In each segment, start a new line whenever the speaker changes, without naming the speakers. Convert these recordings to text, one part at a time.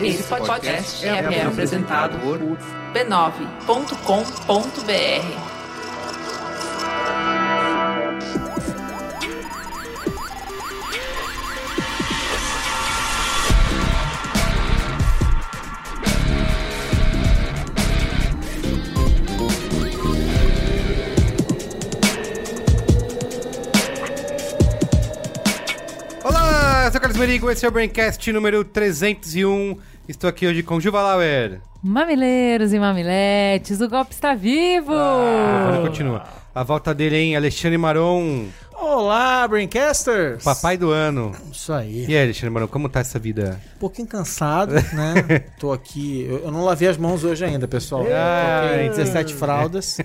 Esse podcast é apresentado por b9.com.br.
Olá, eu sou o Carlos Merigo, esse é o Braincast número 301. Estou aqui hoje com Gil Valauer.
Mamileiros e mamiletes, o golpe está vivo!
Ah.
Agora continua. A volta dele, hein? Alexandre Maron,
Olá, Braincasters!
papai do ano.
Isso aí.
E aí, Alexandre Maron, como tá essa vida?
Um pouquinho cansado, né? Tô aqui. Eu, eu não lavei as mãos hoje ainda,
É.
pessoal.
Ah,
Eu Troquei
entendi.
17 fraldas.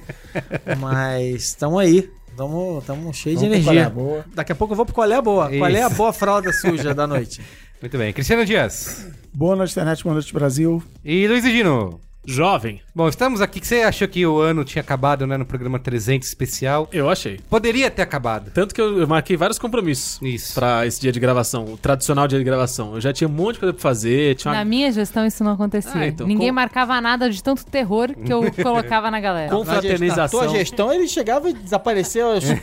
Mas estamos aí. Estamos cheios de
Vamos pro
energia.
Qual é a Boa.
Daqui a pouco eu vou pro Qual é a Boa. Qual é a
Isso.
boa fralda suja da noite?
Muito bem. Cristiano Dias
Boa noite, internet, boa noite, Brasil.
e Luiz Gino.
Jovem,
Bom, estamos aqui. que Você achou que o ano tinha acabado, né? No programa 300 especial.
eu achei.
Poderia ter acabado.
Tanto que eu eu marquei vários compromissos
Isso.
pra esse dia de gravação, o tradicional dia de gravação. Eu já tinha um monte de coisa pra fazer, tinha uma
Na minha gestão isso não acontecia.
Ah, então,
Ninguém
com-
marcava nada de tanto terror que eu colocava na galera.
confraternização.
Na tua gestão, ele chegava e desapareceu aos 30,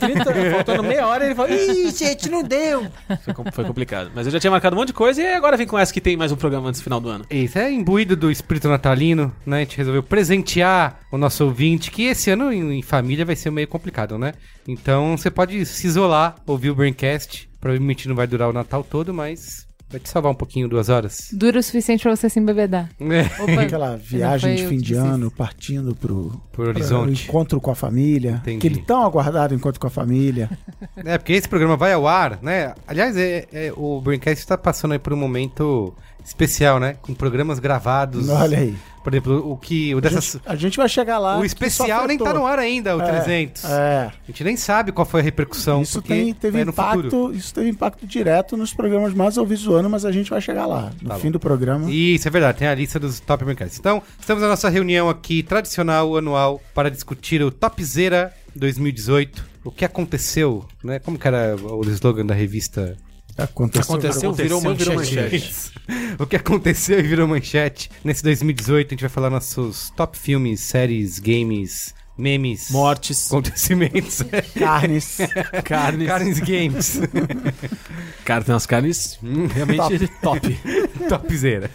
faltando meia hora, ele falou: Ih, gente, não deu!
Foi, com- foi complicado. Mas eu já tinha marcado um monte de coisa e agora vem com essa que tem mais um programa antes do final do ano.
Isso é imbuído do espírito natalino, né? A gente resolveu presentear o nosso ouvinte, que esse ano em, em família vai ser meio complicado, né? Então você pode se isolar, ouvir o Braincast. Provavelmente não vai durar o Natal todo, mas vai te salvar um pouquinho, duas horas.
Dura o suficiente pra você se embebedar.
É,
Opa,
Aquela
foi
viagem de
eu
fim
que
de
fiz
ano,
isso.
partindo pro,
Pro
pra-
horizonte.
o encontro com a família.
Entendi.
Aquele tão aguardado encontro com a família.
É, porque esse programa vai ao ar, né? Aliás, é, é, o Braincast está passando aí por um momento especial, né? Com programas gravados.
Olha aí.
Por exemplo, o que. O,
A
dessas,
gente, a gente vai chegar lá.
o especial nem tá no ar ainda, o 300.
É.
A gente nem sabe qual foi a repercussão.
Isso,
porque
tem, teve
vai no futuro.
impacto, isso teve impacto direto nos programas mais ouvidos do ano, mas a gente vai chegar lá. No
Tá
fim do programa.
Isso, é verdade, tem a lista dos top mercados. Então, estamos na nossa reunião aqui tradicional, anual, para discutir o Topzera 2018. O que aconteceu, né? Como que era o slogan da revista?
Aconteceu.
Aconteceu, virou, man- virou manchete.
o que aconteceu e virou manchete. Nesse 2018, a gente vai falar nossos top filmes, séries, games, memes.
Mortes,
Acontecimentos.
Carnes.
carnes.
Carnes Games.
Cara, tem umas carnes realmente top.
Topzera.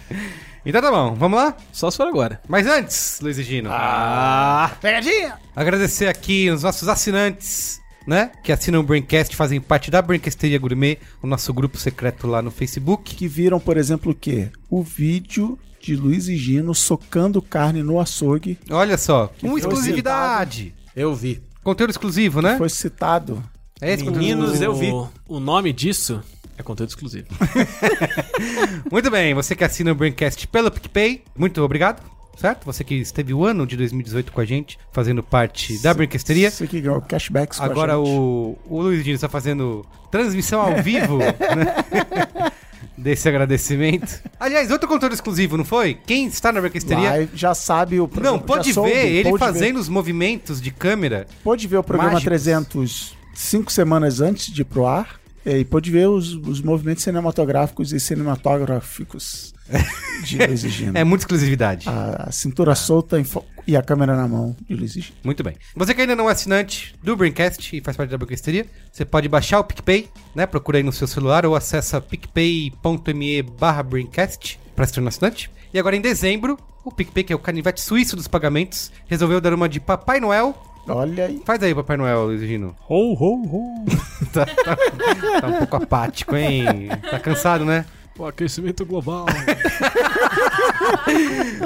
Então tá bom, vamos lá?
Só se for agora.
Mas antes, Luiz e Gino.
Ah,
Agradecer aqui os nossos assinantes, né? Que assinam o Braincast, fazem parte da Braincasteria Gourmet, o nosso grupo secreto lá no Facebook.
que viram, por exemplo, o quê? O vídeo de Luiz e Gino socando carne no açougue.
Olha só, uma exclusividade.
Eu vi.
Conteúdo exclusivo, né?
Foi citado.
É exclusivo.
Meninos, eu vi.
O, o nome disso é conteúdo exclusivo.
Muito bem, você que assina o Braincast pelo PicPay, muito obrigado, certo? Você que esteve o ano de 2018 com a gente, fazendo parte da Braincasteria.
Isso aqui ganhou cashbacks com a
Agora
gente.
o, o Luiz Dino está fazendo transmissão ao vivo né? desse agradecimento. Aliás, outro conteúdo exclusivo, não foi? Quem está na Braincasteria
Live, já sabe o programa.
Não, pode
já um soube,
ver ele
pôde
fazendo os movimentos de câmera.
ver- pôde ver o programa
mágicos.
300 cinco semanas antes de ir pro ar. eh, E pôde ver os, os movimentos cinematográficos e cinematográficos de Luiz e Gino.
É muita exclusividade.
A, a cintura solta em fo- e a câmera na mão de Luiz e Gino.
Muito bem. Você que ainda não é assinante do Braincast e faz parte da Braincasteria, você pode baixar o PicPay, né? Procura aí no seu celular ou acessa picpay.me barra Braincast para se tornar assinante. E agora em dezembro, o PicPay, que é o canivete suíço dos pagamentos, resolveu dar uma de Papai Noel.
Olha aí.
Faz aí, Papai Noel, Luiz Gino.
Ho, ho, ho.
Tá, tá- tá um pouco apático, hein? Tá cansado, né?
O aquecimento global.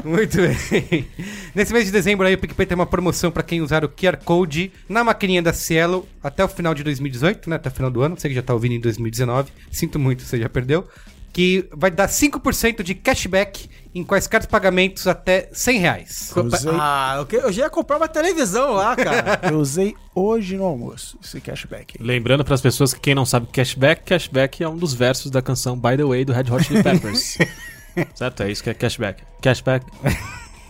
Muito bem. Nesse mês de dezembro aí, o PicPay tem uma promoção pra quem usar o QR Code na maquininha da Cielo até o final de 2018, né? Até o final do ano. Você que já tá ouvindo em 2019. Sinto muito, você já perdeu. Que vai dar 5% de cashback em quaisquer pagamentos até 100 reais.
Usei.
Ah, eu, que- eu já ia comprar uma televisão lá, cara.
Eu usei hoje no almoço esse cashback. aí.
Lembrando para as pessoas que quem não sabe cashback, cashback é um dos versos da canção By the Way do Red Hot Chili Peppers. certo? É isso que é cashback. Cashback,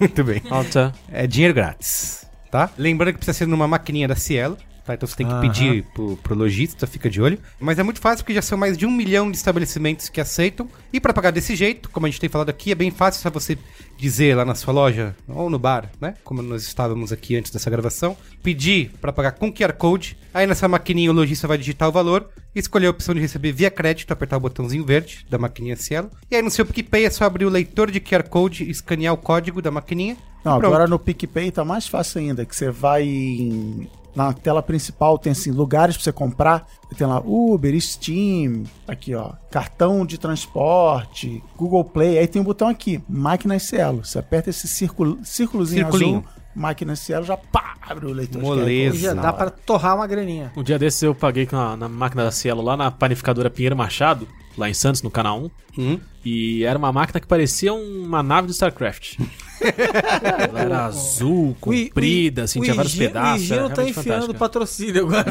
Muito bem.
alta.
É dinheiro grátis, tá? Lembrando que precisa ser numa maquininha da Cielo. Tá, então você tem que pedir pro, pro lojista, fica de olho. Mas é muito fácil porque já são mais de um milhão de estabelecimentos que aceitam. E para pagar desse jeito, como a gente tem falado aqui, é bem fácil só você dizer lá na sua loja ou no bar, né? Como nós estávamos aqui antes dessa gravação, pedir para pagar com QR Code. Aí nessa maquininha o lojista vai digitar o valor, escolher a opção de receber via crédito, apertar o botãozinho verde da maquininha Cielo. E aí no seu PicPay é só abrir o leitor de QR Code, escanear o código da maquininha.
Não,
e pronto.
agora no PicPay tá mais fácil ainda, que você vai em- na tela principal, tem assim, lugares pra você comprar, tem lá Uber, Steam, aqui ó, cartão de transporte, Google Play, aí tem um botão aqui, máquina e Cielo, você aperta esse círculo, círculozinho
Circulinho.
azul, máquina e Cielo, já pá, abre o leitor de
Moleza.
QR Code.
Já dá pra torrar uma graninha.
Um dia desses eu paguei na, na máquina da Cielo lá na panificadora Pinheiro Machado, lá em Santos, no Canal 1.
Hum.
E era uma máquina que parecia uma nave do StarCraft. Ela era azul, comprida, assim, tinha vários
Gino-
pedaços.
O Gino
era
tá
realmente
enfiando
fantástica.
patrocínio agora.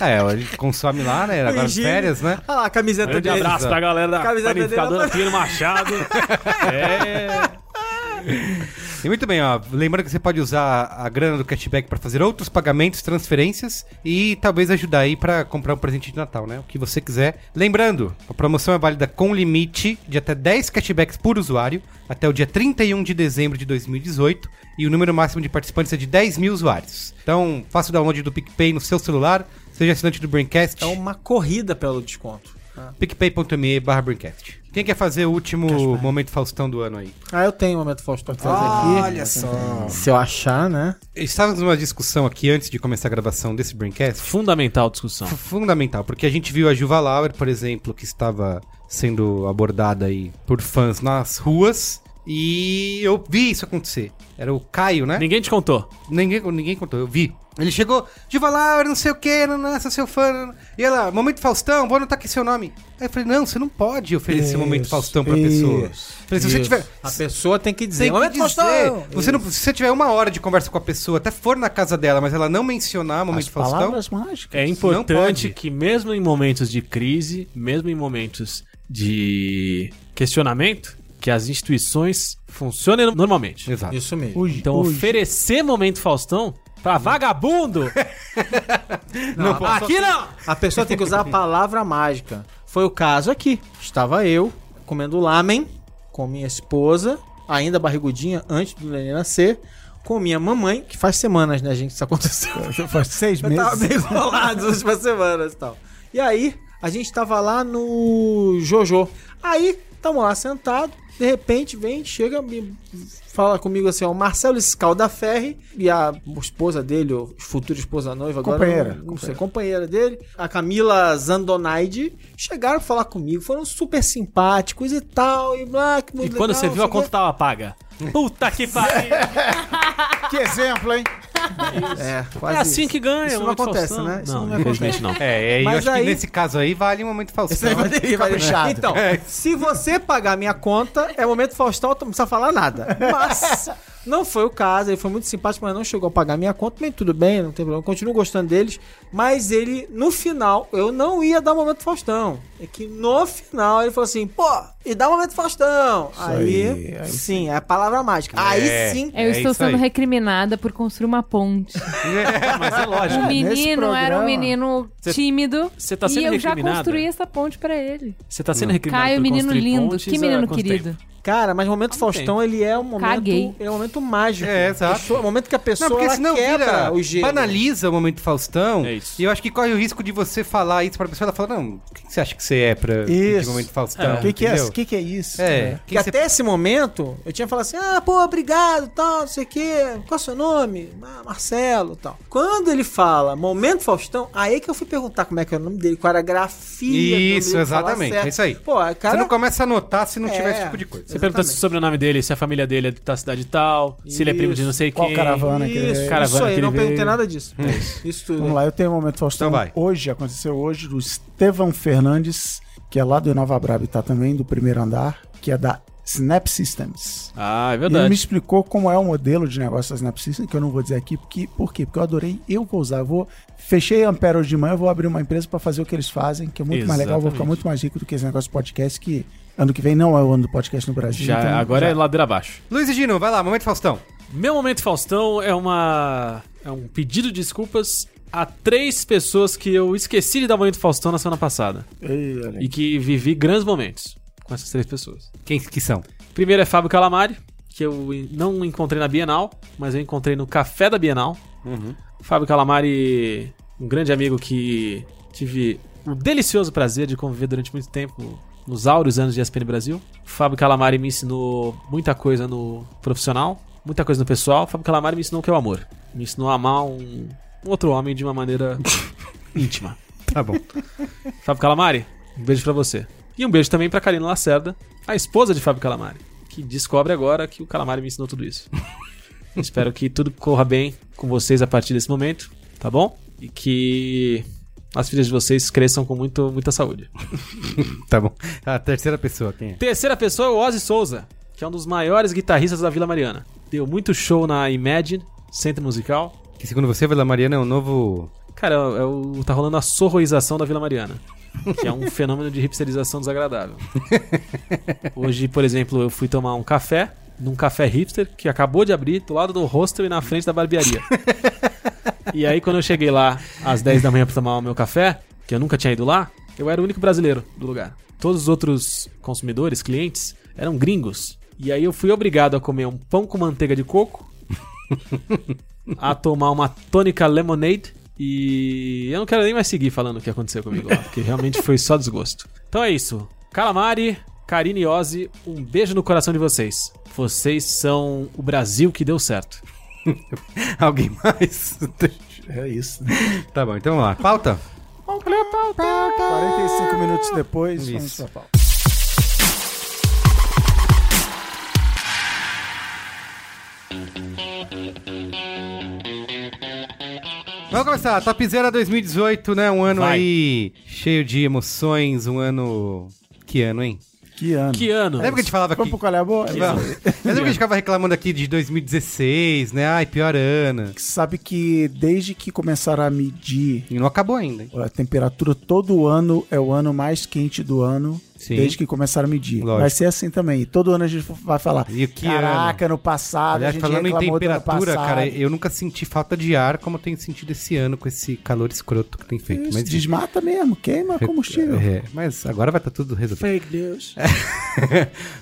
Ah, é, ele consome lá, né? Agora
O
nas
Gino-
férias, né?
Olha lá, a camiseta
Grande
dele.
abraço pra galera da
Camiseta dele, né?
panificadora
rapaz.
Pinheiro Machado. é.
E muito bem, ó. Lembrando que você pode usar a grana do cashback para fazer outros pagamentos, transferências e talvez ajudar aí para comprar um presente de Natal, né? O que você quiser. Lembrando, a promoção é válida com limite de até 10 cashbacks por usuário até o dia 31 de dezembro de 2018 e o número máximo de participantes é de 10 mil usuários. Então, faça o download do PicPay no seu celular, seja assinante do Braincast,
É uma corrida pelo desconto. tá?
picpay.me barra Braincast. Quem quer fazer o último momento Faustão do ano aí?
Ah, eu tenho um momento Faustão pra fazer aqui. Olha só. Se eu achar, né?
Estávamos numa discussão aqui antes de começar a gravação desse Braincast
Fundamental discussão.
Fu- Fundamental, porque a gente viu a Juva Lauer, por exemplo, que estava sendo abordada aí por fãs nas ruas. E eu vi isso acontecer. Era o Caio, né?
Ninguém te contou.
Ninguém, ninguém contou, eu vi. Ele chegou, Juva Lauer, não sei o que, sou seu fã. não- não." E ela, Momento Faustão, vou anotar aqui seu nome. Aí eu falei, não, você não pode oferecer
Isso,
Momento Faustão pra pessoa. Eu
isso,
Falei, se você
Isso.
tiver...
A pessoa tem que dizer.
Tem que
momento
dizer.
Faustão!
Você não, se você tiver uma hora de conversa com a pessoa, até for na casa dela, mas ela não mencionar Momento
As
Faustão,
palavras mágicas.
É
Não
importante
pode.
que mesmo em momentos de crise, mesmo em momentos de questionamento, que as instituições funcionem no- normalmente.
Exato.
Isso mesmo.
Ui,
Então
ui.
oferecer momento Faustão pra vagabundo
Não, a-
aqui não.
A pessoa tem que usar a palavra mágica. Foi o caso aqui. Estava eu comendo lamen com minha esposa, ainda barrigudinha, antes do neném nascer, com minha mamãe, que faz semanas, né, gente, que isso aconteceu.
Faz seis
Eu tava
meses.
meio enrolado nas últimas semanas e tal. E aí, a gente tava lá no Jojo. Aí, tamo lá sentado, de repente vem, chega, me fala comigo assim, ó, o Marcelo Scaldaferri e a esposa dele, ou futura esposa noiva agora,
Companheira,
não, não sei, companheira dele, a Camila Zandonaide, chegaram a falar comigo, foram super simpáticos e tal, e blá, que
E quando você viu a conta tava paga. Puta que pariu. É
Que exemplo, hein?
É,
É
quase
assim que ganha.
Isso não
momento
acontece,
Faustão.
né? Isso
não,
não
infelizmente não.
É, é e eu
Mas
acho que
aí-
nesse caso aí vale um momento
Esse
Faustão.
negócio
né?
de
caprichado.
Então,
É.
se você pagar minha conta, é momento Faustão, tu não precisa falar nada. Mas não foi o caso, ele foi muito simpático, mas não chegou a pagar minha conta, mas tudo bem, não tem problema, eu continuo gostando deles. Mas ele, no final, eu não ia dar momento Faustão. É que no final ele falou assim, pô, e dá momento Faustão. Aí,
aí, aí
sim, é a palavra mágica. Aí sim.
É
Eu estou
isso
sendo
aí.
recriminada por construir uma ponte.
Mas é lógico.
O
nesse
menino era um
programa-
menino
Cê-
tímido.
cê tá
e
sendo
eu já
recriminada?
construí essa ponte pra ele.
Você tá sendo recriminado
Caio,
por
menino
construir
lindo.
pontes
Que menino
há quanto
querido.
tempo?
Cara, mas momento
Não
Faustão, ele é um momento,
Caguei.
ele é um momento mágico.
É, exato.
Pessoa- É o momento que a pessoa
Não, porque
ela
senão
quebra
vira,
o gelo.
banaliza o momento Faustão.
É isso.
E eu acho que corre o risco de você falar isso pra pessoa ela fala, não, quem você acha que você é pra pedir
Isso.
momento Faustão?
O que, que, é,
entendeu?
que, que é isso?
É,
Que né?
quem você-
até esse momento, eu tinha falado assim, ah, pô, obrigado, tal, não sei o quê, qual é o seu nome? Ah, Marcelo, tal. Quando ele fala Momento Faustão, aí que eu fui perguntar como é que era o nome dele, qual era a grafia. do
Isso,
nome dele, falar
exatamente,
certo.
é isso aí.
Pô, o cara...
Você não começa a notar se não tiver
É.
esse tipo de coisa.
Você pergunta se o sobrenome dele, se a família dele é da cidade tal, se ele é primo de não sei
Qual
quem.
caravana que ele
Isso,
veio?
cara,
isso
caravana que
aí,
ele
não perguntei
veio.
nada disso.
É
Isso
Vamos
tudo.
lá, eu tenho um momento Faustão.
Então vai.
Hoje, aconteceu hoje, do Estevão Fernandes, que é lá do Nova Braba e tá também, do primeiro andar, que é da Snap Systems.
Ah, é
E Ele me
verdade.
explicou como é o modelo de negócio da Snap Systems, que eu não vou dizer aqui, porque, por quê? Porque eu adorei, eu vou usar, eu vou... Fechei a Ampere hoje de manhã, eu vou abrir uma empresa pra fazer o que eles fazem, que é muito mais legal, eu vou ficar
Exatamente.
muito mais rico do que esse negócio de podcast, que ano que vem não é o ano do podcast no Brasil.
Já,
então
agora
já-
é ladeira abaixo.
Luiz e Gino, vai lá, momento Faustão.
Meu momento Faustão é uma é um pedido de desculpas a três pessoas que eu esqueci de dar banho do Faustão na semana passada.
Ei, olha aí.
E que vivi grandes momentos com essas três pessoas.
Quem que são?
Primeiro é Fábio Calamari, que eu en- não encontrei na Bienal, mas eu encontrei no café da Bienal. Fábio Calamari, um grande amigo que tive o delicioso prazer de conviver durante muito tempo nos áureos anos de ESPN Brasil. Fábio Calamari me ensinou muita coisa no profissional, muita coisa no pessoal. Fábio Calamari me ensinou o que é o amor. Me ensinou a amar um, um outro homem de uma maneira íntima.
Tá bom.
Fábio Calamari, um beijo pra você. E um beijo também pra Karina Lacerda, a esposa de Fábio Calamari, que descobre agora que o Calamari me ensinou tudo isso. Espero que tudo corra bem com vocês a partir desse momento, tá bom? E que as filhas de vocês cresçam com muito, muita saúde.
Tá bom. A terceira pessoa, quem é?
Terceira pessoa é o Ozzy Souza, que é um dos maiores guitarristas da Vila Mariana. Deu muito show na Imagine, Centro Musical.
Que segundo você, Vila Mariana é um novo.
Cara, é o, tá rolando a sorroização da Vila Mariana. Que é um fenômeno de hipsterização desagradável. Hoje, por exemplo, eu fui tomar um café num café hipster que acabou de abrir do lado do hostel e na frente da barbearia. E aí, quando eu cheguei lá às 10 da manhã pra tomar o meu café, que eu nunca tinha ido lá, eu era o único brasileiro do lugar. Todos os outros consumidores, clientes, eram gringos. E aí eu fui obrigado a comer um pão com manteiga de coco, a tomar uma tônica lemonade e eu não quero nem mais seguir falando o que aconteceu comigo lá, porque realmente foi só desgosto. Então é isso. Calamari, Karine e Ozzy, um beijo no coração de vocês. Vocês são o Brasil que deu certo.
Alguém mais?
É isso.
tá bom, então vamos lá. Pauta?
45 minutos depois,
Isso.
vamos pra pauta.
Vamos começar, Topzera 2018, né? Um ano
Vai.
aí cheio de emoções, um ano. Que ano, hein?
Que ano.
Que ano?
Lembra que a gente falava aqui?
Vamos pro qual é a boa?
Vamos. Lembra que a gente ficava reclamando aqui de 2016, né? Ai, pior ano.
Sabe que desde que começaram a medir
E não acabou ainda, hein?
a temperatura todo ano, é o ano mais quente do ano,
Sim.
desde que começaram a medir.
Lógico.
Vai ser assim também. Todo ano a gente vai falar.
E que
Caraca, no passado,
Aliás,
a gente
falando em
reclamou do ano
temperatura,
passado."
cara, eu nunca senti falta de ar como eu tenho sentido esse ano com esse calor escroto que tem feito.
Isso,
mas
desmata mesmo, queima combustível.
É, mas agora vai estar tudo resolvido.
Fake news.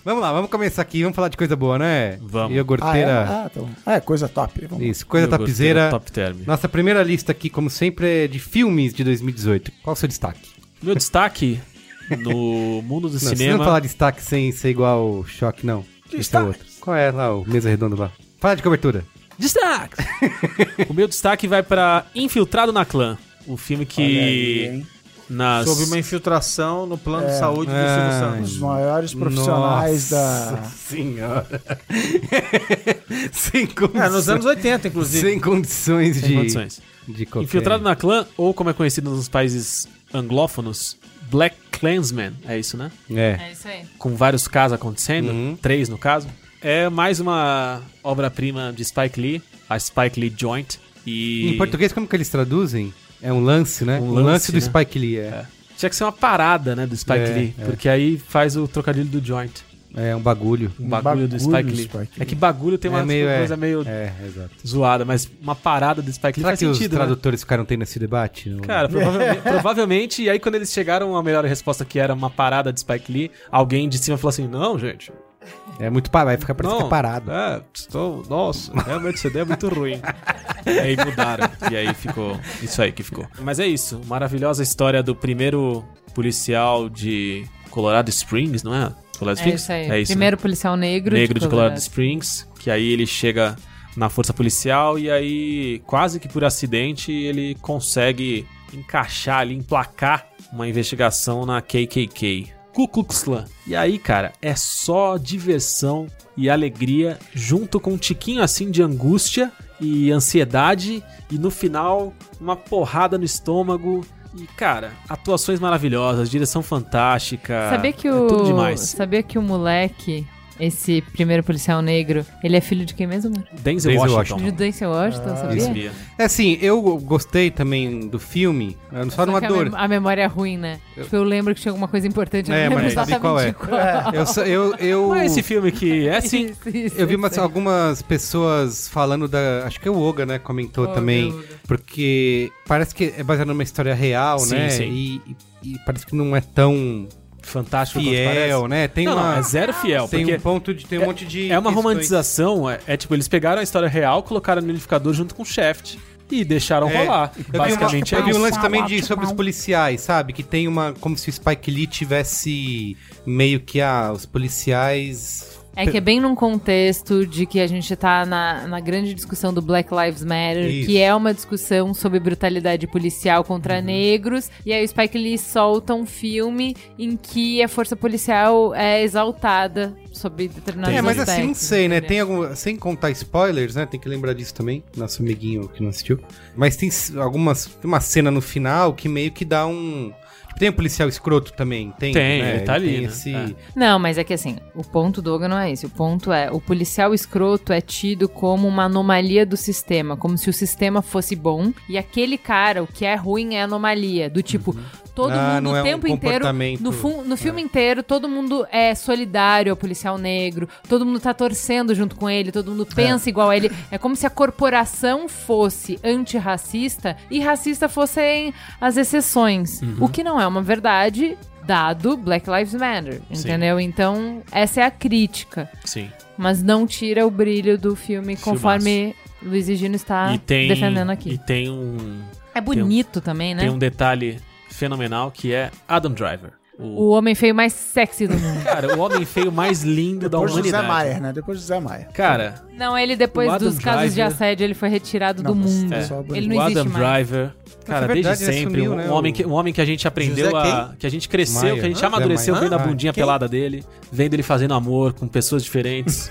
vamos lá, vamos começar aqui, vamos falar de coisa boa, né?
Vamos.
Ah, é?
Iogurteira.
Ah, então. Ah, é coisa top. Vamos.
Isso, coisa
Eu gostei do
tapizeira.
Top term.
Nossa primeira lista aqui, como sempre, é de filmes de 2018. Qual o seu destaque?
Meu destaque no mundo do
Não, você
cinema.
não falar destaque sem ser igual o choque, não. Esse é
Destaque.
outro. Qual é lá o mesa redonda lá? Fala de cobertura.
Destaque! o meu destaque vai pra Infiltrado na Clã. O filme
Olha
que
aí, hein?
nas
Sobre uma infiltração no plano de saúde do
É.
Silvio Santos.
Os maiores profissionais
Nossa
da.
senhora. sem condições.
É, nos anos 80, inclusive.
Sem condições
sem
de.
condições.
de qualquer-
Infiltrado na Clã, ou como é conhecido nos países anglófonos, Black Clansman, é isso, né?
É.
É isso aí.
Com vários casos acontecendo,
Uhum.
três no caso. É mais uma obra-prima de Spike Lee, a Spike Lee Joint. E
Em português, como que eles traduzem? É um lance, né?
Um
Um lance,
lance,
do
né?
Spike Lee. É,
tinha que ser uma parada, né, do Spike
É,
Lee,
é.
porque aí faz o trocadilho do Joint.
é um bagulho.
Um bagulho, do Spike Lee.
Spike
É que bagulho tem uma
é meio,
coisa
é,
meio
É, exato.
zoada, mas uma parada do Spike Lee
Será
faz
que os
sentido, né?
tradutores ficaram tendo esse debate? Não-
Cara, provavelmente, provavelmente, e aí quando eles chegaram a melhor resposta que era uma parada de Spike Lee, alguém de cima falou assim: "Não, gente.
É muito parado, vai ficar parecendo
não,
que é parado.
É, estou, nossa, realmente essa ideia é muito ruim". e aí mudaram, e aí ficou isso aí que ficou. Mas é isso, maravilhosa história do primeiro policial de Colorado Springs, não é? Colorado
É
Springs?
isso aí.
É isso. né?
Primeiro policial negro. tipo, né?
negro de Colorado
Colorado.
Springs, que aí ele chega na força policial e aí quase que por acidente ele consegue encaixar ali, emplacar uma investigação na KKK. Ku Klux Klan. E aí, cara, é só diversão e alegria, junto com um tiquinho assim de angústia e ansiedade, e no final, uma porrada no estômago. E, cara, atuações maravilhosas, direção fantástica.
Sabia que
é
o.
tudo demais.
Sabia que o moleque esse primeiro policial negro, ele é filho de quem mesmo? mano?
Denzel
Denzel
Washington.
De Denzel Washington, sabia?
Sabia.
É assim, eu gostei também do filme, eu só não
Só que a,
adoro.
mem- a memória é ruim, né? Tipo, eu lembro que tinha alguma coisa importante, eu
É,
não lembro
mas não sabe
exatamente
qual é. Eu, só- eu, eu,
Mas esse filme que é sim.
Isso, isso,
eu vi
isso. é
umas- algumas pessoas falando da. Acho que é o Oga, né?
Oh,
Comentou
Oga,
também.
Oga.
Porque parece que é baseado numa história real,
Sim,
né?
sim.
E, e- e parece que não é tão
Fantástico quanto parece.
fiel, né? Tem
não,
uma.
não, é zero fiel,
tem
porque
um ponto de. Tem um monte de.
é uma
questões.
romantização, é, é tipo, eles pegaram a história real, colocaram no unificador junto com o Shaft e deixaram
É,
rolar.
Eu vi, uma,
Basicamente
eu vi
é
um
isso.
lance também de, sobre os policiais, sabe? Que tem uma. Como se o Spike Lee tivesse meio que ah, os policiais.
É que é bem num contexto de que a gente tá na, na grande discussão do Black Lives Matter,
Isso. Uhum.
que é uma discussão sobre brutalidade policial contra negros, e aí o Spike Lee solta um filme em que a força policial é exaltada sobre determinados
É, mas
aspectos,
assim, não sei, né?
entendeu?
Tem algum, sem contar spoilers, né? Tem que lembrar disso também, nosso amiguinho que não assistiu. Mas tem s- algumas. Tem uma cena no final que meio que dá um. tipo, Tem um policial escroto também, tem?
Tem, ele tá ali,
Tem
né?
esse-
É.
Não, mas é que assim, o ponto do Hogan não é esse. O ponto é, o policial escroto é tido como uma anomalia do sistema, como se o sistema fosse bom e aquele cara, o que é ruim é anomalia, do tipo, todo
Ah,
mundo
não
o
é um
tempo inteiro,
comportamento.
no, fu- no filme inteiro, todo mundo é solidário ao policial negro, todo mundo tá torcendo junto com ele, todo mundo pensa igual a ele. É como se a corporação fosse antirracista e racista fossem as exceções,
Uhum.
o que não é uma verdade. Dado Black Lives Matter,
Sim.
entendeu? Então, essa é a crítica.
Sim.
Mas não tira o brilho do filme conforme Luiz e Gino está
e tem,
Ah, defendendo
E
aqui.
tem um,
É bonito também, né?
tem um detalhe fenomenal que é Adam Driver. O,
O homem feio mais sexy do mundo.
Cara, o homem feio mais lindo da
Depois do Zé
humanidade.
Maier, né? Depois do Zé Maier.
Cara,
Não, ele depois
O Adam
dos casos de
Driver-
assédio, ele foi retirado
Não,
do
mas
mundo.
é
só
bonito.
Ele
o
não
Adam
existe mais.
Driver, cara,
é verdade,
desde
ele
sempre,
sumiu,
um,
né,
um homem
o-
que, um homem que a gente aprendeu
José
a. Que a gente cresceu,
Maia.
que a gente
Ah,
amadureceu
Zé
vendo a
Maia.
bundinha
Quem?
pelada dele, vendo ele fazendo amor com pessoas diferentes.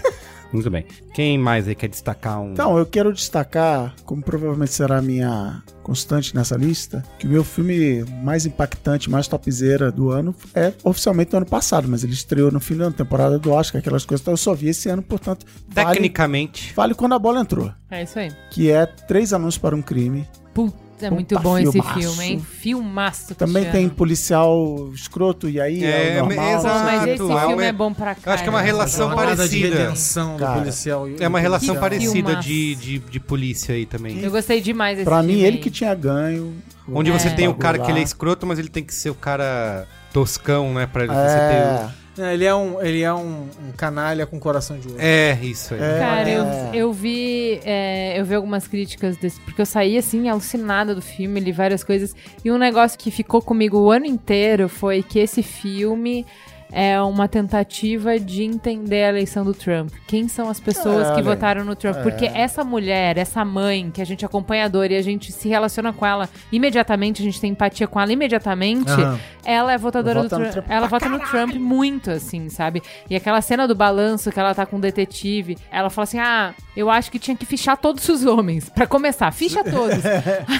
Muito bem. Quem mais aí quer destacar um.
Então, eu quero destacar, como provavelmente será a minha constante nessa lista, que o meu filme mais impactante, mais topzera do ano é oficialmente do ano passado, mas ele estreou no fim da temporada do Oscar, aquelas coisas. Então eu só vi esse ano, portanto, vale,
Tecnicamente.
vale quando a bola entrou.
É isso aí.
Que é Três Anúncios para um Crime.
Putz, é muito
Puta
bom
filmaço.
esse filme, hein? Filmaço.
Também tem
Cristiano.
policial escroto, e aí é,
É,
o normal.
exato.
não sei o
Mas
quê.
esse
Ah,
filme
é-
é bom pra cá.
Eu acho que é uma relação
Jornada
de
parecida.
redenção
Cara,
do policial. e-
É uma relação
Que
parecida
filmaço.
de, de, de polícia aí também.
Eu gostei demais desse
Pra mim,
filme
ele
aí.
que tinha ganho.
Onde você
É.
tem o cara que ele é
escroto.
escroto, mas ele tem que ser o cara toscão, né? Pra você
É,
Não, ele é, um, ele é um, um canalha com coração de ouro.
ter. É, isso aí.
É.
Cara, eu, eu vi é, eu vi algumas críticas desse, porque eu saí assim alucinada do filme, li várias coisas e um negócio que ficou comigo o ano inteiro foi que esse filme é uma tentativa de entender a eleição do Trump. Quem são as pessoas que
É, olha é. aí.
votaram no Trump? Porque essa mulher, essa mãe que a gente acompanha a dor e a gente se relaciona com ela imediatamente, a gente tem empatia com ela imediatamente.
Aham.
Ela é votadora do
Vota no
Trump.
Trump
Ela vota no Trump muito, assim, sabe? E aquela cena do balanço que ela tá com o detetive, ela fala assim: ah, eu acho que tinha que fichar todos os homens. Pra começar, ficha todos.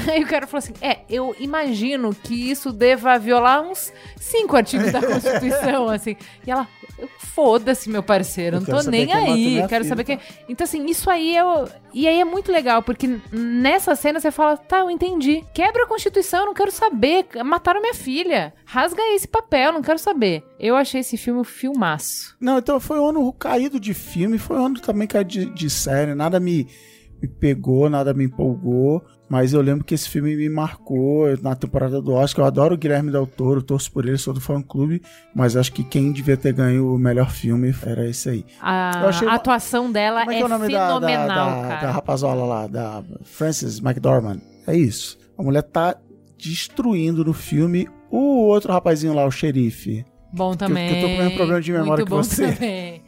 Aí o cara falou assim: é, eu imagino que isso deva violar uns cinco artigos da Constituição, assim. E ela. Foda-se, meu parceiro, eu
Eu
não
quero
tô
saber
nem
quem matou
aí.
minha
Quero
filha.
saber
tá?
quem. Então, assim, isso aí é. o- E aí é muito legal, porque nessa cena você fala, tá, eu entendi. Quebra a Constituição, eu não quero saber. Mataram minha filha. Rasga aí esse papel, eu não quero saber. Eu achei esse filme um filmaço.
Não, então foi um ano caído de filme, foi um ano também caído de, de série, nada me, me pegou, nada me empolgou, mas eu lembro que esse filme me marcou na temporada do Oscar, eu adoro o Guilherme Del Toro, torço por ele, sou do fã-clube, mas acho que quem devia ter ganho o melhor filme era esse aí.
A
Eu achei uma-
atuação dela
Como é
é,
que é o nome da,
fenomenal,
da, da,
cara.
da rapazola lá, da Frances McDormand? É isso. A mulher tá destruindo no filme o outro rapazinho lá, o xerife.
Bom também.
que eu tô com o mesmo problema de memória
Muito
que
bom
você.
também.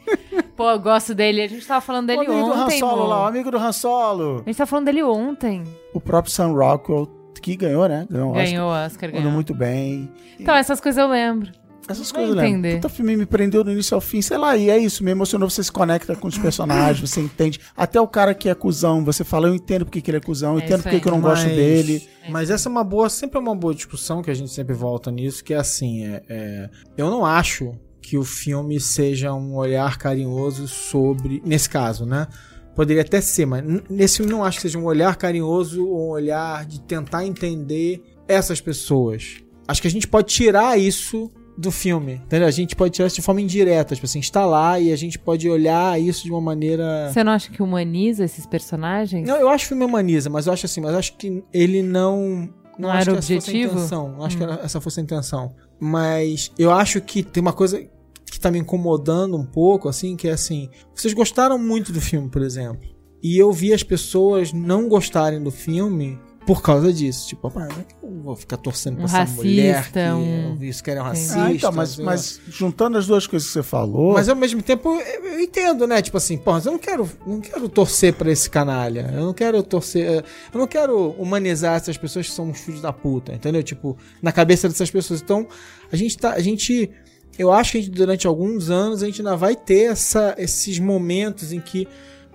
Pô, eu gosto dele. A gente tava falando
o
dele
amigo do Han
ontem,
Solo
amor.
lá, o amigo do Han Solo.
A gente tava falando dele ontem.
O próprio Sam Rockwell, que ganhou, né? Ganhou, o Oscar.
Ganhou o Oscar,
Mandou
ganhou.
muito bem.
Então, essas coisas eu lembro.
Essas
Vai
coisas, né?
entender.
Puta filme me prendeu do início ao fim, sei lá, e é isso, me emocionou, você se conecta com os personagens, você entende. Até o cara que é cuzão, você fala, eu entendo porque que ele é cuzão, eu
É
entendo
isso
porque
aí.
que eu não gosto
Mas-
dele.
Mas essa é uma boa, sempre é uma boa discussão que a gente sempre volta nisso, que é assim, é, é, eu não acho que o filme seja um olhar carinhoso sobre. Nesse caso, né? Poderia até ser, mas n- nesse filme não acho que seja um olhar carinhoso ou um olhar de tentar entender essas pessoas. Acho que a gente pode tirar isso do filme, entendeu? A gente pode tirar isso de forma indireta, tipo assim, está lá e a gente pode olhar isso de uma maneira.
Você não acha que humaniza esses personagens?
Não, eu acho que o filme humaniza, mas eu acho assim, mas eu acho que ele não.
Não
acho
era
que essa fosse a
objetivo?
intenção, Não acho que
Hum.
era- essa fosse a intenção. Mas eu acho que tem uma coisa que tá me incomodando um pouco, assim, que é assim. Vocês gostaram muito do filme, por exemplo. E eu vi as pessoas não gostarem do filme por causa disso. Tipo, ah, não é que eu vou ficar torcendo pra
Um
essa
racista,
mulher. Que
um-
eu- Isso que era um
Sim.
racista.
Ah, então, mas,
sei lá.
mas juntando as duas coisas que você falou.
Mas ao mesmo tempo, eu, eu entendo, né? Tipo assim, porra, eu não quero, não quero torcer pra esse canalha. Eu não quero torcer. eh, Eu não quero humanizar essas pessoas que são uns filhos da puta, entendeu? Tipo, na cabeça dessas pessoas. Então, a gente tá. A gente. Eu acho que a gente, durante alguns anos a gente ainda vai ter essa, esses momentos em que.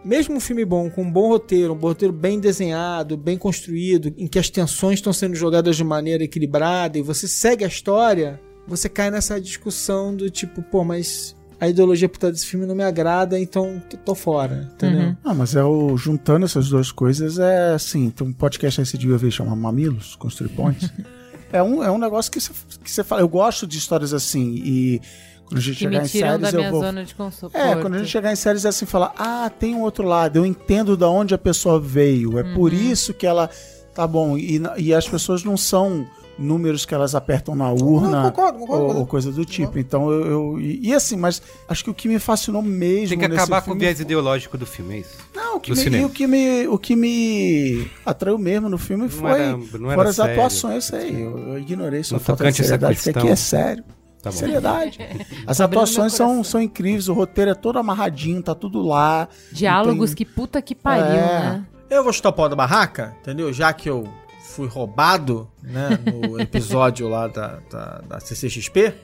Mesmo um filme bom, com um bom roteiro, um roteiro bem desenhado, bem construído, em que as tensões estão sendo jogadas de maneira equilibrada e você segue a história, você cai nessa discussão do tipo, pô, mas a ideologia por trás desse filme não me agrada, então t- tô fora, entendeu?
Uhum.
Ah, mas é o juntando essas duas coisas é assim, tem um podcast aí que você devia ver chama Mamilos, Construir Pontes. é, um, é um negócio que você, que você fala. Eu gosto de histórias assim e quando a gente
Que
chegar
me
em
tiram da
séries
minha
eu vou.
zona de consumo.
É,
tá.
quando a gente chegar em séries é assim, falar, ah, tem um outro lado, eu entendo da onde a pessoa veio, é por
Uhum.
isso que ela tá bom e, na- e as pessoas não são números que elas apertam na urna
Não, concordo, concordo,
ou,
concordo.
ou coisa do
Uhum.
tipo. Então eu, eu- e, e assim, mas acho que o que me fascinou mesmo
Tem que
nesse
acabar com o
filme
viés ideológico do filme, é isso?
não, o que,
do
me,
cinema.
e o, que me, o que me atraiu mesmo no filme foi
era- não era
foram as
sério.
atuações, eu sei, eu, eu ignorei sua
No
falta de
tocante a essa
seriedade, porque
questão.
aqui é sério.
Tá bom.
Seriedade. As
Tá abrindo
atuações
meu
são,
coração.
são incríveis, o roteiro é todo amarradinho, tá tudo lá.
Diálogos
Não
que puta que pariu,
É.
né?
Eu vou chutar o pau da barraca, entendeu? Já que eu fui roubado, né, no episódio lá da, da, da CCXP,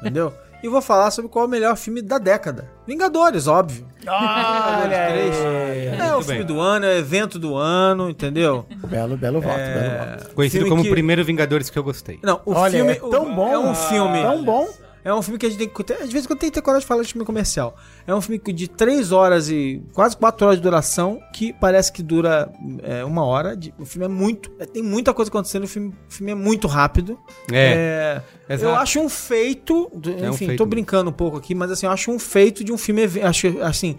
entendeu? E vou falar sobre qual é o melhor filme da década. Vingadores, óbvio. Ah, Vingadores 3. É o
Muito
filme
bem.
do ano, é o evento do ano, entendeu?
Belo, belo voto, belo voto.
Conhecido
Filme
como
que-
o primeiro Vingadores que eu gostei.
Não, É, o
Olha,
filme
é tão bom,
é um filme.
Tão bom.
É um filme que a gente tem que. Às vezes quando tem que ter coragem de falar de filme comercial. É um filme que de 3 horas e. quase 4 horas de duração, que parece que dura é, uma hora. de- o filme é muito. é, tem muita coisa acontecendo, o filme, o filme é muito rápido.
É,
É,
exato.
eu acho um feito. do-
É um
enfim,
feito
tô
mesmo.
brincando um pouco aqui, mas assim, eu acho um feito de um filme. eve- Acho, assim,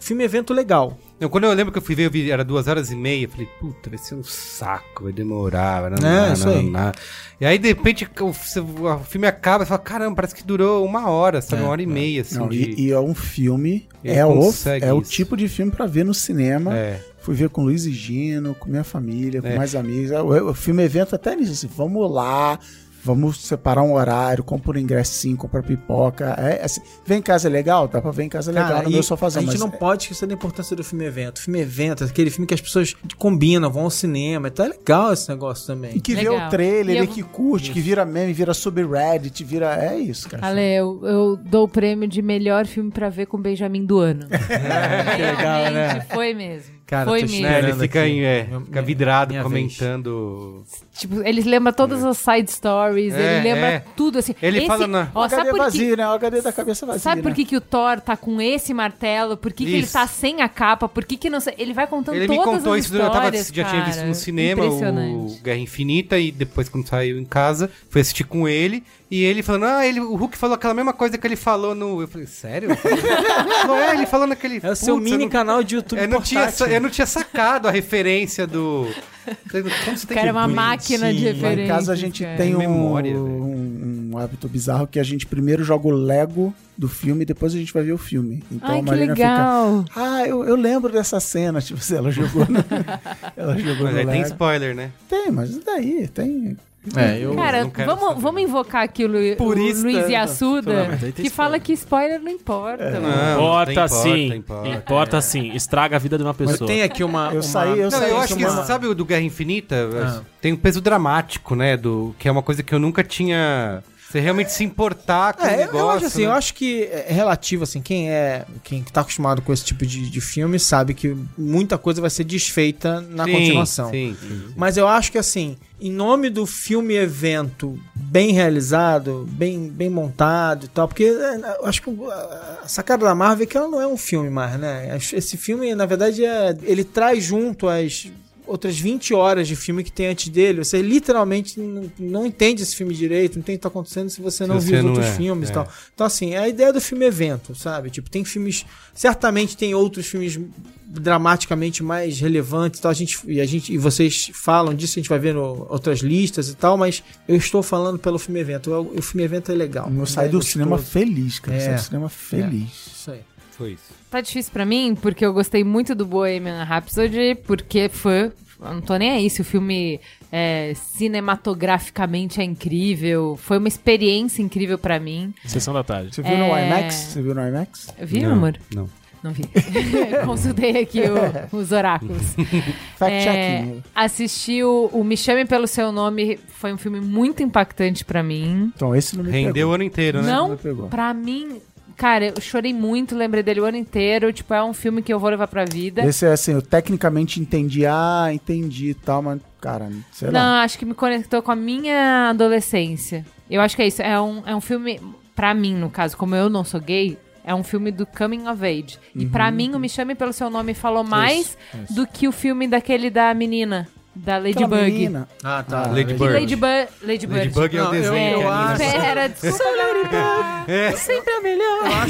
filme evento legal.
Não, quando eu lembro que eu fui ver, eu vi, era duas horas e meia. Eu falei, puta, vai ser um saco, vai demorar. Vai não,
É,
não,
isso
não,
aí.
não. E aí, de repente, o, f- o filme acaba e fala, caramba, parece que durou uma hora, sabe? uma hora e meia, assim.
Não,
de...
e, e é um filme,
Ele
é o,
consegue
é o
isso.
tipo de filme pra ver no cinema.
É.
Fui ver com Luiz e Gino, com minha família, com
É.
mais amigos. O, o filme evento até nisso, assim, vamos lá, vamos separar um horário, compra um ingressinho, compra pipoca. É, assim, vem em casa é legal? Dá pra ver em casa é legal,
Cara,
no
e
meu sofazinho.
A gente
mas
não
é-
pode esquecer da importância do filme evento. Filme evento, é aquele filme que as pessoas combinam, vão ao cinema. Então é legal esse negócio
E
também.
que vê
Legal.
o trailer,
E é um eu-
e que curte, que vira meme, vira subreddit, vira... É isso, cara.
Ale, eu, eu dou o prêmio de melhor filme pra ver com Benjamin do ano.
É,
Realmente
legal, né?
Foi mesmo.
Cara,
foi
tô
mesmo.
Né, ele
Esperando
fica,
aqui.
em- é,
Minha-
fica vidrado
minha
comentando.
Tipo, ele lembra todas as side stories,
É,
ele lembra
é.
tudo, assim.
Ele
Esse-
fala na-
O
Ó, sabe
HD
por que
vazio, né? O HD da cabeça vazia,
Sabe por
né?
que, que o Thor tá com esse martelo? Por que, que ele
Isso.
tá sem a capa? Por que, que não sei. Ele vai contando
Ele me
Então todas
contou
as
isso, eu
histórias,
tava, já tinha
cara.
visto no cinema
Impressionante.
o Guerra Infinita e depois quando saiu em casa, fui assistir com ele e ele falando, ah, ele, o Hulk falou aquela mesma coisa que ele falou no... Eu falei, sério? não é, ele falou naquele...
É o
"Putz,
seu
eu
mini
não-
canal de YouTube
Eu não, tinha, sa-
portátil.
eu não tinha sacado a referência do... Como você
O
tem
cara
que-
é uma máquina de
Lá
referência.
né? em casa a gente
cara.
tem um,
Memória, velho.
um, um hábito bizarro que a gente primeiro joga o Lego do filme e depois a gente vai ver o filme. Então
Ai,
a
que
Marina
legal.
fica. Ah, eu, eu lembro dessa cena. Tipo, assim, ela jogou no, ela jogou
Mas
no
aí
Lego.
tem
Tem,
spoiler, né?
mas e daí? Tem.
É, eu.
Cara,
não quero
vamos,
saber.
vamos invocar aqui o, Lu,
Purista.
o Luiz Yassuda,
Mas aí tem
que fala que spoiler não importa. mano.
Não,
Importa,
importa,
sim. Importa,
importa.
sim. Estraga a vida de uma
Mas
pessoa.
tem aqui uma.
Eu
uma-
saí,
Não,
eu saí.
eu
de
acho que,
uma-
sabe
Ah.
Assim, o do Guerra Infinita? Tem um peso dramático, né? Do, que é uma coisa que eu nunca tinha Você realmente se importar com o
É, eu-
negócio.
eu acho assim,
né?
eu acho que é relativo, assim, quem é, quem tá acostumado com esse tipo de, de filme sabe que muita coisa vai ser desfeita na
Sim,
continuação.
Sim, sim.
Mas eu acho que assim, em nome do filme evento bem realizado, bem, bem montado e tal, porque é, eu acho que uh, a sacada da Marvel é que ela não é um filme mais, né? Acho- Esse filme, na verdade, é, ele traz junto as outras 20 horas de filme que tem antes dele. Você literalmente n- não entende esse filme direito, não entende o que tá acontecendo se você não
você
viu os
não
outros
é,
filmes e
é.
tal. Então, assim, é a ideia do filme evento, sabe? Tipo, tem filmes. Certamente tem outros filmes dramaticamente mais relevantes e tal. A gente, e, a gente, e vocês falam disso, a gente vai ver no- outras listas e tal, mas eu estou falando pelo filme evento. Eu- O, filme evento é legal.
Eu saí
É
do
gostoso.
cinema feliz, cara. Eu saí
É.
do cinema feliz.
Isso aí.
Foi isso.
Tá difícil pra mim, porque eu gostei muito do Bohemian Rhapsody, porque é fã. Eu não tô nem aí se o filme é, cinematograficamente é incrível. Foi uma experiência incrível pra mim.
Sessão da tarde.
Você viu no
É.
IMAX? Você viu no IMAX?
Viu,
Não,
amor?
Não.
Não vi. Consultei aqui o- os oráculos.
Tá Fact-checking.
É, assisti o, o Me Chame Pelo Seu Nome, foi um filme muito impactante pra mim.
Então, esse não me
Rendeu o
pegou.
ano inteiro, né?
Não,
me pegou.
pra mim, cara, eu chorei muito, lembrei dele o ano inteiro. Tipo, é um filme que eu vou levar pra vida.
Esse é assim, eu tecnicamente entendi, ah, entendi e tal, mas, cara, sei lá.
Não, é acho que me conectou com a minha adolescência. Eu acho que é isso. É um, é um filme, pra mim, no caso, como eu não sou gay, é um filme do coming of age. E
Uhum.
pra mim, o Me Chame Pelo Seu Nome falou mais do que o filme daquele da menina, da
Aquela
Ladybug.
menina.
Ah, tá.
Ah, Lady
Que
Bird.
Ladybug. Ladybird.
Ladybug é o
Não, eu-
desenho.
eu
que anima.
acho-
Pera, desculpa. É. Sempre a melhor.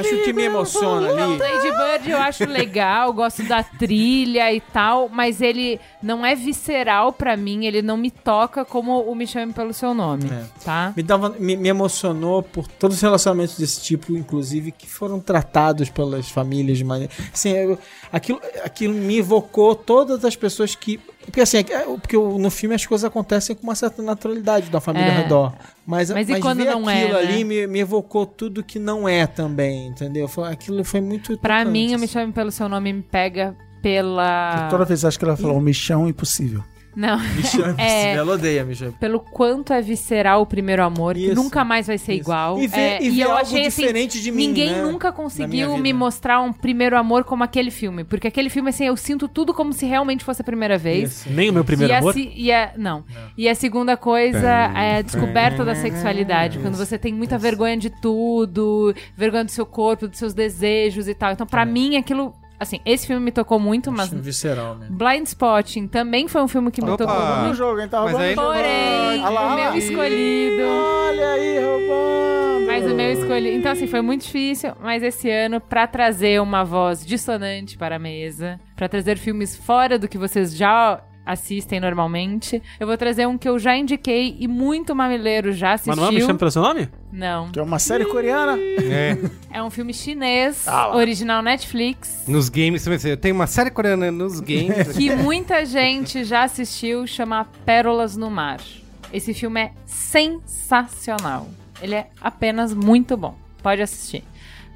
Acho que o que me emociona ali.
Lady Bird eu acho legal, gosto da trilha e tal, mas ele não é visceral pra mim, ele não me toca como o Me Chame Pelo Seu Nome,
É.
tá?
Me, dava, me, me emocionou por todos os relacionamentos desse tipo, inclusive, que foram tratados pelas famílias de maneira. Assim, eu- aquilo, aquilo me evocou todas as pessoas que. Porque assim, é- porque o- no filme as coisas acontecem com uma certa naturalidade da família
É.
ao redor. Mas,
Mas
mas,
e quando
ver
não é,
aquilo
né?
ali me, me evocou tudo que não é também, entendeu? Foi- aquilo foi muito.
Pra
tocante,
mim, o
assim.
Me Chame Pelo Seu Nome me pega pela...
Eu Toda vez acho que ela falou, um michão impossível.
Não,
Michel é
É.
impossível, ela odeia Michel.
pelo quanto é visceral o primeiro amor, que
Isso.
nunca mais vai ser
Isso.
igual.
E ver-
É,
e ver
eu
algo
achei, assim,
diferente de mim,
Ninguém
né?
nunca
minha
conseguiu
vida.
me mostrar um primeiro amor como aquele filme. Porque aquele filme, assim, eu sinto tudo como se realmente fosse a primeira vez.
Nem o meu primeiro
e assim
amor.
A se- e a, não. E a segunda coisa é a descoberta da sexualidade. Quando você tem muita vergonha de tudo, vergonha do seu corpo, dos seus desejos e tal. Então, pra mim, aquilo. Assim, esse filme me tocou muito, mas.
Acho visceral, né?
Blind Spotting também foi um filme que me
Opa!
tocou
No
muito.
jogo, hein? Tá
Ah. Mas
roubando
aí-
o jogo.
Porém,
Olha lá,
o meu
olha aí.
escolhido.
Olha aí, roubando.
Mas o meu escolhido. Então, assim, foi muito difícil. Mas esse ano, pra trazer uma voz dissonante para a mesa, pra trazer filmes fora do que vocês já assistem normalmente, eu vou trazer um que eu já indiquei e muito mamileiro já assistiu.
Mas não é Então. Me Chame Pelo Seu Nome?
Não.
Que é uma série coreana.
É,
É um filme chinês,
Ah
original Netflix.
nos games também. assim, Eu tenho uma série coreana nos games.
que muita gente já assistiu, chama Pérolas no Mar. Esse filme é sensacional. Ele é apenas muito bom. Pode assistir.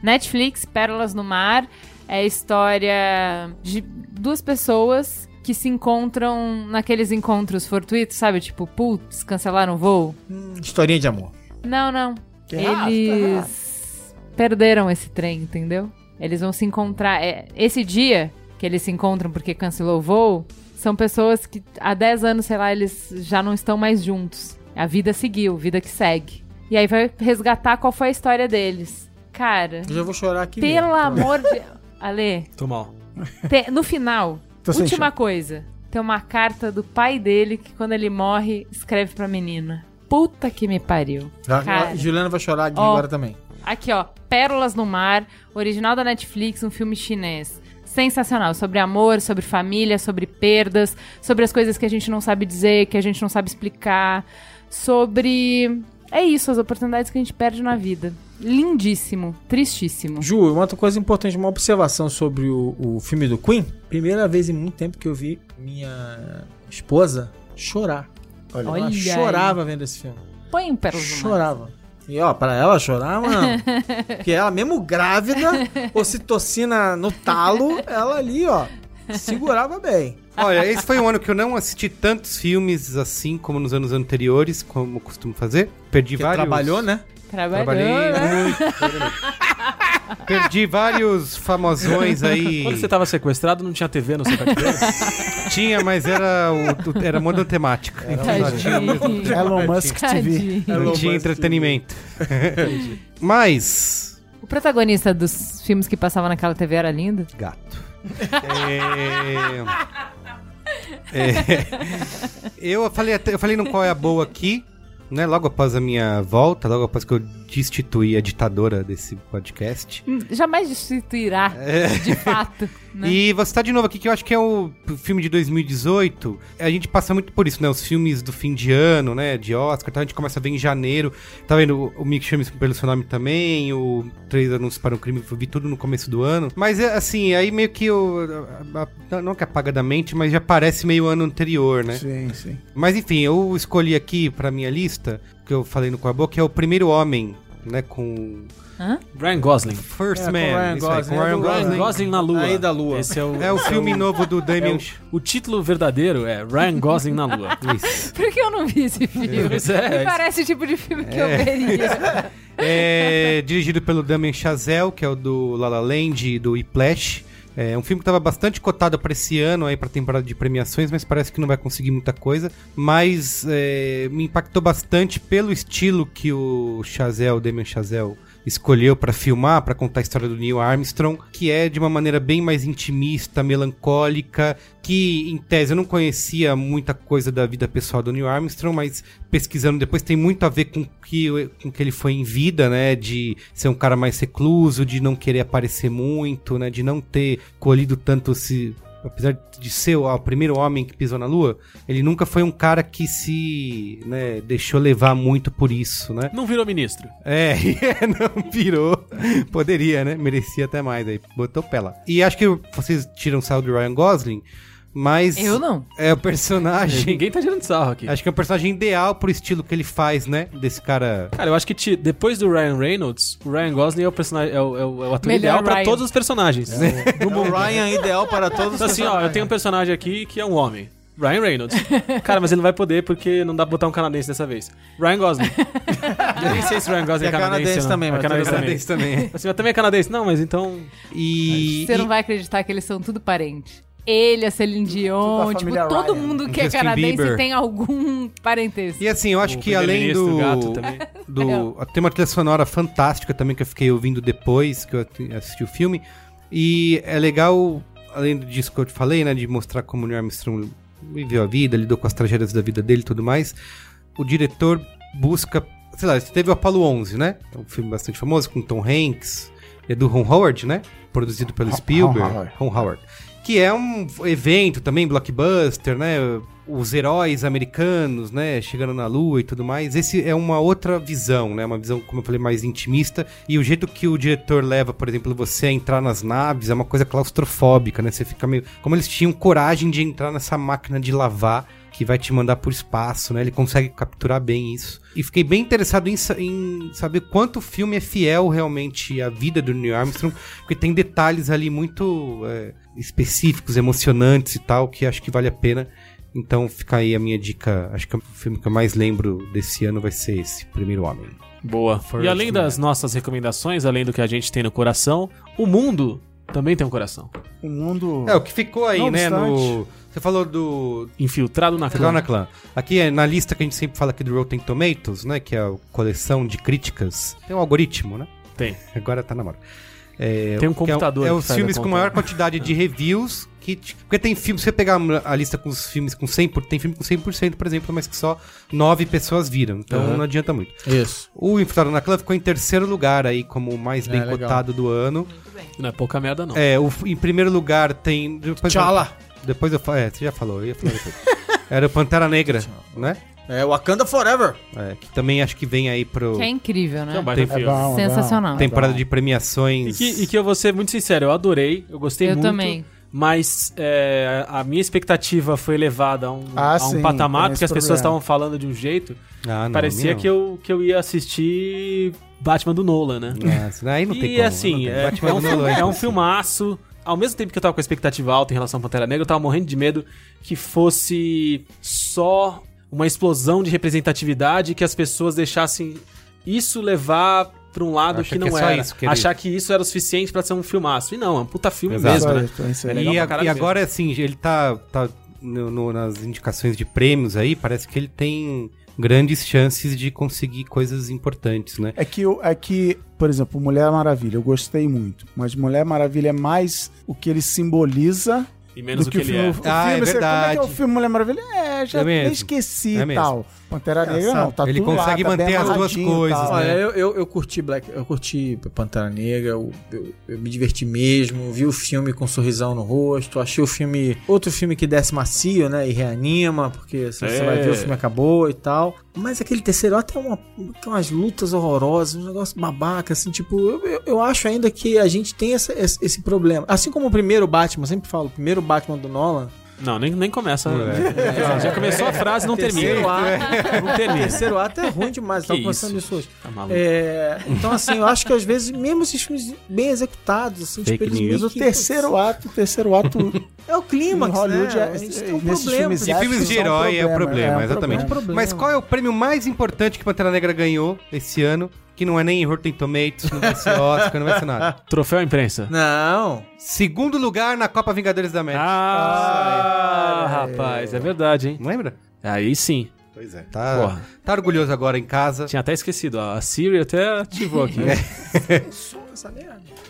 Netflix, Pérolas no Mar, é a história de duas pessoas que se encontram naqueles encontros fortuitos, sabe? Tipo, putz, cancelaram o voo.
Historinha de amor.
Não, não.
Que errado, tá errado.
Eles perderam esse trem, entendeu? Eles vão se encontrar. é, esse dia que eles se encontram porque cancelou o voo, são pessoas que há 10 anos, sei lá, eles já não estão mais juntos. A vida seguiu, vida que segue. E aí vai resgatar qual foi a história deles. Cara,
Eu já vou chorar aqui.
pelo
mesmo.
amor de. Ale,
Tô mal.
te- no final,
Tô sem
última coisa. Tem uma carta do pai dele que, quando ele morre, escreve pra menina. Puta que me pariu.
Ah,
Tá?
Cara.
Juliana vai chorar aqui
Ó.
agora também.
Aqui, ó, Pérolas no Mar, original da Netflix, um filme chinês. Sensacional, sobre amor, sobre família, sobre perdas, sobre as coisas que a gente não sabe dizer, que a gente não sabe explicar, sobre é isso, as oportunidades que a gente perde na vida. Lindíssimo, tristíssimo.
Ju, uma outra coisa importante, uma observação sobre o, o filme do Queen. Primeira vez em muito tempo que eu vi minha esposa chorar.
Olha.
ela
aí.
chorava vendo esse filme.
Põe em Pérolas no Mar.
Chorava. E ó, pra ela chorar, mano. Porque ela, mesmo grávida, ocitocina no talo, ela ali, ó, segurava bem.
Olha, esse foi um ano que eu não assisti tantos filmes assim como nos anos anteriores, como eu costumo fazer. Perdi
Porque
vários.
trabalhou, né?
Trabalhou,
Trabalhei
né?
muito. Perdi vários famosões aí.
Quando
tá-
você tava sequestrado, não tinha TV no seu cativeiro?
Tinha, mas era, o, era monotemática. Então, não tinha
Tadinho.
Elon Musk TV.
Tadinho.
um
Não
assim.
tinha entretenimento. Mas.
O protagonista dos filmes que passavam naquela TV era lindo?
Gato. É... É... Eu falei, até- eu falei no qual é a boa aqui, né? Logo após a minha volta, logo após que eu destituí a ditadora desse podcast.
Hum, Jamais destituirá, de fato. né?
E você tá de novo aqui, que eu acho que é o filme de 2018. A gente passa muito por isso, né? Os filmes do fim de ano, né? De Oscar, tá? a gente começa a ver em janeiro. Tá vendo? O Mick chama pelo seu nome também. O Três Anúncios para um Crime, eu vi tudo no começo do ano. Mas é, assim, aí meio que eu. a- a- Não que apaga da mente, mas já parece meio ano anterior, né?
Sim, sim.
Mas enfim, eu escolhi aqui pra minha lista, que eu falei no com a boca, é o primeiro homem, né? Com.
Brian Gosling.
First
É, com
Man.
Ryan
isso aí,
Gosling,
com
é
Ryan
Ryan
do
Gosling.
Gosling na lua.
Aí da lua.
Esse é o,
É o
esse
filme novo do Damien.
O título verdadeiro é Ryan Gosling na lua.
Isso.
Por que eu não vi esse filme?
Pois é,
Me
é
parece o tipo de filme que eu veria.
É dirigido pelo Damien Chazelle, que é o do La La Land e do Whiplash. É um filme que estava bastante cotado para esse ano, aí para temporada de premiações, mas parece que não vai conseguir muita coisa. Mas é, me impactou bastante pelo estilo que o Chazelle, o Damien Chazelle, escolheu para filmar, para contar a história do Neil Armstrong, que é de uma maneira bem mais intimista, melancólica, que em tese eu não conhecia muita coisa da vida pessoal do Neil Armstrong, mas pesquisando depois tem muito a ver com que com que ele foi em vida, né, de ser um cara mais recluso, de não querer aparecer muito, né, de não ter colhido tanto se apesar de ser o o primeiro homem que pisou na lua, ele nunca foi um cara que se, né, deixou levar muito por isso, né?
Não virou ministro.
É, não virou. Poderia, né? Merecia até mais aí. Botou pela. E acho que vocês tiram sal do Ryan Gosling, mas.
Eu não.
É o personagem.
Ninguém tá tirando sarro aqui.
Acho que é o personagem ideal pro estilo que ele faz, né? Desse cara.
Cara, eu acho que ti- depois do Ryan Reynolds, o Ryan Gosling é o, personagem, é o, é o- é o ator
Melhor
ideal pra
Ryan.
todos os personagens.
É,
É
Do mundo. Ryan ideal para todos
Então, assim, ó, eu tenho um personagem aqui que é um homem. Ryan Reynolds. Cara, mas ele não vai poder porque não dá pra botar um canadense dessa vez. Ryan Gosling. eu nem sei se o Ryan Gosling é
É canadense
canadense. ou não.
também,
é
mas
canadense
tudo
também.
Esse também.
Assim, mas também é canadense. Não, mas então.
E.
Você não
e-
vai acreditar que eles são tudo parente. Ele, a Celine Dion,
Tudo da
tipo,
família
todo
Ryan.
mundo que é
Justin
canadense
Bieber.
tem algum parentesco.
E assim, eu acho
O
que além
primeiro-ministro,
do.
o gato também.
do
É.
tem uma trilha sonora fantástica também que eu fiquei ouvindo depois que eu ati- assisti o filme. E é legal, além disso que eu te falei, né? De mostrar como o Neil Armstrong viveu a vida, lidou com as tragédias da vida dele e tudo mais. O diretor busca. Sei lá, teve o Apollo 11, né? É Um filme bastante famoso com Tom Hanks. É do Ron Howard, né? Produzido pelo Spielberg.
Howard.
Ron Howard. Que é um evento também, blockbuster, né? Os heróis americanos, né? Chegando na lua e tudo mais. Esse é uma outra visão, né? Uma visão, como eu falei, mais intimista. E o jeito que o diretor leva, por exemplo, você a entrar nas naves é uma coisa claustrofóbica, né? Você fica meio. Como eles tinham coragem de entrar nessa máquina de lavar que vai te mandar pro espaço, né? Ele consegue capturar bem isso. E fiquei bem interessado em, sa- em saber quanto o filme é fiel realmente à vida do Neil Armstrong, porque tem detalhes ali muito é, específicos, emocionantes e tal, que acho que vale a pena. Então fica aí a minha dica. Acho que o filme que eu mais lembro desse ano vai ser esse, Primeiro Homem.
Boa. E
First
além
Man.
das nossas recomendações, além do que a gente tem no coração, o mundo também tem um coração.
O mundo.
É, o que ficou aí,
Não
né? No...
obstante.
Você falou do,
Infiltrado na
Clã
clã.
na Clã. Aqui é na lista que a gente sempre fala aqui do Rotten Tomatoes, né? Que é a coleção de críticas. Tem um algoritmo, né?
Tem.
Agora tá na moda. É,
Tem um
que é o-
computador
É,
que
os
faz a
filmes com
conta.
maior quantidade de reviews. Que, te- porque tem filme, se você pegar a lista com os filmes com 100%, tem filme com 100%, por exemplo, mas que só 9 pessoas viram. Então
Aham.
não adianta muito.
Isso.
O Infiltrado na Clã ficou em terceiro lugar aí, como o mais bem
legal.
cotado do ano.
Não é pouca merda, não.
É, o, em primeiro lugar tem. Depois
T'Challa.
Eu, depois eu falo. É, você já falou, eu ia falar depois. Era o Pantera Negra, né?
É Wakanda Forever.
É, que também acho que vem aí pro
Que é incrível, né?
É um baita
Tem-
É
filme.
bom, é bom.
Sensacional.
temporada de
E
premiações.
que, e que eu vou ser muito sincero, eu adorei, eu gostei
Eu
muito.
também.
Mas é, a minha expectativa foi elevada a um,
Ah,
a um
sim,
patamar,
tem
porque as
esse
pessoas
problema.
estavam falando de um jeito.
Ah, não,
parecia
minha não.
que eu, que eu ia assistir Batman do Nolan, né?
Nossa, aí não tem
e
como, né?
assim,
não tem.
é,
Batman
é um,
do
filme-
Nolan,
é um
assim.
filmaço. ao mesmo tempo que eu tava com a expectativa alta em relação à Pantera Negra, eu tava morrendo de medo que fosse só uma explosão de representatividade que as pessoas deixassem isso levar pra um lado
Acha
que não
que é só
era.
isso, querido.
Achar que isso era o suficiente pra ser um filmaço. E não, é um puta filme
Exato.
mesmo, né?
Então, isso aí.
É legal
e,
pra
a-
caralho
e
mesmo.
agora, assim, ele tá, tá no- no- nas indicações de prêmios aí, parece que ele tem grandes chances de conseguir coisas importantes, né?
É que, eu- é que, por exemplo, Mulher Maravilha, eu gostei muito. Mas Mulher Maravilha é mais o que ele simboliza
E menos
do
o
que
que
o
ele
filme. o
é.
Ah, é
filme, você- Como é que é o
verdade.
filme Mulher Maravilha? É, já
É mesmo.
esqueci
É
e
mesmo.
tal. Pantera Negra
Engraçado.
não, tá
Ele
tudo lá,
consegue
tá bem
manter as duas
amarradinho e
coisas, né?
tal.
Olha, eu, eu, eu curti Black, eu curti Pantera Negra, eu, eu- eu me diverti mesmo, vi o filme com um sorrisão no rosto, achei o filme outro filme que desce macio, né, e reanima, porque assim, você
É.
vai ver o filme acabou e tal. Mas aquele terceiro até uma, tem umas lutas horrorosas, um negócio babaca, assim, tipo, eu, eu, eu acho ainda que a gente tem essa- esse, esse problema. Assim como o primeiro Batman, eu sempre falo, o primeiro Batman do Nolan,
Não, nem, nem começa.
é.
Já- Já começou a frase e não
terceiro
termina.
ato,
Não termina.
terceiro ato é ruim demais, eu
Que
tava conversando isso hoje.
Tá maluco.
É, então, assim, eu acho que às vezes, mesmo esses filmes bem executados, assim,
Fake
tipo, eles
news.
Mas
meio
o
que-
terceiro ato, o terceiro ato
É o clima,
em Hollywood
né?
é-
A gente tem um
nesses
problema.
filmes
com
De
Acho
isso.
que
filmes
isso
de
é um
herói é o
problema,
problema,
é um
exatamente.
problema.
Mas qual é o prêmio mais importante que Pantera Negra ganhou esse ano? Que não é nem Rotten Tomatoes, não vai ser Oscar, não vai ser nada.
Troféu imprensa.
Não.
Segundo lugar na Copa Vingadores da América.
Ah, rapaz, é verdade, hein?
Não lembra?
Aí sim.
Pois é. Tá,
Porra.
tá orgulhoso agora em casa.
Tinha até esquecido. ó. A Siri até ativou aqui.
É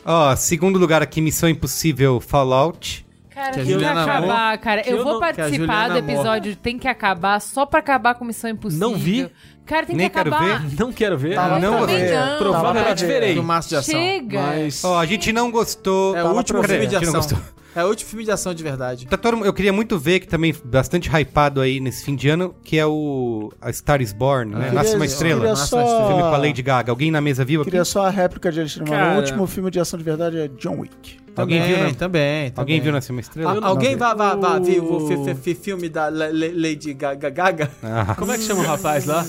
Ó, segundo lugar aqui, Missão Impossível Fallout.
Cara,
Que a
tem que
Juliana
acabar, cara.
que
eu
eu
vou
não- que
a
participar
Juliana
do episódio Tem que acabar só pra acabar com Missão Impossível.
Não vi.
Cara, tem
Nem
que
quero
acabar.
ver.
Não quero ver.
Tá lá
Não
pra
gostei.
ver.
Não.
Tá lá pra
Provavelmente
ver.
verei.
É Do Márcio de Ação.
Chega.
Mas.
Ó, a gente não gostou.
É
Tá
o
lá
último
pra ver.
filme de
A gente não
ação.
gostou.
É o último filme de ação de verdade.
Tá todo mundo- eu queria muito ver, que também bastante hypado aí nesse fim de ano, que é o a Star is Born, né?
Ah.
Nasce uma
Queria-
Estrela.
queria
Nasce
só-
uma Estrela. Filme com a Lady Gaga. Alguém na mesa viu? aqui?
Queria só a réplica de Alexandre Manuel.
Cara.
O último filme de ação de verdade é John Wick.
Alguém viu,
Também,
né?
Também,
Alguém
também.
viu Nasce uma Estrela?
Ah, alguém
vi.
vai, vai, vai, viu o
O-
fi- fi- filme da Le- Le- Lady Gaga? Gaga?
Ah,
Como é que chama o rapaz lá?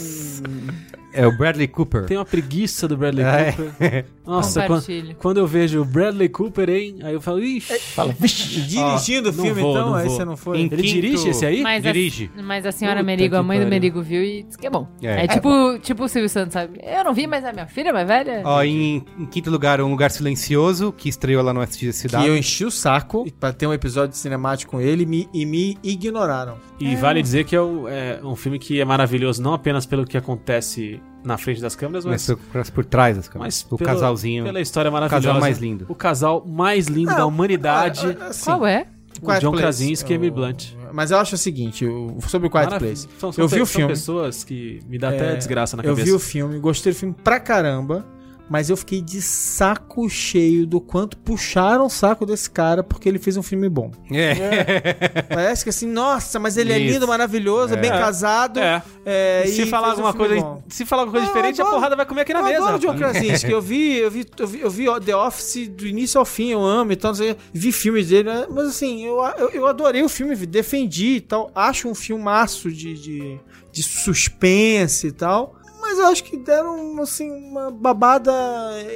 é o Bradley Cooper.
Tem uma preguiça do Bradley
Ah, é.
Cooper. Nossa, quan-
Compartilho.
quando eu vejo o Bradley Cooper, hein? Aí eu falo, ixi. Fala,
Dirigindo o
não
filme,
vou,
então?
não
Aí
vou.
você não foi?
Em
Ele dirige esse aí?
Mas é
Dirige.
A, mas a senhora
Puta
Merigo, a
que
mãe do
pariu.
Merigo, viu e disse que é bom.
É.
É,
É
tipo, tipo o Silvio Santos, sabe? Eu não vi, mas a minha filha mais velha.
Ó, em, em quinto lugar, Um Lugar Silencioso, que estreou lá no
Que
SGCW.
eu enchi o saco pra ter um episódio cinemático com ele e me- e me ignoraram.
E vale dizer que é, o- é um filme que é maravilhoso não apenas pelo que acontece na frente das câmeras, mas,
Começou por- por trás das câmeras.
mas
O
pelo-
casalzinho.
pela história
casal
maravilhosa.
mais lindo.
O casal mais lindo da humanidade.
Assim,
Qual é?
o
Quiet
John
Place.
Krasinski e Emily
O-
Blunt.
Mas eu acho o seguinte, o- sobre o Quiet
Maravilha.
Place.
São,
eu vi o
são
filme.
pessoas que me dá até
É,
desgraça na
eu
cabeça.
vi o filme, gostei do filme pra caramba, mas eu fiquei de saco cheio do quanto puxaram o saco desse cara porque ele fez um filme bom.
É.
Parece que assim, nossa, mas ele é
Isso.
lindo, maravilhoso, é bem casado.
É.
é,
E se
e
falar
fez um
alguma
filme
coisa,
bom. Ah, é
se falar alguma coisa
Eu
É diferente, a
adoro-
porrada vai comer aqui na
eu
mesa.
adoro o John
rapaz.
Krasinski. Eu vi, eu vi, eu vi, eu vi ó, The Office do início ao fim, eu amo e tal, não sei, vi filmes dele, né? mas assim, eu, eu, eu adorei o filme, defendi e tal. Acho um filmaço de, de, de suspense e tal. Mas eu acho que deram, assim, uma babada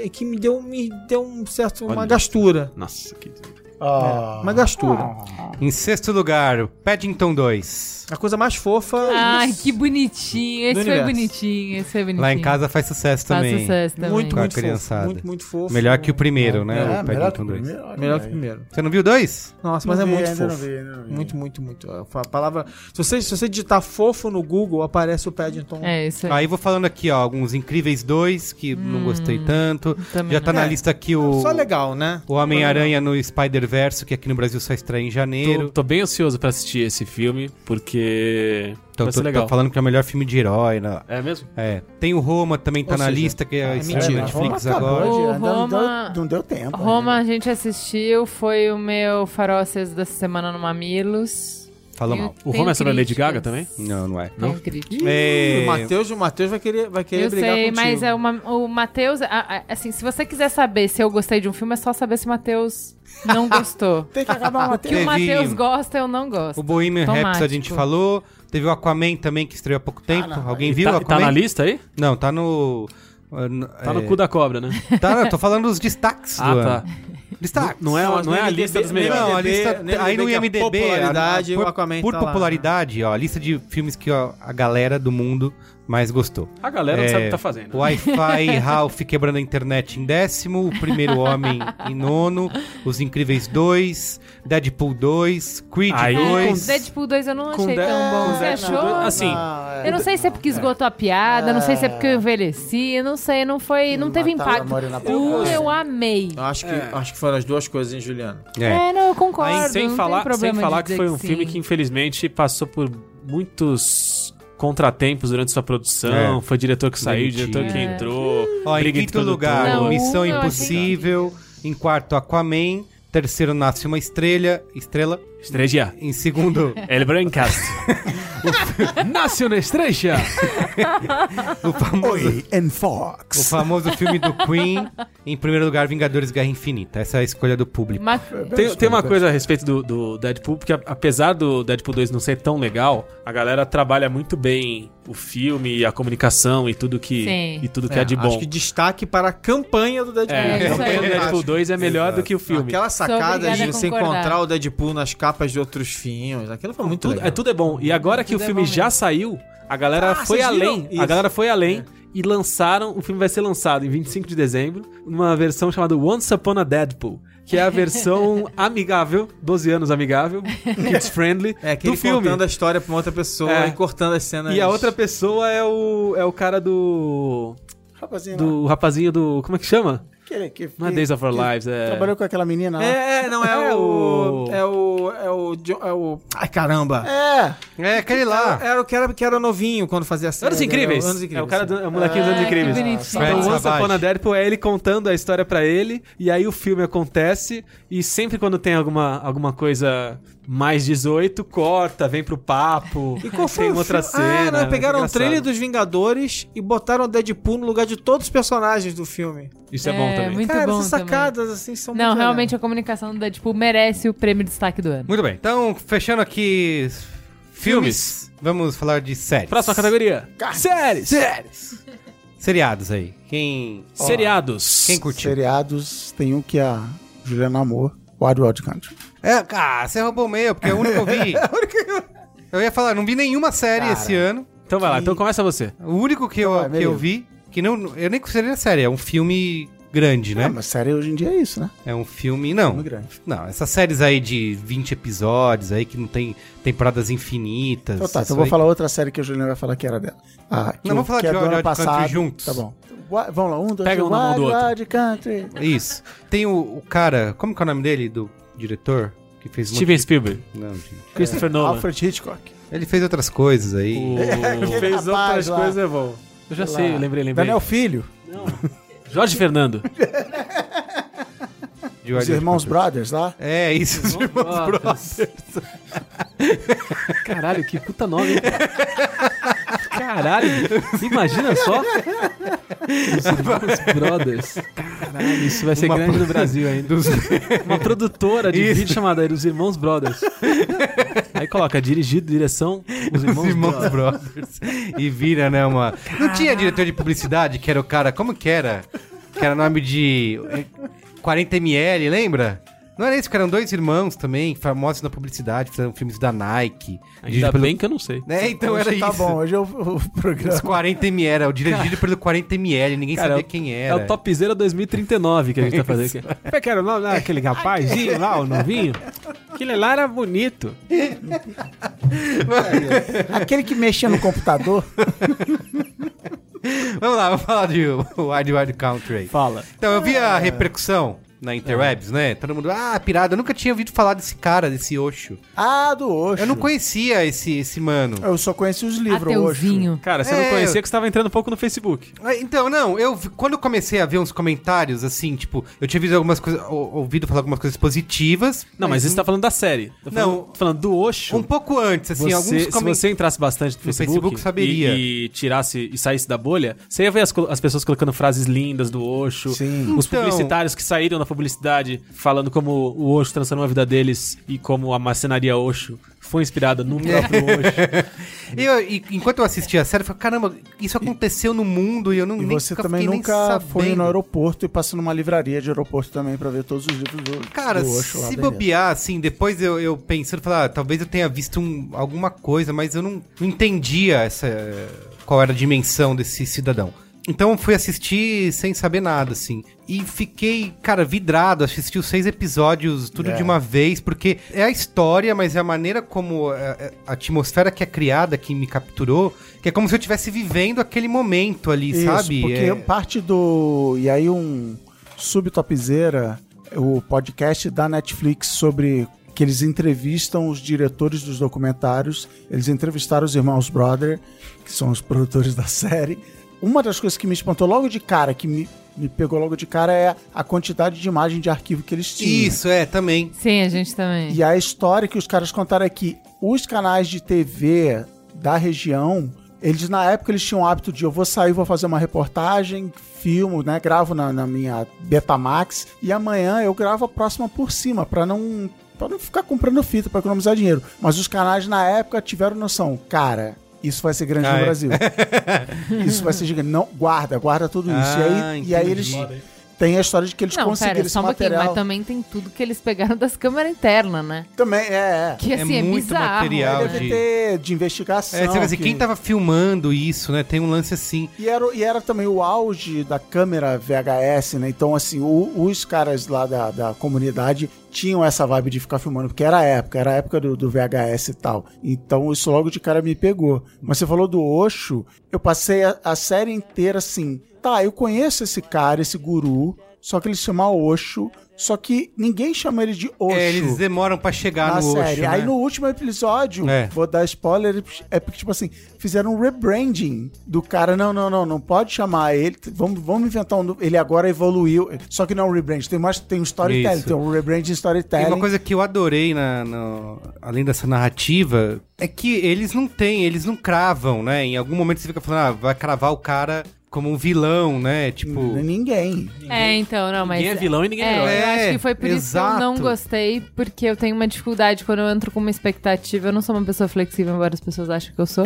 eh, que me deu, me deu um certo, uma
Olha.
gastura.
Nossa, que
Ah,
Uma gastura.
em sexto lugar, Paddington 2.
A coisa mais fofa. é
Ai,
isso.
que bonitinho. Esse
Do
foi
universo.
bonitinho, esse foi bonitinho.
Lá em casa faz sucesso
Faz
também.
sucesso também.
Muito,
Com a
muito fofo.
criançada.
Muito, muito fofo.
Melhor que o primeiro, né?
é,
o
melhor que
Paddington
o
2.
primeiro. olha
Melhor que
aí.
o primeiro.
Você não viu o dois?
Nossa,
Não
mas é
vi
muito
ainda, não
fofo.
vi, ainda não vi.
Muito, muito, muito. A palavra. Se você, se você digitar fofo no Google, aparece o Paddington.
É, isso aí.
Aí vou falando aqui, ó, alguns incríveis dois que não gostei tanto.
também
Já tá
não.
na
É.
lista aqui o,
Só legal, né?
o Homem-Aranha no Spider-Verse, que aqui no Brasil só estreia em
Tô,
janeiro.
tô bem ansioso pra assistir esse filme, porque
Então, tô,
vai ser
tô
legal.
falando que é o melhor filme de herói, né?
É mesmo?
É. Tem o Roma também, tá
Ou
na
seja,
lista, que é,
é
estreia
mentira.
na
É,
Netflix
Roma acabou
agora.
de-
O
ainda não,
Roma-
deu, não deu tempo.
Roma a
ainda.
gente assistiu, foi o meu Farócias dessa semana no Mamilos.
Fala
Eu
mal.
O
tenho
Roma é sobre a Lady
críticas.
Gaga também?
Não, não é.
Tenho críticas.
É,
O Matheus, o Matheus vai querer, vai querer
Eu
brigar
sei,
contigo.
mas é uma, o Matheus. a- a- Assim, se você quiser saber se eu gostei de um filme, é só saber se o Matheus não gostou.
Tem que acabar uma
O que o
Teve-
Matheus gosta, eu não gosto.
O Bohemian Rhapsody a gente
Automático.
falou. Teve o Aquaman também, que estreou há pouco tempo. Alguém viu o
tá, tá
Aquaman?
na lista aí?
Não, tá no... eh, no-
Tá no
eh,
cu da cobra, né?
Tá, eu tô falando os destaques do
ah,
ano.
tá.
Destaques.
Não é,
Não, mas
não é
no
a
IMDb
lista dos
não é
melhores.
Não, a
IMDb,
lista.
no
aí no
IMDb,
IMDB.
que a popularidade,
a-
o
por
Aquaman
por
tá lá.
popularidade, ó. A lista de filmes que ó, a galera do mundo mais gostou.
A galera não
É,
sabe o que tá fazendo.
Wi-Fi Ralph quebrando a internet em décimo, o primeiro homem em nono, Os Incríveis 2, Deadpool 2, Creed
Aí,
É, com
2.
Deadpool 2 eu não
com
achei
de-
tão
com
bom. Você
Deadpool
achou?
dois- assim,
Eu não sei se é porque esgotou a piada, não sei se é porque eu envelheci, eu não sei, não foi, não teve
Mataram a
impacto.
Morena Paula.
Um eu amei.
Eu Acho que, acho que foram as duas coisas, hein, Juliano?
É.
É, não, eu concordo.
Aí,
não
sem
tem
falar, sem
problema de
falar que
dizer
foi um
sim.
filme que infelizmente passou por muitos contratempos durante sua produção.
É.
Foi diretor que saiu,
Demitido.
diretor que
É.
entrou.
Ó, em
briga entre
quinto
produtor.
lugar,
Não,
Missão
um eu achei
Impossível. Em quarto, Aquaman. Terceiro, Nasce uma Estrela. Estrela.
Estreja.
Em segundo,
El Brancast. Nasce na estreja.
o famoso,
Oi, and
o
Fox.
famoso filme do Queen. Em primeiro lugar, Vingadores Guerra Infinita. Essa é a escolha do público.
Mas-
Tem, tem uma coisa a respeito do, do Deadpool, porque a- apesar do Deadpool 2 não ser tão legal, a galera trabalha muito bem o filme e a comunicação e tudo que,
Sim.
e tudo que é, de bom.
Acho que destaque para a campanha do Deadpool.
É,
É,
então,
isso aí.
o Deadpool 2 é melhor
Exato.
do que o filme.
Aquela sacada de
obrigada a
você
concordar.
encontrar o Deadpool nas capas de outros filmes. Aquilo foi muito
Tudo-
legal.
é, tudo é bom. E agora que o
Tudo é
filme
bom
já saiu, a galera
Ah,
foi
vocês viram?
além. A
Isso. É.
galera foi além e lançaram. O filme vai ser lançado em 25 de dezembro, numa versão chamada Once Upon a Deadpool. Que é a versão amigável, 12 anos amigável, kids friendly,
É, que
do
ele
filme.
contando a história pra uma outra pessoa
É.
e cortando as cenas.
E a outra pessoa é o, é o cara do.
Rapazinho,
Do rapazinho do. Como é que chama?
aquele que-
Não é Days of Our
que
Lives, é.
Trabalhou com aquela menina lá.
É, é, não, é,
É
o...
o-
É o... É o... Jo- É o... Ai, caramba.
É.
É, aquele lá.
Era o que era, que era novinho quando fazia série. né?
Anos Incríveis.
um Anos Incríveis.
É o cara do, é o molequinho
Ai, Ah,
dos Anos
que
Incríveis.
bonitinho.
Fred
Então, Once
Savage.
Upon a Deadpool é ele contando a história pra ele, e aí o filme acontece, e sempre quando tem alguma, alguma coisa mais 18, corta, vem pro papo,
E qual foi
tem
o
outra
filme?
cena. né?
Ah, não, pegaram o
engraçado.
trailer dos Vingadores e botaram o Deadpool no lugar de todos os personagens do filme.
Isso é, bom também.
muito
cara,
bom
essas
também.
sacadas assim são
Não,
muito
realmente a
legais.
comunicação do Deadpool merece o prêmio de destaque do ano.
Muito bem. Então, fechando aqui s- filmes, vamos falar de séries.
Próxima categoria: séries.
Séries. Seriados aí. Quem,
Seriados.
quem curtiu?
Seriados, tem um que a Juliana amor, Wild Wild Country.
É, cara, você roubou o meu, porque é o único que eu vi. eu ia falar, não vi nenhuma série esse ano.
Então vai lá, então começa você.
O único que,
Então
eu,
vai,
que eu
beleza.
vi, que não, eu nem considero série, é um filme grande, né?
É, mas série hoje em dia é isso, né?
É um filme, não.
Filme grande.
Não, essas séries aí de 20 episódios aí que não tem temporadas infinitas.
Então tá,
isso
então eu vou
aí.
falar outra série que a Juliana vai falar que era dela. Ah, que
Não,
o-
vamos falar de
que é do
Wild
ano
Wild Country
passado.
juntos.
Tá bom. Wa- Vamos lá, um, dois,
Pega
três.
um na mão do
Wild
outro.
Wild Country.
É Isso. Tem o, o cara, como que é o nome dele, do diretor? Que fez muito.
Steven Spielberg,
Não, gente.
Christopher Nolan.
É, Alfred Hitchcock.
Ele fez outras coisas aí.
O-
Aquele
Fez
rapaz
outras
lá.
coisas, é bom. Eu já sei, eu lembrei, lembrei.
Daniel Filho,
Jorge Fernando.
de
os
Wild
Irmãos
Country.
Brothers lá.
É, isso, os irmãos
Brothers.
Brothers.
Caralho, que puta nome, hein? Caralho, imagina só. Os irmãos Brothers. Caralho, isso vai ser
Uma
grande
pro-
no Brasil ainda.
Dos-
Uma produtora de
Isso.
vídeo chamada Os Irmãos Brothers. Aí coloca dirigido, direção, Os Irmãos,
Os irmãos
Brothers.
Brothers. E vira, né, uma... Não tinha diretor de publicidade que era o cara... Como que era? Que era nome de... eh, 40ml, lembra? Não era isso, que eram dois irmãos também, famosos na publicidade, fizeram filmes da Nike.
Ainda
dirigido pelo-
bem que eu não sei.
Né, então
hoje
era
tá
isso.
bom, hoje é o, o
Os
programa.
40ml, era o dirigido pelo 40ml, ninguém
Cara,
sabia
é o-
quem
É,
era.
o Topzera 2039 que a gente tá fazendo aqui. Como é que era o nome lá? Aquele rapazinho lá, o novinho? Aquele lá era bonito.
Aquele que mexia no computador.
Vamos lá, vamos falar de Wide Wide Country. aí.
Fala.
Então, eu vi
Ah.
a repercussão na Interwebs, né? Todo mundo, ah, pirada, eu nunca tinha ouvido falar desse cara, desse Osho.
Ah, do Osho.
Eu não conhecia esse, esse mano.
Eu só conheci os livros hoje.
Ateuzinho.
Cara, você
É,
não conhecia
eu-
que você tava entrando um pouco no Facebook.
Ah, Então, não, eu vi- quando eu comecei a ver uns comentários, assim, tipo, eu tinha visto algumas coisas, ou- ouvido falar algumas coisas positivas.
Não, mas isso tá falando da série.
Não.
Tá falando, tô falando do Osho.
Um pouco antes, assim,
Você-
alguns
se
comentários.
você entrasse bastante no, Facebook,
Facebook, saberia.
E, e tirasse e saísse da bolha, você ia ver as, co- as pessoas colocando frases lindas do Osho,
Sim.
os
Então-
publicitários que saíram da publicidade falando como o Osho transformou a vida deles e como a marcenaria Osho foi inspirada no
É.
próprio Osho.
E eu- e enquanto eu assistia a série, eu falei, caramba, isso aconteceu no mundo e eu não
E
nem
você
nunca
também
fiquei nem
nunca
sabendo.
foi no aeroporto e passou numa livraria de aeroporto também pra ver todos os livros do
Cara,
do Osho lá
se
dentro.
bobear, assim, depois eu, eu pensando, falar, ah, talvez eu tenha visto um- alguma coisa, mas eu não, não entendia essa, qual era a dimensão desse cidadão. Então eu fui assistir sem saber nada, assim. E fiquei, cara, vidrado, assisti os seis episódios, tudo
É.
de uma vez, porque é a história, mas é a maneira como é, é, a atmosfera que é criada, que me capturou, que é como se eu estivesse vivendo aquele momento ali,
Isso,
sabe?
Porque
É-
parte do. E aí, um subtopzeira, o podcast da Netflix sobre que eles entrevistam os diretores dos documentários. Eles entrevistaram os irmãos Brother, que são os produtores da série. Uma das coisas que me espantou logo de cara, que me, me pegou logo de cara, é a quantidade de imagem de arquivo que eles tinham.
Isso, é, também.
Sim, a gente também.
E a história que os caras contaram é que os canais de TV da região, eles na época eles tinham o hábito de eu vou sair, vou fazer uma reportagem, filmo, né? Gravo na, na minha Betamax e amanhã eu gravo a próxima por cima pra não para não ficar comprando fita pra economizar dinheiro. Mas os canais na época tiveram noção, cara. Isso vai ser grande
Ah,
no
é?
Brasil. isso vai ser gigante. Não, guarda, guarda tudo isso.
Ah,
e, aí, e aí eles
entendi.
têm a história de que eles
Não,
conseguiram
pera,
esse
só um pouquinho,
material.
mas também tem tudo que eles pegaram das câmeras internas, né?
Também, é, é.
Que
É
assim, é,
muito
bizarro.
material,
né?
Deve ter de investigação.
É, você vê assim,
que-
quem tava filmando isso, né? Tem um lance assim.
E era, o- e era também o auge da câmera VHS, né? Então, assim, o- os caras lá da, da comunidade tinham essa vibe de ficar filmando, porque era a época, era a época do, do VHS e tal. Então, isso logo de cara me pegou. Mas você falou do Osho, eu passei a, a série inteira assim, tá, eu conheço esse cara, esse guru, só que ele se chama Osho, só que ninguém chama ele de Osho.
É, eles demoram pra chegar
na
no
série.
Osho, né?
Aí no último episódio,
É.
vou dar spoiler, é porque, tipo assim, fizeram um rebranding do cara. Não, não, não, não pode chamar ele. Vamos, vamos inventar um. no- Ele agora evoluiu. Só que não é um rebranding, tem mais, tem um storytelling,
Isso.
tem um rebranding
E
storytelling.
uma coisa que eu adorei, na, no- além dessa narrativa, é que eles não têm, eles não cravam, né? Em algum momento você fica falando, ah, vai cravar o cara como um vilão, né? Tipo...
Ninguém.
É, então, não, mas.
Ninguém é vilão e ninguém é herói.
É, eu
É,
acho que foi por isso que eu não
exato.
gostei, porque eu tenho uma dificuldade quando eu entro com uma expectativa. Eu não sou uma pessoa flexível, embora as pessoas achem que eu sou.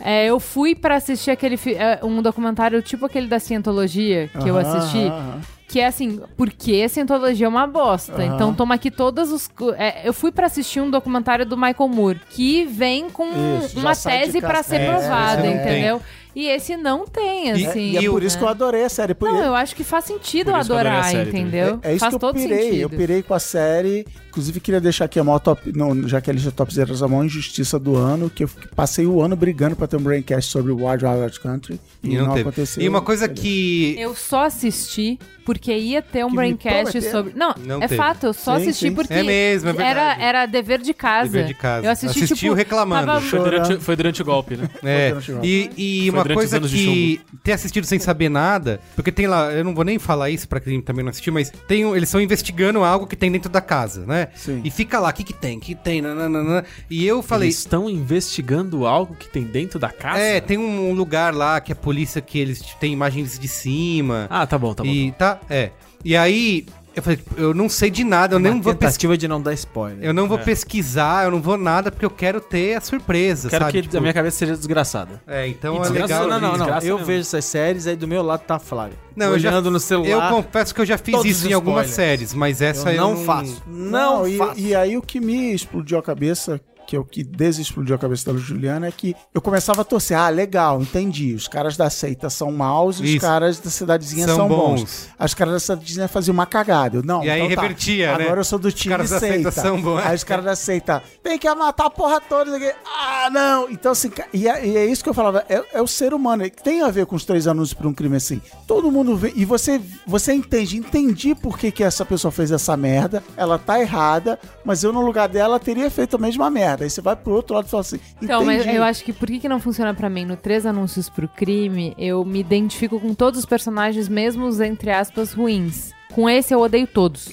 É, eu fui pra assistir aquele fi- é, um documentário tipo aquele da Cientologia que eu
Aham,
assisti.
aham, aham.
Que é assim, porque Scientologia é uma bosta.
Aham.
Então toma aqui todas os. co- é, eu fui pra assistir um documentário do Michael Moore, que vem com
Isso, já
uma
sai de
tese
casa.
pra ser
É,
provada,
esse não tem.
entendeu? E esse não tem,
E-
assim.
e é por
eu-
isso que eu adorei a série. Por,
Não, eu acho que faz sentido
Por isso que eu adorei a
adorar,
série também.
entendeu?
É, é isso
faz
que eu
todo
pirei.
sentido.
Eu pirei com a série. Inclusive, queria deixar aqui a maior top. Não, já que a lista top zero é a maior injustiça do ano, que eu fiquei- passei o ano brigando pra ter um braincast sobre Wild Wild Country. E, não,
teve.
aconteceu.
E uma coisa
Beleza.
que...
Eu só assisti porque ia ter um
Que me
braincast
prometeram.
sobre. Não,
Não
é
teve.
fato, eu só
Sim,
assisti
sim.
porque
É mesmo, é
era,
verdade.
era dever de casa.
Dever de casa.
Eu assisti,
Assisti
tipo,
o reclamando.
tava-
Foi durante, foi durante o golpe, né?
É,
Voltando ao
e, e uma
durante os
coisa
anos de
que ter assistido sem saber nada, porque tem lá, eu não vou nem falar isso pra quem também não assistiu, mas tem, um- eles estão investigando algo que tem dentro da casa, né?
Sim.
E fica lá, o que que tem, o que tem, nananana, e eu falei,
Eles estão investigando algo que tem dentro da casa?
é, tem um lugar lá que a polícia, que eles têm imagens de cima,
Ah, tá bom, tá bom.
e tá, é, e aí, eu falei, tipo, eu não sei de nada, eu
Uma
não vou pesquisar.
tentativa de não dar spoiler.
Eu não
É.
vou pesquisar, eu não vou nada, porque eu quero ter a surpresa,
Quero
sabe?
que
Tipo,
a minha cabeça seja desgraçada.
É, então
E
é legal.
desgraça-
não, não, não.
desgraça
Eu
mesmo.
vejo essas séries, aí do meu lado tá a Flávia.
Não, eu já-
olhando no
Eu
celular.
confesso que eu já fiz
todos
isso
os
em algumas
spoilers.
séries, mas essa eu,
eu não faço. Não,
e,
faço.
e aí o que me explodiu a cabeça, que é o que desexplodiu a cabeça da Juliana, é que eu começava a torcer. Ah, legal, entendi. Os caras da seita são maus e os
Isso.
caras da cidadezinha são,
São
bons.
bons.
As caras da cidadezinha faziam uma cagada. Eu, não,
E aí
então tá.
revertia, né?
Agora eu sou do time
caras né? da seita
seita.
são bons.
Aí os caras da seita, tem que matar a porra toda. não sei o quê. Ah, não. Então, assim, ca- e é, e é isso que eu falava. É, é o ser humano. ele Tem a ver com os três anúncios pra um crime assim. Todo mundo vê. E você, você entende. Entendi por que, que essa pessoa fez essa merda. Ela tá errada. Mas eu, no lugar dela, teria feito a mesma merda. Aí você vai pro outro lado e fala assim.
Então, mas
entendi.
eu acho que por que, que não funciona pra mim? No Três Anúncios pro Crime, eu me identifico com todos os personagens, mesmo os, entre aspas, ruins. Com esse eu odeio todos.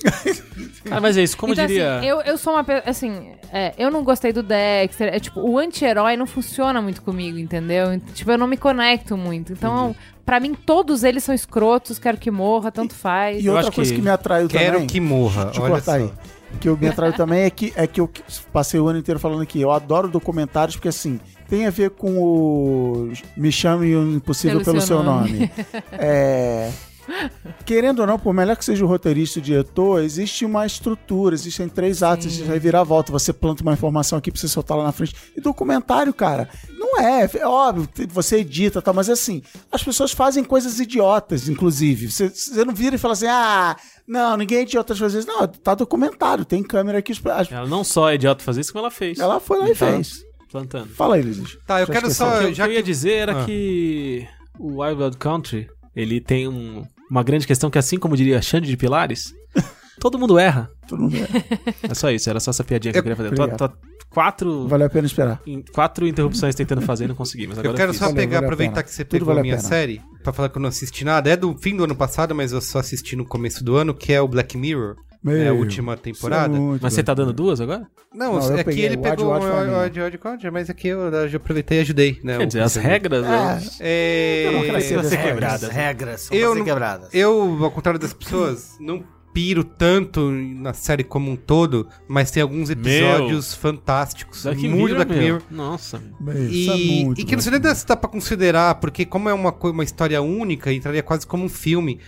Cara, mas é isso, como
então,
diria.
assim, eu, eu sou uma pessoa. Assim, é, eu não gostei do Dexter. É tipo, o anti-herói não funciona muito comigo, entendeu? Ent- Tipo, eu não me conecto muito. Então, pra mim, todos eles são escrotos, quero que morra, tanto faz.
E outra
acho
coisa
que
que, me atraiu
Quero
também.
que morra.
Deixa eu te
olha
cortar
só.
aí. Que eu me atraiu também é que, é que eu passei o ano inteiro falando aqui. Eu adoro documentários porque, assim, tem a ver com o Me Chame o Impossível pelo,
Pelo
Seu
seu
Nome. É, Querendo ou não, por melhor que seja o roteirista e o diretor, existe uma estrutura, existem três atos, existe reviravolta. Você planta uma informação aqui pra você soltar lá na frente. E documentário, cara, não é. É óbvio, te- você edita e tal, mas assim, as pessoas fazem coisas idiotas, inclusive. Você, você não vira e fala assim, ah, não, ninguém é idiota às vezes. Não, tá documentado, tem câmera aqui. as- as-
Ela não só é idiota fazer isso, como ela fez.
Ela foi lá e
Tá.
fez.
Plantando.
Fala aí, Luiz.
Então- Tá, eu
Já
quero
esqueceu.
só.
O que
Já
eu ia
que...
dizer era
Ah.
que o Wild Wild Country, ele tem um- uma grande questão que, assim como diria Xande de Pilares, todo mundo erra.
Todo mundo é.
É só isso, era só essa piadinha que eu queria fazer. Tô,
Obrigado.
tô quatro,
Valeu a pena esperar.
in- quatro interrupções tentando fazer e não consegui, mas agora
Eu quero
fiz.
só
Valeu,
pegar,
valeu a
aproveitar
pena.
que você
Tudo
pegou
valeu
a
a
minha
pena.
série, pra falar que eu não assisti nada. É do fim do ano passado, mas eu só assisti no começo do ano, que é o Black Mirror. é a
Meu,
última temporada.
Isso é muito
Mas você
bom.
tá dando duas agora?
Não,
Não, eu
é que
peguei
ele
o
pegou
Odd Watch
o
Family.
Odd Odd Country, mas aqui eu, eu aproveitei e ajudei, né?
Quer
o-
dizer, as regras. né?
É,
É...
Eu não quero ser dessa
quebrada.
As regras são
Eu
pra ser
não-
quebradas.
Eu, ao contrário das pessoas, não piro tanto na série como um todo, mas tem alguns episódios fantásticos.
Black
muito
Mirror,
Black
meu.
Mirror.
Nossa.
isso é
E,
muito
e que não
bom.
sei nem se dá pra considerar, porque como é uma, co- uma história única, entraria quase como um filme,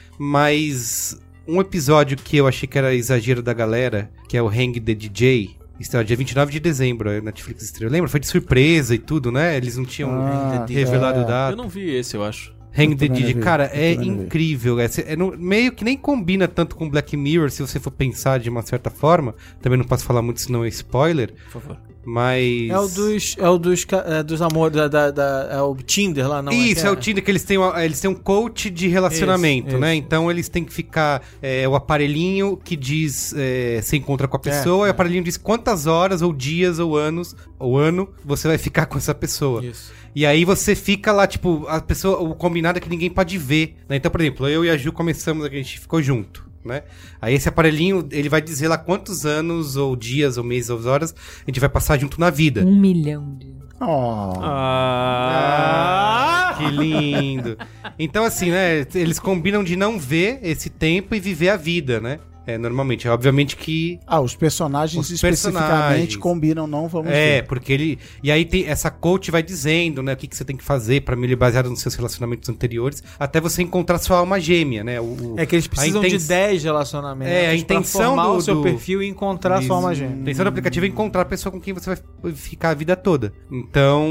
mas um episódio que eu achei que era exagero da galera, que é o Hang the DJ, estreou dia 29 de dezembro, a Netflix estreou, lembra? Foi de surpresa e tudo, né? Eles não tinham
Ah,
revelado
é.
o data.
Eu não vi esse, eu acho.
Hang the
Eu também
DJ,
não vi,
cara,
eu
é
também não vi.
incrível. É, cê- é no- meio que nem combina tanto com Black Mirror, se você for pensar de uma certa forma. Também não posso falar muito, senão é spoiler.
Por favor.
Mas.
É o dos, é o dos, ca- é dos amores, da, da- da- é o Tinder lá, não
Isso, é, o
que
Tinder que eles têm, uma- eles têm um coach de relacionamento,
Isso,
né? Então eles têm que ficar. É, o aparelhinho que diz. É, se encontra com a pessoa, e o
é.
aparelhinho diz quantas horas, ou dias, ou anos, ou ano você vai ficar com essa pessoa.
Isso.
E aí você fica lá, tipo, a pessoa, o combinado é que ninguém pode ver. né? Então, por exemplo, eu e a Ju começamos, a gente ficou junto, né? Aí esse aparelhinho, ele vai dizer lá quantos anos, ou dias, ou meses, ou horas, a gente vai passar junto na vida.
Um milhão de.
Oh.
Ah, que lindo. Então, assim, né? Eles combinam de não ver esse tempo e viver a vida, né? É, normalmente. Obviamente que
Ah, os personagens
Os
especificamente
personagens.
combinam, não vamos
É,
ver.
porque ele. E aí tem essa coach vai dizendo, né, o que, que você tem que fazer pra melhorar baseado nos seus relacionamentos anteriores, até você encontrar sua alma gêmea, né? O, o-
É que eles precisam
A inten-
de 10 relacionamentos
É, a
pra
intenção
formar
do-
o seu
do-
perfil e encontrar a sua alma
A
gêmea.
intenção do aplicativo é encontrar a pessoa com quem você vai ficar a vida toda. Então,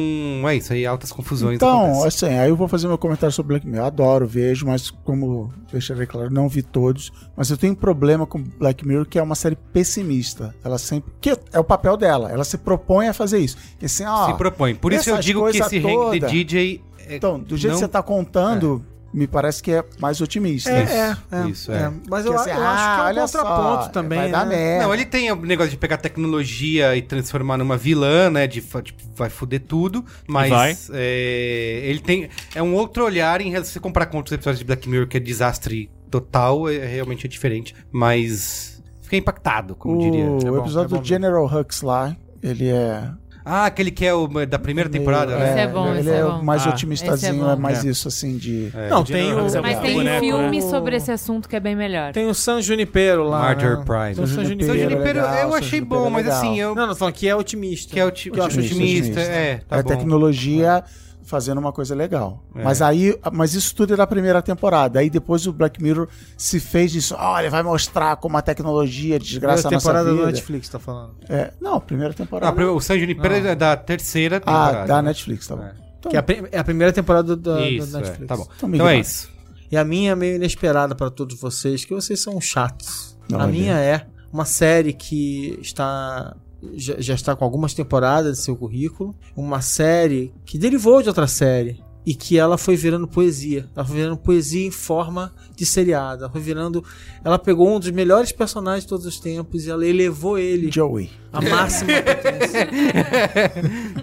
é isso aí, altas confusões.
Então,
acontecem.
assim, aí eu vou fazer meu comentário sobre Black Mirror. Eu adoro, vejo, mas como deixarei claro, não vi todos. Mas eu tenho um problema com Black Mirror, que é uma série pessimista. Ela sempre. Que é o papel dela. Ela se propõe a fazer isso. Que assim, ó.
se propõe. Por isso eu
essas
digo que
coisa
esse rank de
toda-
DJ é
Então, do jeito
não-
que você tá contando, me parece que é mais otimista.
É,
Isso,
é, é,
isso, é.
Mas
Que
eu,
assim,
eu acho
ah,
que é um
olha
contraponto
só,
também.
Vai dar
né?
merda.
Não, ele tem o negócio de pegar tecnologia e transformar numa vilã, né? De, fa- tipo, vai foder tudo, mas
Vai.
é, ele tem. É um outro olhar em relação. Se você comparar com outros episódios de Black Mirror, que é desastre total, é, realmente é diferente. Mas. Fiquei impactado, como diria.
o
É bom,
episódio
é bom
do General Hux lá, ele é.
Ah, aquele que é o da primeira
meio-
temporada, né?
Esse é bom,
ele
esse
é,
é bom.
mais
Ah,
esse é
otimistazinho,
bom.
é mais
É.
isso, assim, de.
É.
Não, tem
General
o.
Hux é
Mas
bom.
tem
Boneco,
filme
né?
sobre esse assunto que é bem melhor.
Tem o San Junipero lá.
Martyr
né?
Prime.
Tem o San
São
Junipero.
Junipero.
Junipero
é legal,
eu
São
achei
Junipero
bom,
é
mas
legal.
assim, eu.
Não, não, falando que é otimista.
que é o ti- eu
Eu
acho
acho
otimista,
otimista.
é, tá
é
bom. É.
tecnologia fazendo uma coisa legal. Mas aí, mas isso tudo é da primeira temporada. Aí depois o Black Mirror se fez isso. Olha, vai mostrar como a tecnologia desgraça a
Primeira
nossa
temporada do
vida.
Netflix, tá falando.
É, não, primeira
Ah,
temporada.
primeiro, o San Junipero é da terceira temporada.
ah, da
né?
Netflix, tá bom.
É.
Então,
Que é a, prim- é a primeira temporada da, da
Isso, é,
Netflix.
tá bom.
Então,
Então é
Miguel,
isso.
E a minha é meio inesperada pra todos vocês, que vocês são chatos.
Não,
a
olha.
minha é uma série que está já, já está com algumas temporadas de seu currículo, uma série que derivou de outra série e que ela foi virando poesia. Ela foi virando poesia em forma de seriado. Ela foi virando, ela pegou um dos melhores personagens de todos os tempos e ela elevou ele
Joey.
A máxima.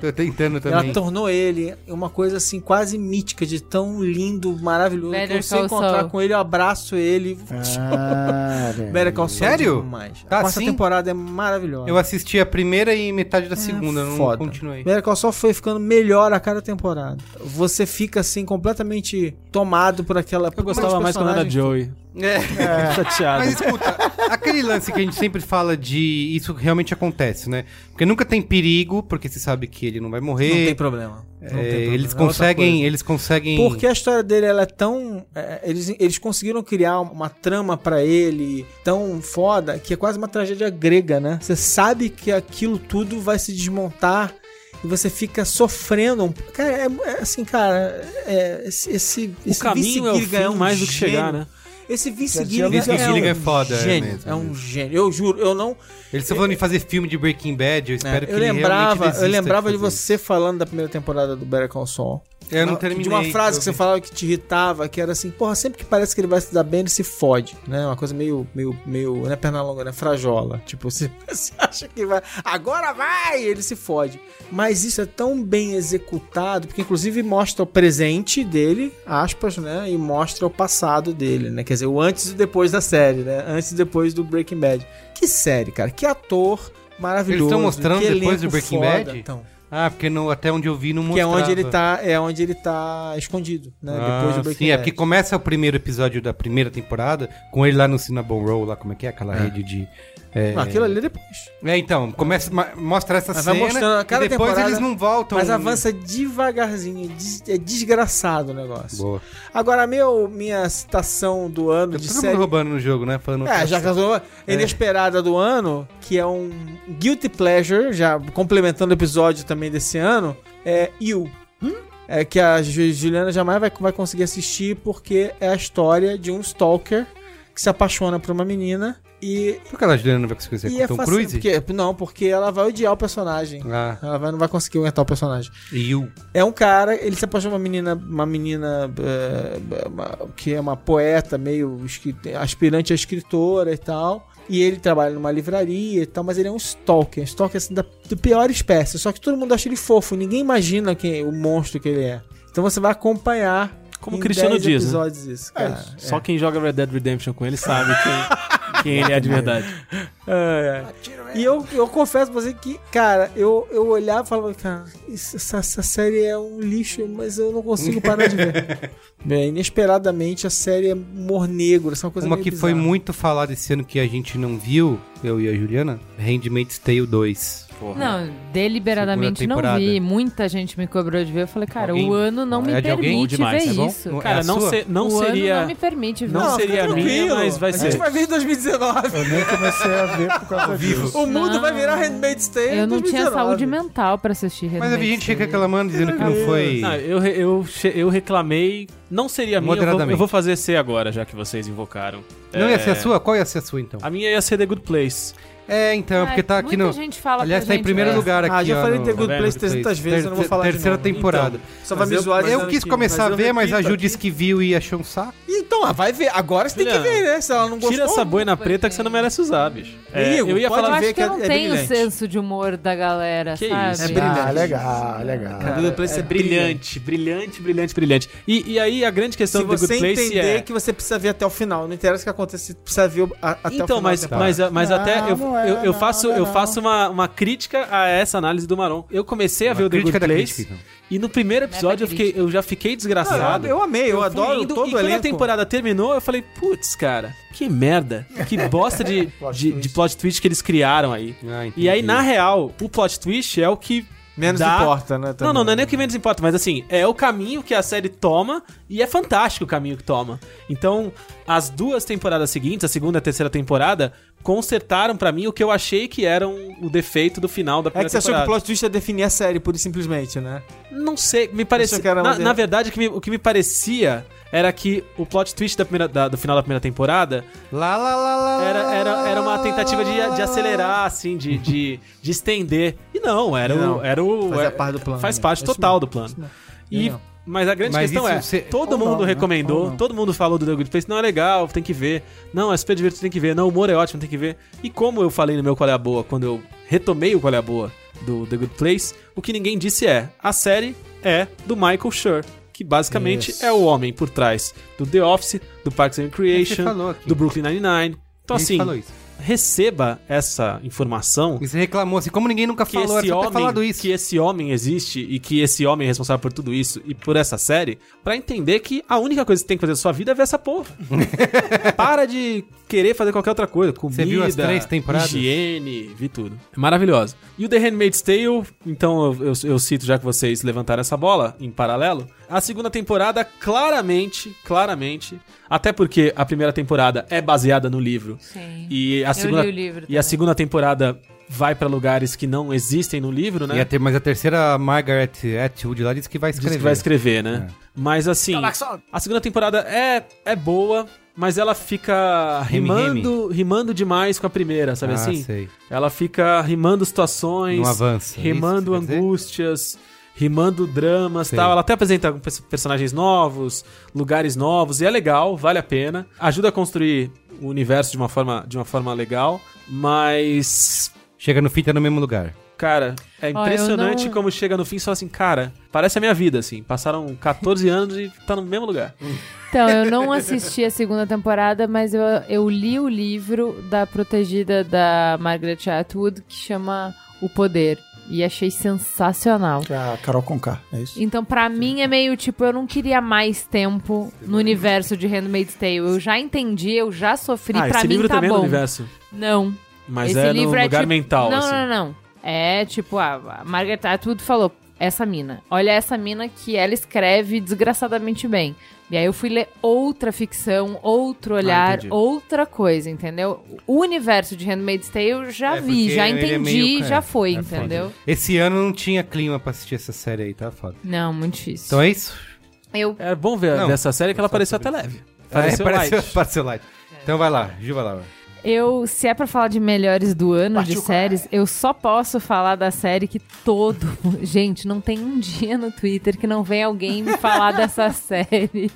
Tô tentando também.
Ela tornou ele uma coisa assim, quase mítica, de tão lindo, maravilhoso.
Better
que eu, se eu
Call
encontrar
Saul.
com ele, eu abraço ele.
Cara.
Better Call Saul
Sério?
é demais.
Tá
a quarta
assim?
temporada é maravilhosa.
Eu assisti a primeira e metade da segunda, eu não
Foda.
continuei.
Better Call Saul foi ficando melhor a cada temporada. Você fica assim, completamente tomado por aquela...
Eu gostava mais quando era Joey.
É.
Chateado.
Mas escuta, aquele lance que a gente sempre fala de isso realmente acontece, né? Porque nunca tem perigo, porque você sabe que ele não vai
Não tem
morrer.
problema. Não tem
É,
problema.
eles
É outra
conseguem,
coisa.
eles conseguem.
Porque a história dele ela é tão. é, eles, eles conseguiram criar uma trama pra ele tão foda que é quase uma tragédia grega, né? Você sabe que aquilo tudo vai se desmontar e você fica sofrendo. um- Cara, é, é assim, cara, é, esse, esse,
O
esse
caminho é o
Vince Gilligan um
fim mais do que
gênio.
chegar, né?
Esse Vince
Vince
Gilligan,
Gilligan
é,
é
um
foda, é
gênio. É,
mesmo,
um
mesmo.
gênio. Eu juro, eu não.
Eles estão falando em fazer filme de Breaking Bad, eu espero
é,
que
eu,
ele realmente
lembrava,
desista
eu lembrava de
fazer
você falando da primeira temporada do Better Call Saul.
isso. Eu não
Não,
terminei.
De uma frase que você
eu vi.
falava que te irritava, que era assim, porra, sempre que parece que ele vai se dar bem, ele se fode, né? Uma coisa meio, meio, meio, não é perna longa, né? Frajola. Tipo, você, você acha que vai, agora vai, ele se fode. Mas isso é tão bem executado, porque inclusive mostra o presente dele, aspas, né? E mostra o passado dele, né? Quer dizer, o antes e depois da série, né? Antes e depois do Breaking Bad. Que série, cara? Que ator maravilhoso.
Eles tão mostrando
que
depois do
elenco
Breaking
foda,
Bad?
Então.
Ah, porque no- até onde eu vi não
Que é
mostrava.
onde ele tá, é onde ele tá escondido, né?
Ah,
Depois do Breaking
sim, é
Bad.
porque começa o primeiro episódio da primeira temporada com ele lá no Cinnabon Roll, lá como é que é aquela rede de é,
Não, aquilo ali é depois.
É, então, começa, ma- mostra essa
Mas vai
cena
mostrando a cada
e depois
temporada,
eles Então, não voltam.
Mas avança devagarzinho, des- é desgraçado o negócio.
Boa.
Agora, meu, minha citação do ano
Tá
de
todo
série...
mundo roubando no jogo, né? Falando
É, já casou inesperada do ano, que é um guilty pleasure, já complementando o episódio também desse ano, é You. É que a Ju- Juliana jamais vai, vai conseguir assistir porque é a história de um stalker que se apaixona por uma menina e
Por que a Juliana não vai conseguir ser
E é
com
um
o Tom
fascin-
Cruise?
porque- não, porque ela vai odiar o personagem.
Ah,
Ela vai- não vai conseguir aguentar o personagem.
e o...
É um cara, ele se apaixona por uma menina, uma menina eh, uma- que é uma poeta, meio esqui- aspirante a escritora e tal. E ele trabalha numa livraria e tal, mas ele é um stalker. Stalker assim, da, da pior espécie. Só que todo mundo acha ele fofo. Ninguém imagina quem, o monstro que ele é. Então você vai acompanhar.
Como
em
o Cristiano
10
diz, né?
episódios isso, cara. É
Só quem joga Red Dead Redemption com ele sabe quem, quem ele é de verdade.
É, é. E eu, eu confesso pra você que, cara, eu, eu olhava e falava, cara, isso- essa, essa série é um lixo, mas eu não consigo parar de ver. Bem, inesperadamente a série é mornegro, essa é coisa
Uma
meio
que foi
bizarra.
muito falada esse ano que a gente não viu, eu e a Juliana, Handmaid's Tale 2.
Não, deliberadamente
Segunda
não
temporada.
vi. Muita gente me cobrou de ver. Eu falei, cara,
Alguém-
o ano não me
É de alguém?
permite
Demais,
ver
é bom?
isso.
Não-
Cara,
a
não,
sua?
se- não
o ano
seria.
não me permite ver.
não
Não,
seria
fica
a minha,
tranquilo.
mas vai
A
ser.
gente vai ver em 2019.
Eu nem comecei a ver por causa disso.
O mundo
Não.
vai virar Handmaid's Tale em
Eu não tinha
2019.
saúde mental pra assistir
Mas eu vi gente reclamando, dizendo que não foi...
Não, eu, re- eu, che- eu reclamei. Não seria a minha. Eu vou,
Moderadamente.
eu vou fazer ser agora, já que vocês invocaram.
Não ia ser
É,
a sua? Qual ia ser a sua, então?
A minha ia ser The Good Place.
É, então, é porque tá aqui no...
Muita gente fala
Aliás,
pra
tá em
gente,
primeiro
né?
lugar aqui,
Ah, já
ó,
falei
no-
The Good
Tá
Place
vendo?
300 vezes, eu não vou
Terce-
falar de
Terceira
novo.
temporada.
Então, só vai
Mas
me
eu-
zoar
mas
dizendo
eu quis
que-
começar
mas
a
eu
ver, mas a
repito
Ju
aqui.
disse que viu e achou um saco.
Então, ah, vai ver. Agora você tem que
Juliana,
ver, né? Se ela não gostou...
Tira essa boina
Desculpa,
preta que
gente.
você não merece usar, bicho. É,
Amigo,
eu ia
pode
Eu
falar.
ver
acho que
que é-
eu não
é
tenho o
brilhante.
senso de humor da galera,
Que
sabe?
isso?
É brilhante.
Ah, legal, legal.
Cara, The Place
É brilhante, brilhante, brilhante, brilhante. E, e aí a grande questão
Se
do The
você
Good Place
entender
é.
que você precisa ver até o final, não interessa o que acontece, você precisa ver o- a- até o
Então,
final.
mas,
da temporada.
mas, mas
Não,
até eu,
não é,
eu, eu
não,
faço,
não é
eu
não.
faço uma, uma crítica a essa análise do Maron. Eu comecei a ver o The Good
crítica da
Place
crítica, então.
e no primeiro episódio eu, fiquei, eu já fiquei
Ah,
desgraçado.
eu, eu amei, eu,
fui
adoro
indo,
todo
e
o
quando a
elenco.
temporada terminou, eu falei, putz, cara, que merda. Que bosta de,
Plot
de,
twist.
de plot twist que eles criaram aí.
Ah,
E aí,
entendi.
na real, o plot twist é o que.
Menos
dá-
importa, né?
Não,
também.
não, não é nem o que menos importa, mas assim, é o caminho que a série toma e é fantástico o caminho que toma. Então, as duas temporadas seguintes, a segunda e a terceira temporada, consertaram pra mim o que eu achei que era um- o defeito do final da
É
primeira
que você achou que o
temporada.
plot twist ia definir a série, pura e simplesmente, né?
Não sei, me parecia.
Achou que era uma
Na,
de-
na verdade, o que, me, o que me parecia era que o plot twist da primeira- da- do final da primeira temporada
Lá, lá, lá, lá,
era, era, era uma
lá,
tentativa de, de acelerar, assim, de, de, de estender. E não, era o.
Não,
Era o
fazia
é-
parte do plano,
Faz
né?
parte
É isso
total
mesmo,
do plano.
isso mesmo.
E
Não.
Mas a grande
Mas
questão
isso
é,
você-
todo
Ou
mundo
não, né?
recomendou,
Ou não.
todo mundo falou do The Good Place, não é legal, tem que ver. Não, é super divertido, tem que ver. Não, o humor é ótimo, tem que ver. E como eu falei no meu Qual é a Boa, quando eu retomei o Qual é a Boa do The Good Place, o que ninguém disse é, a série é do Michael Schur, que basicamente
Isso.
é o homem por trás do The Office, do Parks and
É, Você
Recreation,
falou aqui.
do Brooklyn Nine-Nine. Então
A gente
assim,
falou isso.
receba essa informação
E você reclamou assim, como ninguém nunca
que
falou, era
esse
só ter
homem,
falado isso.
que é, esse homem existe e que esse homem é responsável por tudo isso e por essa série, pra entender que a única coisa que você tem que fazer da sua vida é ver essa porra. Para de querer fazer qualquer outra coisa, comida,
viu as três temporadas?
higiene, vi tudo. É maravilhosa. E o The Handmaid's Tale, então eu, eu- eu cito já que vocês levantaram essa bola em paralelo, a segunda temporada claramente, claramente, até porque a primeira temporada é baseada no livro
Sim.
e a segunda
li o livro
e a
também.
segunda temporada vai pra lugares que não existem no livro, né?
E é a ter, mas a terceira, a Margaret Atwood lá, disse que vai
Diz
escrever. É.
que vai escrever, né? Mas assim, a segunda temporada é, é boa, mas ela fica
Rime,
rimando, rimando demais com a primeira, sabe
Ah,
assim?
sei.
Ela fica rimando situações,
Não avança. é
rimando
Isso que quer
angústias, rimando dramas,
Sei.
tal. Ela até apresenta pers- personagens novos, lugares novos, e é legal, vale a pena. Ajuda a construir o universo de uma forma, de uma forma legal, mas
Chega no fim, tá no mesmo lugar.
Cara, é
Ó, eu
impressionante
não-
como chega no fim e fala assim, cara, parece a minha vida, assim. Passaram 14 anos e tá no mesmo lugar.
Então, eu não assisti a segunda temporada, mas eu, eu li o livro da protegida da Margaret Atwood, que chama O Poder. E achei sensacional.
Que é a Carol Conká, é isso?
Então, pra mim, é meio tipo, eu não queria mais tempo no universo de Handmaid's Tale. Eu já entendi, eu já sofri, pra
esse
mim
livro
tá
também é
bom.
do universo.
Não,
Mas
Esse
é no
livro é
lugar
tipo-
mental,
não,
assim.
não, não. É tipo, a a Margaret Atwood falou, essa mina. Olha essa mina que ela escreve desgraçadamente bem. E aí eu fui ler outra ficção, outro
Ah,
olhar,
entendi.
outra coisa, entendeu? O universo de Handmaid's Tale eu já
É,
vi,
porque
já
ele é
entendi,
meio- é,
já foi,
é foda.
entendeu?
Esse ano não tinha clima pra assistir essa série aí, tá foda.
Não, muito difícil.
Então é isso?
Eu
É bom ver
Não,
dessa série que ela pareceu até leve.
Tá
Pareceu
é,
light.
pareceu, pareceu light. Então vai lá, Gil, vai lá.
Eu, se é pra falar de melhores do ano de
Partiu,
séries, eu só posso falar da série que todo. Gente, não tem um dia no Twitter que não vem alguém me falar dessa série.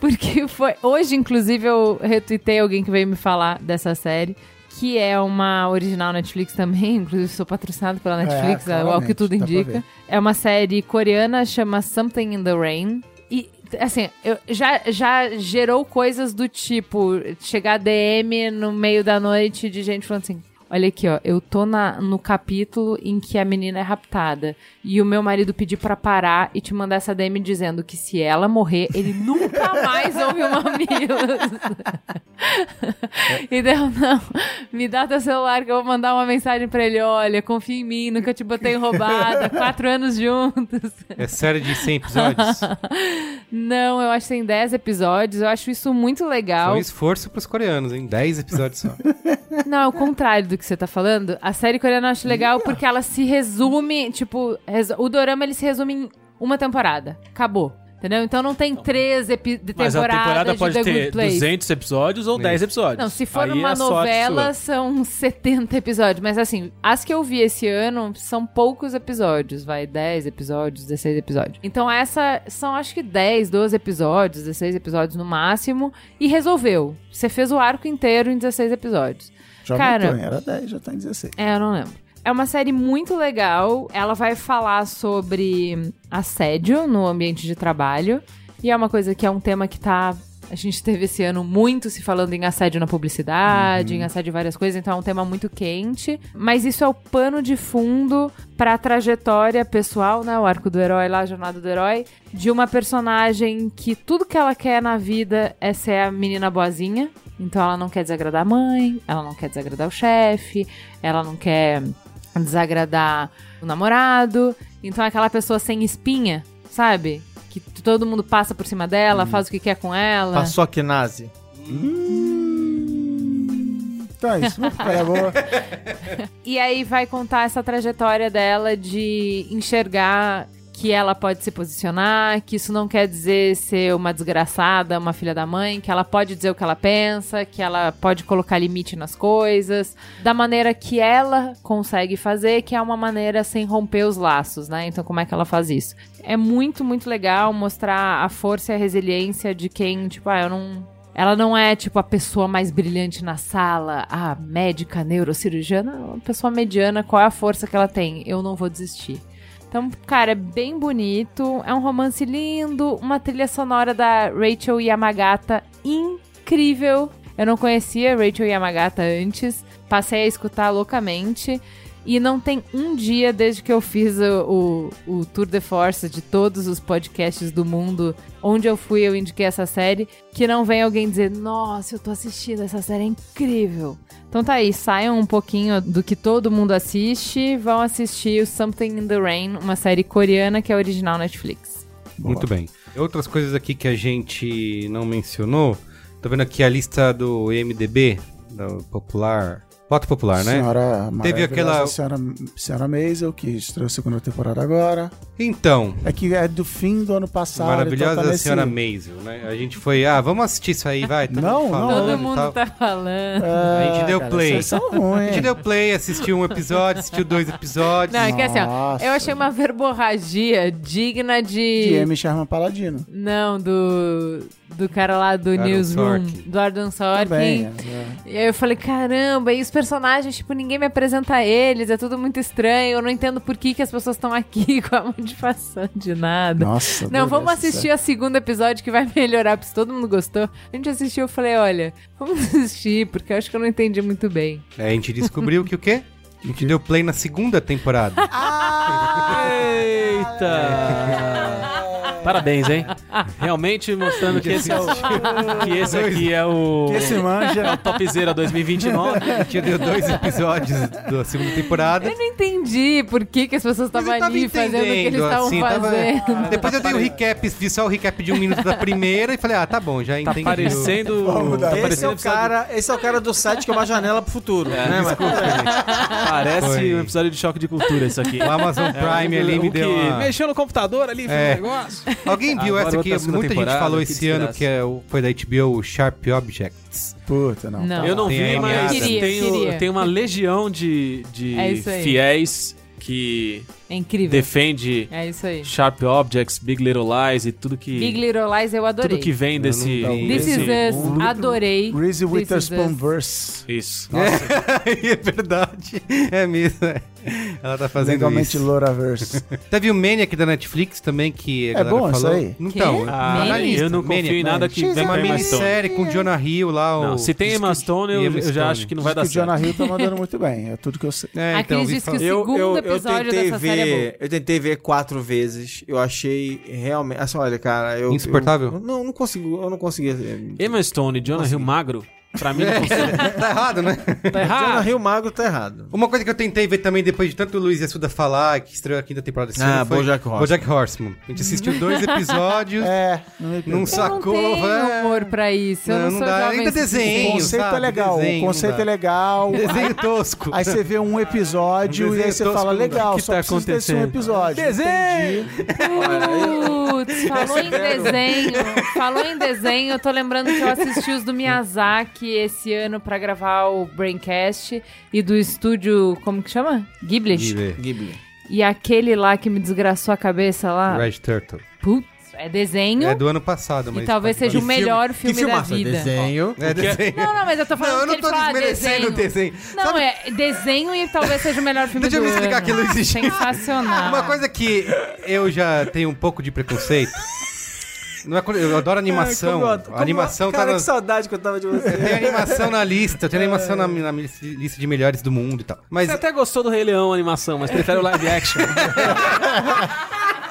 Porque foi. Hoje, inclusive, eu retuitei alguém que veio me falar dessa série. Que é uma original Netflix também, inclusive sou patrocinado pela Netflix, é, ao que
claramente,
tudo
dá pra
indica.
ver.
É uma série coreana, chama Something in the Rain. E, assim, eu, já, já gerou coisas do tipo: chegar DM no meio da noite de gente falando assim. Olha aqui, ó, eu tô na, no capítulo em que a menina é raptada e o meu marido pedir pra parar e te mandar essa DM dizendo que se ela morrer, ele nunca mais ouve uma Mamilos. e daí eu, não, me dá teu celular que eu vou mandar uma mensagem pra ele, olha, confia em mim, nunca te botei em roubada, quatro anos juntos.
É série de 100 episódios.
Não, eu acho que tem 10 episódios, eu acho isso muito
Foi
legal.
um esforço pros coreanos, hein? 10 episódios só.
Não, é o contrário do que você tá falando. A série coreana eu acho legal porque ela se resume, tipo, res- o dorama ele se resume em uma temporada. Acabou. Entendeu? Então não tem três epi- de
Mas a
temporadas
temporada
de
pode
The
ter
Good Place.
200 episódios ou 10 episódios.
Não, se for
Aí
uma
é sorte
novela,
sua.
são 70 episódios. Mas assim, as que eu vi esse ano são poucos episódios. Vai, 10 episódios, 16 episódios. Então essa são acho que 10, 12 episódios, 16 episódios no máximo. E resolveu. Você fez o arco inteiro em 16 episódios.
Já
Cara-
aumentou, hein? era 10, já tá em 16.
É, eu não lembro. É uma série muito legal. Ela vai falar sobre assédio no ambiente de trabalho. E é uma coisa que é um tema que tá. A gente teve esse ano muito se falando em assédio na publicidade, em assédio em várias coisas, então é um tema muito quente. Mas isso é o pano de fundo pra trajetória pessoal, né? O arco do herói lá, a jornada do herói, de uma personagem que tudo que ela quer na vida é ser a menina boazinha. Então ela não quer desagradar a mãe, ela não quer desagradar o chefe, ela não quer desagradar o namorado. Então é aquela pessoa sem espinha, sabe? Que t- todo mundo passa por cima dela, faz o que quer com ela.
É. Passou a Kenazi.
Então é isso, meu cara é boa.
E aí vai contar essa trajetória dela de enxergar que ela pode se posicionar, que isso não quer dizer ser uma desgraçada, uma filha da mãe, que ela pode dizer o que ela pensa, que ela pode colocar limite nas coisas, da maneira que ela consegue fazer, que é uma maneira sem romper os laços, né? Então, como é que ela faz isso? É muito, muito legal mostrar a força e a resiliência de quem, tipo, ah, eu não. Ela não é, tipo, a pessoa mais brilhante na sala, a médica neurocirurgiana, é uma pessoa mediana, qual é a força que ela tem? Eu não vou desistir. Então, cara, é bem bonito, é um romance lindo, uma trilha sonora da Rachel Yamagata incrível. Eu não conhecia Rachel Yamagata antes, passei a escutar loucamente. E não tem um dia desde que eu fiz o, o, o Tour de Force de todos os podcasts do mundo, onde eu fui, eu indiquei essa série, que não vem alguém dizer, nossa, eu tô assistindo, essa série é incrível. Então tá aí, saiam um pouquinho do que todo mundo assiste, vão assistir o Something in the Rain, uma série coreana que é original Netflix.
Muito bem. Outras coisas aqui que a gente não mencionou, tô vendo aqui a lista do MDB, do Popular... Voto popular, né?
Senhora
Teve
Teve
aquela-
aquela. Senhora, senhora Maisel, que estreou a segunda temporada agora.
Então,
É que é do fim do ano passado.
maravilhosa
então tá nesse-
senhora Maisel, né? A gente foi, ah, vamos assistir isso aí, vai. todo
Não,
mundo
não.
falando
Todo
e
mundo
tal.
tá falando.
Ah,
A gente deu
cara,
play.
Vocês são
A
ruins.
gente deu play, assistiu um episódio, assistiu dois episódios.
Não, é que assim, ó,
Nossa.
eu achei uma verborragia digna
De
de.
M. Sherman Paladino.
Não, do. Do cara lá do
Aaron
Newsroom,
Sorkin.
do Ardan Sorkin.
Também. é.
E aí eu falei, caramba, e os personagens, tipo, ninguém me apresenta eles, é tudo muito estranho, eu não entendo por que, que as pessoas estão aqui com a modificação de nada.
Nossa.
Não,
meu
vamos
Deus do céu.
assistir a segundo episódio que vai melhorar, porque se todo mundo gostou. A gente assistiu, eu falei, olha, vamos assistir, porque eu acho que eu não entendi muito bem.
É, a gente descobriu que o quê? A gente deu play na segunda temporada.
Ah!
Eita! Parabéns, hein? Realmente mostrando que esse, é o- que esse aqui é o.
Que esse manja.
Topzera 2029.
A gente deu dois episódios da segunda temporada.
Eu não entendi por que, que as pessoas estavam ali fazendo o que eles estavam
assim,
fazendo.
Ah, tá
Depois eu dei o recap, vi só o recap de um minuto da primeira e falei, ah, tá bom, já
Tá
entendi.
parecendo.
Vamos
Tá
dar-
Esse é,
parecendo
o cara, esse é o cara do site que é uma janela pro futuro.
É,
né,
desculpa, gente. Parece
Foi.
um episódio de choque de cultura isso aqui. É,
O Amazon Prime ali me deu uma...
Mexeu no computador ali, fez
É.
um negócio.
Alguém viu
Agora
essa
outra
aqui?
segunda
Muita gente
temporada,
falou
que
esse ano
desgraça.
que é, o- foi da HBO, o Sharp Objects.
Puta, não. tá.
Não.
Eu não
Tem
vi,
a
mas
Amy
Adams.
tenho,
Queria, queria.
tenho uma legião de, de
É isso aí.
fiéis que
É incrível.
defende
É isso aí.
Sharp Objects, Big Little Lies e tudo que
Big Little Lies eu adorei.
tudo que vem desse,
não vi.
This
desse
is Us, adorei.
Reese
This is
Witherspoon
Us.
Verse.
isso.
é verdade. É mesmo. é. Ela tá fazendo
Legalmente
isso.
Loura Verse.
Teve o Maniac da Netflix também, que a
É
galera
bom isso
falou.
aí?
Então,
Quê?
tá na
Maniac?
lista.
eu não confio
Maniac.
em nada que vem
É
com
uma
a Emma Stone.
minissérie com o Jonah Hill lá. o-
Não, se tem Emma Stone, eu,
Emma
eu
Stone.
já acho que não vai dar
O Jonah
certo.
Hill tá mandando muito bem. É tudo que eu sei.
É,
A
então,
Cris
ouvi
disse que
falar.
o segundo episódio dessa série é bom.
ver, Eu tentei ver quatro vezes. Eu achei realmente. Assim, olha, cara, eu.
Insuportável?
eu- não, não consigo. Eu não consegui.
Emma Stone e Jonah Hill magro, pra mim não funciona.
Tá errado, né?
Tá
Jonah
errado.
Rio Magro tá errado.
Uma coisa que eu tentei ver também depois de tanto o Luiz e a Suda falar, que estreou a quinta temporada desse
Ah,
ano, foi
Bojack Horseman.
Bojack Horseman. A gente assistiu dois episódios,
É, não me
não
pegou.
sacou.
eu não tenho
é.
humor pra isso. Eu não,
Não, não
sou
dá.
jovem
Ainda
suficiente.
O
desenho.
conceito
sabe?
é legal.
Desenho,
o
não
conceito
dá.
é legal.
um Desenho tosco.
Aí você vê um episódio
Um
e aí
desenho
você
tosco
fala,
não dá.
legal,
O que
só
tá
preciso desse um
acontecendo?
episódio.
é!
Desenho!
Entendi.
Putz, falou em desenho. Falou em desenho. Eu tô lembrando que eu assisti os do Miyazaki esse ano pra gravar o Braincast e do estúdio. Como que chama? Ghiblish.
Ghibli.
E aquele lá que me desgraçou a cabeça
Ah.
lá.
Red Turtle.
Putz, é desenho.
É do ano passado, mas...
E talvez
pode-
seja o
Que filme-
melhor filme,
que
da
filmaço?
vida.
Desenho.
É desenho.
Não, não, mas eu tô falando
Não, eu
que
não
ele
tô
fala
desmerecendo o desenho.
Não, é desenho e talvez seja o melhor filme
Deixa eu
do
me explicar
ano.
aqui, Luiz.
Sensacional.
Uma coisa que eu já tenho um pouco de preconceito. Não é, quando- eu adoro animação.
Ai, como eu- como
a animação
eu- Cara,
tá
que
nas,
saudade que eu tava de você.
Tem animação na lista, tem animação na, na mi- lista de melhores do mundo e tal. Mas
Você até gostou do Rei Leão a animação, mas prefere o live action.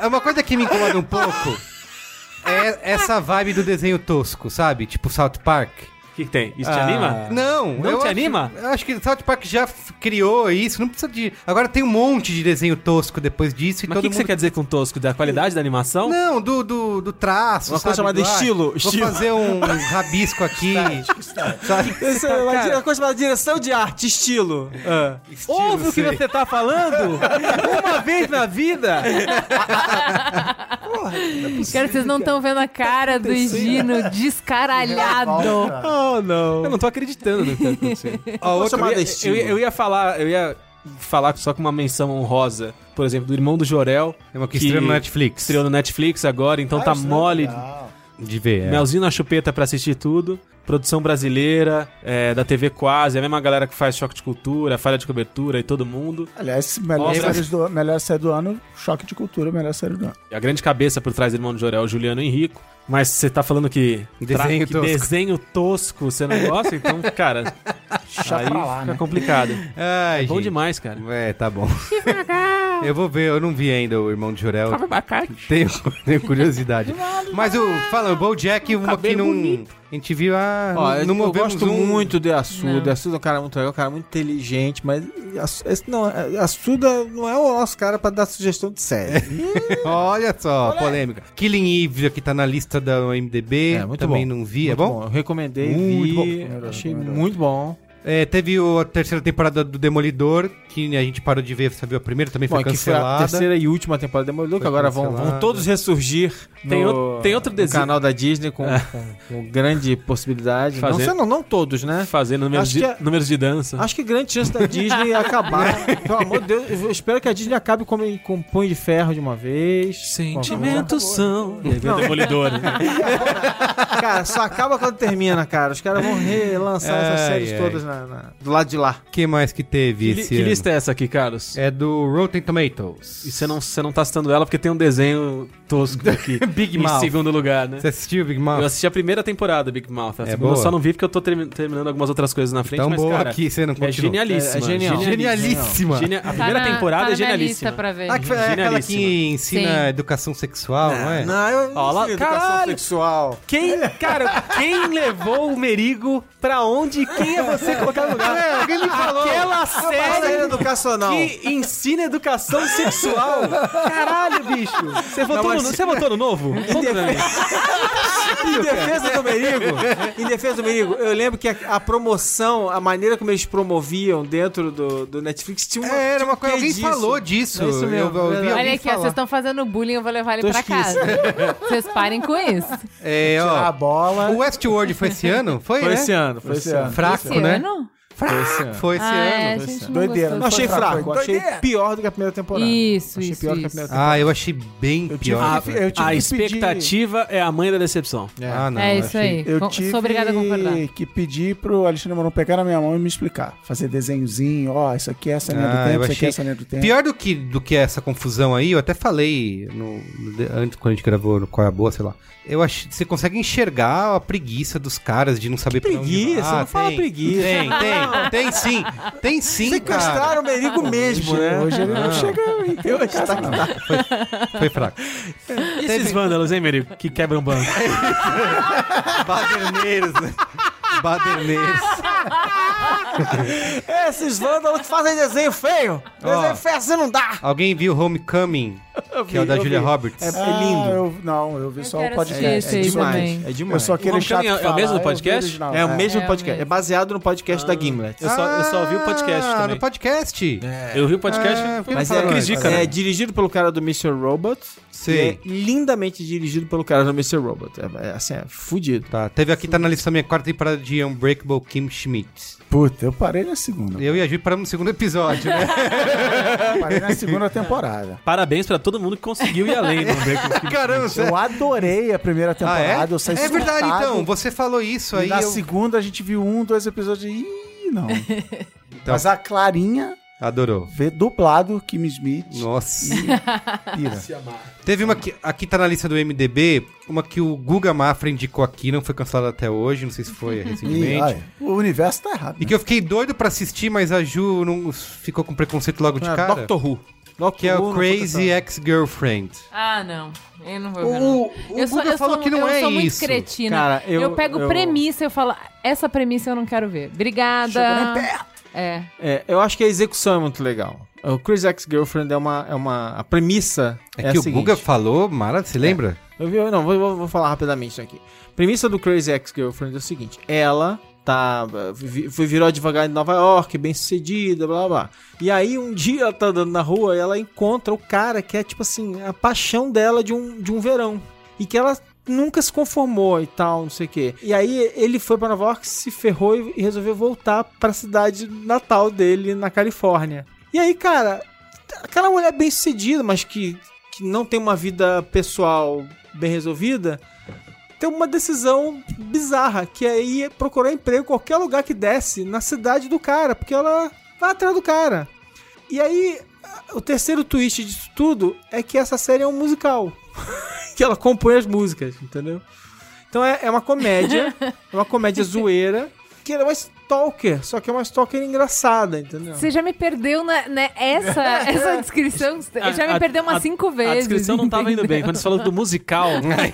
é uma coisa que me incomoda um pouco é essa vibe do desenho tosco, sabe? Tipo South Park.
que, que tem? Isso te
Ah.
anima?
Não,
Não
eu
te
acho-
anima?
Eu acho que o South Park já f- criou isso, não precisa de. Agora tem um monte de desenho tosco depois disso e
Mas
todo
o que, que
mundo
você quer dizer com tosco? Da qualidade da animação?
Não, do, do, do traço.
Uma
sabe?
coisa chamada
Do, ah,
estilo,
Vou
estilo.
fazer um rabisco aqui. sabe?
Isso é uma dire- coisa chamada direção de arte, estilo. Ah.
Estilo,
Ouve o que
sei.
você tá falando? Uma vez na vida!
Cara, vocês não estão vendo a cara do Gino descaralhado.
Volta.
Oh, não. Eu não tô acreditando no que tá acontecendo.
outra-
eu, ia,
estilo.
eu ia- eu ia falar, eu ia falar só com uma menção honrosa, por exemplo, do irmão do Jorel.
É uma que estreou no Netflix.
Estreou no Netflix agora, então
Ah,
tá
isso é
mole.
legal.
De ver. é.
Melzinho na chupeta pra assistir tudo. Produção brasileira, é, da TV quase, é a mesma galera que faz choque de cultura, falha de cobertura e todo mundo.
Aliás, melhor,
Nossa.
série do, melhor série do ano, Choque de Cultura, melhor série do ano.
E a grande cabeça por trás do irmão do Jorel, é Juliano Henrico. Mas você tá falando que
Desenho
que
tosco.
desenho tosco você não gosta? Então, cara, aí
pra lá,
fica
né?
complicado.
Ai,
Bom
gente.
demais, cara.
É, tá bom. eu vou ver, eu não vi ainda o Irmão de Jorel. Tenho, tenho curiosidade. Mas o, fala, o BoJack, uma que não... A gente viu, ah,
Ó,
não
eu, eu
movemos
gosto
um.
muito de Assuda.
Não.
Assuda é um cara muito legal, um cara muito inteligente, mas Assu- esse não, Assuda não é o nosso cara pra dar sugestão de série.
Olha só, polêmica. Killing Eve, aqui tá na lista da MDB.
É, muito
Também
bom.
não vi, é
Muito
bom?
Eu recomendei,
Muito
vi,
bom.
achei
Melhor,
muito bom.
É, teve o- a terceira temporada do Demolidor, que a gente parou de ver, você viu a primeira, também
Bom, é
foi
que foi a
cancelada.
terceira e última temporada do Demolidor, que
Foi
agora vão,
cancelada.
vão todos ressurgir
Tem
no,
outro- tem outro
no
desenho.
canal da Disney com, com- com grande possibilidade. Não,
Fazer-
sei, não, não todos, né?
Fazendo números
Acho
de,
que é-
números de dança.
Ah,
Acho que grande chance da Disney acabar. Né? Pelo amor de Deus, eu espero que a Disney acabe com, com um punho de ferro de uma vez.
Sentimentos são.
Não.
Demolidor.
Cara, só acaba quando termina, cara. Os caras vão relançar essas
Ai,
séries
ai.
todas na- na- do lado de lá.
O que mais que teve
que,
esse
li- que
ano?
lista é essa aqui, Carlos?
É do Rotten Tomatoes.
E você não, você não tá citando ela porque tem um desenho tosco aqui.
Big
em
Mouth.
segundo lugar, né?
Você assistiu Big Mouth?
Eu assisti a primeira temporada, Big Mouth. A
É
segunda
boa?
eu só não vi porque eu tô termi- terminando algumas outras coisas na frente,
Tão
mas,
boa
cara,
aqui, você não
é
continua.
genialíssima.
É- é genial.
Genialíssima.
Genia- A primeira
Tá na-
temporada
tá
é
na minha lista
genialíssima.
pra ver.
Ah,
Uhum.
que foi é aquela que ensina
Sim.
educação sexual, não é?
Não, eu
Ó, lá-
sei, educação
caralho!
sexual.
Quem, cara, quem levou o Merigo pra onde? Quem é você colocar no lugar?
É, alguém me falou.
Aquela
Essa é
série
educacional.
que ensina educação sexual. Caralho, bicho. Você votou,
mas-
no, você votou no novo? Conta pra mim.
Em defesa do Merigo, em defesa do Merigo, eu lembro que a, a promoção, a maneira como eles promoviam dentro do, do Netflix tinha uma.
É, era
tinha
uma
um
coisa.
quê
Alguém
disso.
falou disso.
É isso mesmo,
Eu, eu ouvi
verdade.
alguém
Olha aqui, ó,
falar.
vocês estão fazendo bullying, eu vou levar ele pra
Tosquice.
casa. Vocês parem com isso.
É,
Tirar a
ó.
bola.
O Westworld foi esse ano? Foi,
Foi
né?
esse ano, foi esse ano.
Fraco,
Esse
né?
ano?
Foi esse ano.
Foi esse
ah, é, a
ano.
gente não
Doideira,
Não
gostou.
achei
Foi fraco,
fraco, achei pior do que a primeira temporada.
Isso,
achei
isso,
pior do que a
isso.
primeira temporada.
Ah, eu achei bem
Eu tive
pior.
que- eu tive
A
que pedir-
expectativa é a mãe da decepção.
Ah, não.
é
eu
isso
achei-
aí.
Eu
Com-
tive
Sou obrigada a concordar.
que pedir pro Alexandre Moron pegar na minha mão e me explicar. Fazer desenhozinho, ó, isso aqui é essa linha
Ah,
do
eu
tempo, isso aqui
achei-
é essa linha do tempo.
Pior do que, do que essa confusão aí, eu até falei no, no de- antes, quando a gente gravou no Qual é a Boa, sei lá. Eu acho, você consegue enxergar a preguiça dos caras de não saber pra onde
preguiça?
vai.
Não fala
tem,
preguiça.
Tem, tem, tem sim. Tem sim, cara.
Sequestraram o Merigo mesmo,
Hoje-
né?
Hoje ele não
Ah.
Não.
chega em hoje tá
Foi fraco.
E esses vândalos, hein, Merigo? Que quebram banco.
Baderneiros, né? Baderneiros.
Esses vândalos que fazem desenho feio. Desenho
Ó.
feio assim não dá.
Alguém viu Homecoming, que é o da Julia Roberts?
É lindo.
não, Ah, eu vi só o
quero
podcast.
assistir esse aí também.
É
Eu
demais.
só aquele
Homecoming
chato
é- é o
que fala,
mesmo
Ah, eu vi
podcast?
original,
É o mesmo
É o
podcast.
mesmo.
É Ah. baseado no podcast da Gimlet.
Eu só, eu só ouvi o podcast
ah,
também.
no podcast?
Eu vi o podcast.
É, por que
Mas
não
é,
falaram
critico,
antes?
né?
é dirigido pelo cara do Mr. Robot. E é
Sei.
lindamente dirigido pelo cara do Mr. Robot. É, é, assim, é fudido.
Tá, teve aqui, tá na lista minha quarta temporada de Unbreakable Kim Schmidt.
Puta, eu parei na segunda.
Eu e a Ju paramos no segundo episódio, né?
Eu parei na segunda temporada.
Parabéns pra todo mundo que conseguiu ir além do Unbreakable Kimmy
Caramba, é-
Schmidt.
Eu adorei a primeira
Ah,
temporada, eu saí
é? É verdade,
surtado.
então. Você falou isso
E
aí.
na
eu-
segunda a gente viu um, dois episódios e... Ih, não.
Então.
Mas a Clarinha
Adorou.
vê dublado Kim Smith.
Nossa.
Pira.
Teve uma que. Aqui tá na lista do MDB, uma que o Guga Mafra indicou aqui, não foi cancelada até hoje, não sei se foi
Ih,
recentemente.
olha, o universo tá errado.
E que eu fiquei doido pra assistir, mas a Ju não ficou com preconceito logo de
É,
cara.
Doctor Who.
Que é o Crazy Ex-Girlfriend.
Ah, não. Eu não vou ver. não.
O, o
eu sou,
Guga
eu
falou
sou,
que não
eu
é
sou muito
isso.
cretina.
Cara, eu-
eu, pego
eu-
premissa e eu falo, essa premissa eu não quero ver. Obrigada. É.
É, eu acho que a execução é muito legal. O Chris X Girlfriend é uma, é uma. A premissa é,
É que
a
o Guga
seguinte.
falou, Mara, você lembra?
Eu vi, não, vou, vou- vou falar rapidamente isso aqui. Premissa do Crazy Ex-Girlfriend é o seguinte: ela tá. vi- Foi virou devagar em Nova York, bem sucedida, blá blá blá. E aí um dia ela tá andando na rua e ela encontra o cara que é tipo assim, a paixão dela de um, de um verão. E que ela nunca se conformou e tal, não sei o quê. E aí ele foi pra Nova York, se ferrou e e resolveu voltar pra cidade natal dele, na Califórnia. E aí, cara, aquela mulher bem sucedida, mas que, que não tem uma vida pessoal bem resolvida, tem uma decisão bizarra, que é ir procurar emprego em qualquer lugar que desse na cidade do cara, porque ela vai atrás do cara. E aí, a- o terceiro twist disso tudo é que essa série é um musical. que ela compõe as músicas, entendeu? Então é, é uma comédia, é uma comédia zoeira, que ela é uma stalker, só que é uma stalker engraçada, entendeu?
Você já me perdeu na, né, essa, essa descrição. Você já
A-
me
a-
perdeu umas
a-
cinco vezes.
A descrição não tava indo bem. Quando você falou do musical, mas,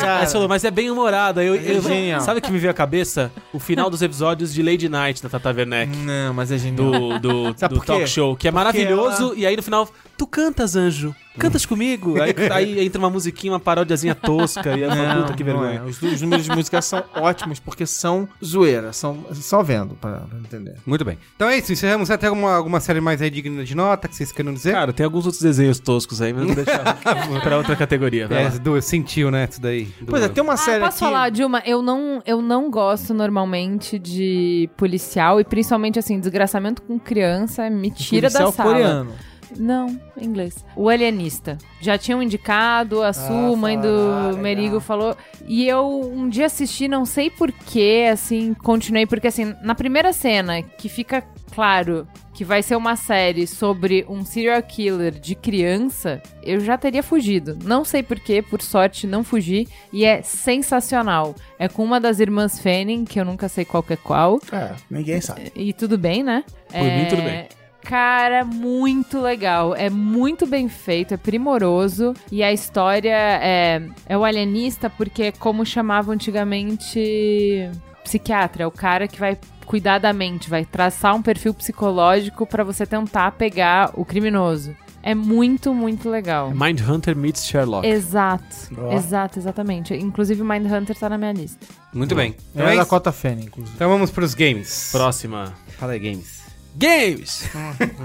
Cara.
aí você falou, mas é bem humorado. Eu, eu-
genial.
sabe o que me veio à cabeça? O final dos episódios de Lady Night da Tata Werneck.
Não, mas é genial.
Do, do,
Sabe
do
por quê?
talk show, que é maravilhoso, e aí no final, tu cantas, anjo,
Hum.
cantas comigo. Aí, aí entra uma musiquinha, uma paródiazinha tosca, e eu falo, puta que
não
vergonha.
é. Os, os números de música são ótimos porque são zoeira, são só vendo pra pra entender.
Muito bem. Então é isso, encerramos até alguma, alguma série mais aí digna de nota que vocês queiram dizer.
Cara, tem alguns outros desenhos toscos aí, mas vou deixar
Ah,
pra outra categoria. vai
é,
lá.
Du, sentiu, né, isso daí. Du.
Pois é, tem uma série
Ah, posso
aqui.
falar, Dilma? Eu não, eu não gosto normalmente de policial e principalmente assim, desgraçamento com criança me tira da
policial
sala.
coreano.
Não, em inglês. O Alienista. Já tinham indicado, a Su,
Ah,
mãe do
falaram, ah, legal.
Merigo, falou. E eu um dia assisti, não sei porquê, assim, continuei, porque assim, na primeira cena, que fica claro que vai ser uma série sobre um serial killer de criança, eu já teria fugido. Não sei porquê, por sorte, não fugi. E é sensacional. É com uma das irmãs Fanning, que eu nunca sei qual que é qual.
É, ninguém sabe.
E tudo bem, né? É,
Por mim, tudo bem.
Cara, muito legal. É muito bem feito, é primoroso. E a história é, é o alienista, porque é como chamava antigamente psiquiatra. É o cara que vai cuidar da mente, vai traçar um perfil psicológico pra você tentar pegar o criminoso. É muito, muito
É
é.
legal.
Mindhunter meets Sherlock.
É. Exato,
Ó.
exato, exatamente. Inclusive, Mindhunter tá na minha lista.
Muito bem. Então,
É
é
da
isso.
Cota Fênix, inclusive.
então vamos pros games.
Próxima.
Fala aí, games.
Games!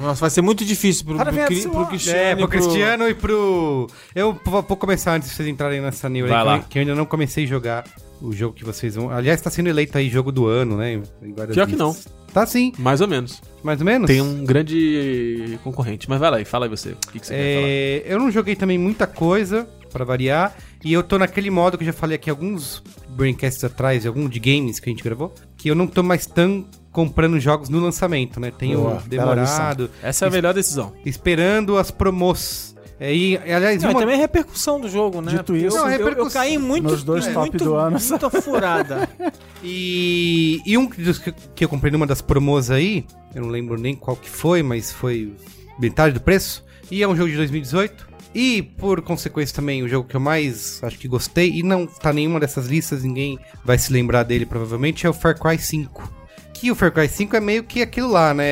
Nossa, vai ser muito difícil pro,
Cara,
pro,
vem
Cri-
assim,
pro
ó.
Cristiano.
É,
e
pro Cristiano e pro. Eu vou vou começar antes de vocês entrarem nessa neura
Vai
aí,
lá.
que eu- que eu ainda não comecei a jogar o jogo que vocês vão. Aliás, tá sendo eleito aí jogo do ano, né? em- em várias
Pior que
listas. Tá sim,
Mais ou menos.
mais ou menos.
Tem um grande concorrente. Mas vai lá e fala aí você. O que, que você quer falar?
É, eu não joguei também muita coisa, pra variar. E eu tô naquele modo que eu já falei aqui alguns braincasts atrás, algum de games que a gente gravou, que eu não tô mais tão comprando jogos no lançamento, né? Tenho
Boa, bela
demorado,
Essa é a
Isso.
melhor decisão.
esperando as promos. É, e, aliás,
Não, e
uma-
também é repercussão do jogo, né?
Dito
Porque
isso-
eu,
Não,
eu- eu,
repercussão.
caí em muito,
Nos dois
muito,
top do ano.
muita furada.
E, e um dos que, que eu comprei numa das promos aí, eu não lembro nem qual que foi, mas foi metade do preço. E é um jogo de 2018. E, por consequência, também o jogo que eu mais acho que gostei, e não tá nenhuma dessas listas, ninguém vai se lembrar dele provavelmente, é o Far Cry 5. Que o Far Cry 5 é meio que aquilo lá, né?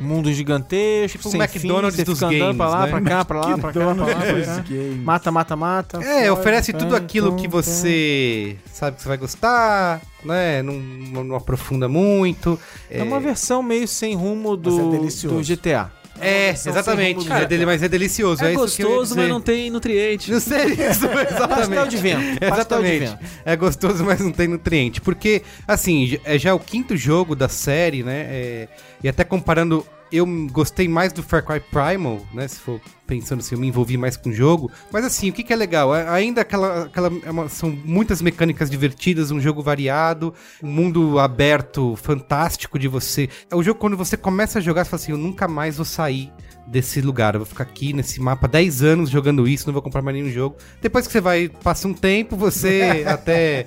Mundo gigantesco,
Tipo o
sem
McDonald's
fim, você
dos
fica andando
games,
pra lá,
né?
pra cá, pra lá, Ah, pra cá, pra lá, pra cá. Mata, mata, mata.
É,
Foi,
oferece
tá,
tudo aquilo
tá,
que
tá.
você sabe que você vai gostar, né? Não, não não aprofunda muito.
É, uma versão meio sem rumo
Mas é
do,
delicioso.
do GTA.
É,
versão sem
exatamente.
rumo do
Mas é
jeito.
dele- mas é delicioso.
É,
isso que eu ia
gostoso, mas
dizer.
não tem nutriente. tá
Não sei isso,
Pastel de
exatamente.
vento. Pastel de
Exatamente.
vento.
É gostoso, mas não tem nutriente. Porque, assim, j- é já o quinto jogo da série, né? É, e até comparando, eu m- gostei mais do Far Cry Primal, né? Se for pensando assim, eu me envolvi mais com o jogo. Mas assim, o que, que é legal? É- ainda aquela. aquela é uma- são muitas mecânicas divertidas, um jogo variado, um mundo aberto, fantástico de você. É o jogo quando você começa a jogar, você fala assim, eu nunca mais vou sair desse lugar. Eu vou ficar aqui nesse mapa 10 anos jogando isso, não vou comprar mais nenhum jogo. Depois que você vai, passa um tempo, você até.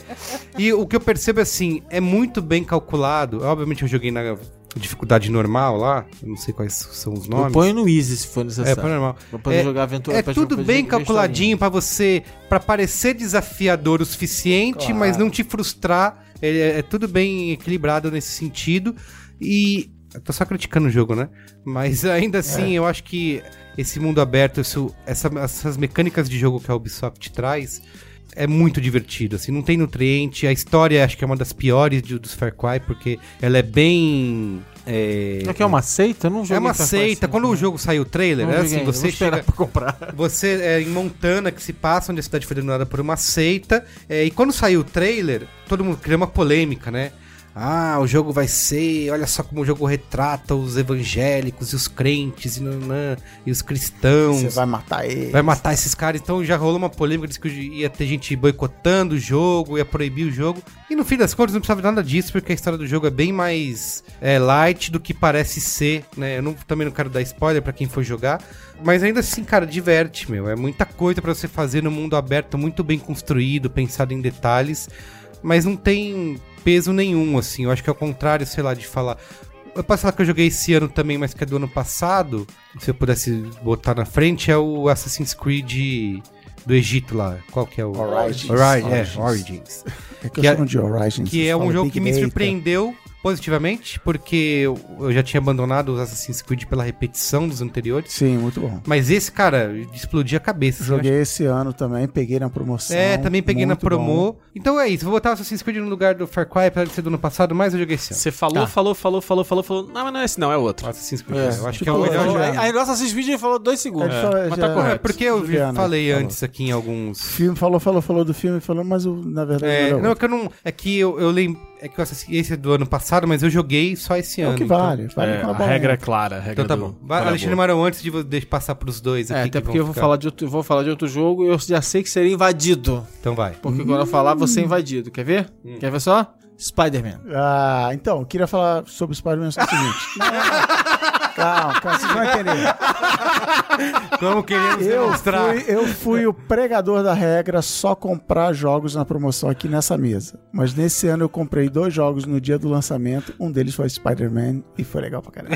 E o que eu percebo é assim, é muito bem calculado. Obviamente eu joguei na dificuldade normal lá, eu não sei quais são os
Eu
nomes.
ponho no Easy se for
É,
necessário.
põe normal.
Pra poder
É-
jogar aventura.
É
pra-
tudo
pra-
bem
pra-
calculadinho pra você, para parecer desafiador o suficiente,
Claro.
mas não te frustrar. É, é tudo bem equilibrado nesse sentido. E eu tô só criticando o jogo, né? Mas ainda
É.
assim, eu acho que esse mundo aberto, isso- essa- essas mecânicas de jogo que a Ubisoft traz, é muito divertido, assim, não tem nutriente. A história acho que é uma das piores de- dos Far Cry, porque ela é bem. É,
É que é uma seita? Eu não joguei
é uma
Far Cry
seita.
cinco,
Quando o
né?
jogo saiu o trailer,
Não
era
joguei
assim,
ainda, vou
você
esperar
chega.
pra comprar.
Você é em Montana que se passa, onde a cidade foi dominada por uma seita. é, e quando saiu o trailer, todo mundo criou uma polêmica, né? Ah, o jogo vai ser. Olha só como o jogo retrata os evangélicos e os crentes e, nanã, e os cristãos.
Você vai matar ele.
Vai matar esses caras, então já rolou uma polêmica, disse que ia ter gente boicotando o jogo, ia proibir o jogo. E no fim das contas não precisava de nada disso, porque a história do jogo é bem mais é, light do que parece ser, né? Eu não- também não quero dar spoiler pra quem for jogar, mas ainda assim, cara, diverte, meu. É muita coisa pra você fazer no mundo aberto, muito bem construído, pensado em detalhes, mas não tem peso nenhum, assim. Eu acho que é o contrário, sei lá, de falar. Eu posso falar que eu joguei esse ano também, mas que é do ano passado. Se eu pudesse botar na frente, é o Assassin's Creed do Egito lá. Qual que é o.
Origins.
Ori- é,
Origins.
Origins.
É que eu
que é-
chamo de Origins.
Que é
Fala
um jogo
Big
que me
Data.
surpreendeu positivamente, porque eu, eu já tinha abandonado os Assassin's Creed pela repetição dos anteriores.
Sim, muito bom.
Mas esse, cara, explodia a cabeça. assim, eu
Joguei esse ano também, peguei na promoção.
É, também peguei na
muito bom.
promo. Então é isso, vou botar o Assassin's Creed no lugar do Far Cry, apesar de ser do ano passado, mas eu joguei esse ano.
Você falou,
Tá.
falou, falou, falou, falou, falou. Não, mas não é esse não, é outro.
Assassin's Creed,
É,
é, eu acho que é o
tipo,
melhor
eu-
jogo.
Juliana.
Aí, aí nosso assist vídeo falou dois
Ele
segundos.
falou,
mas tá
já-
correto.
É porque eu vi-
Juliana,
falei
falou.
antes aqui em alguns
Filme um. falou, falou, falou do filme, falou, mas o, na verdade
É, não,
não, era
é que eu não. É que eu, eu lembro. É que eu assisti esse é do ano passado, mas eu joguei só esse
é
ano.
o que
então-
vale. vale
É,
quando
a
bola
regra é
entra.
clara. A regra
Então tá
do-
bom.
cala
Vai,
a
Alexandre
boca.
Marão, antes de vo- deixa passar pros dois
É,
aqui.
até
que
porque eu
vão
vou
ficar.
falar, de outro, vou falar de outro jogo e eu já sei que seria invadido.
Então vai.
Porque quando eu falar, você é invadido. Quer ver? Quer ver só? Spider-Man.
Ah, então, eu queria falar sobre o Spider-Man só o seguinte. Não, não, não. Calma, calma, vocês vão entender.
Como queremos
Eu
demonstrar.
fui, eu fui o pregador da regra só comprar jogos na promoção aqui nessa mesa. Mas nesse ano eu comprei dois jogos no dia do lançamento. Um deles foi Spider-Man e foi legal pra caralho.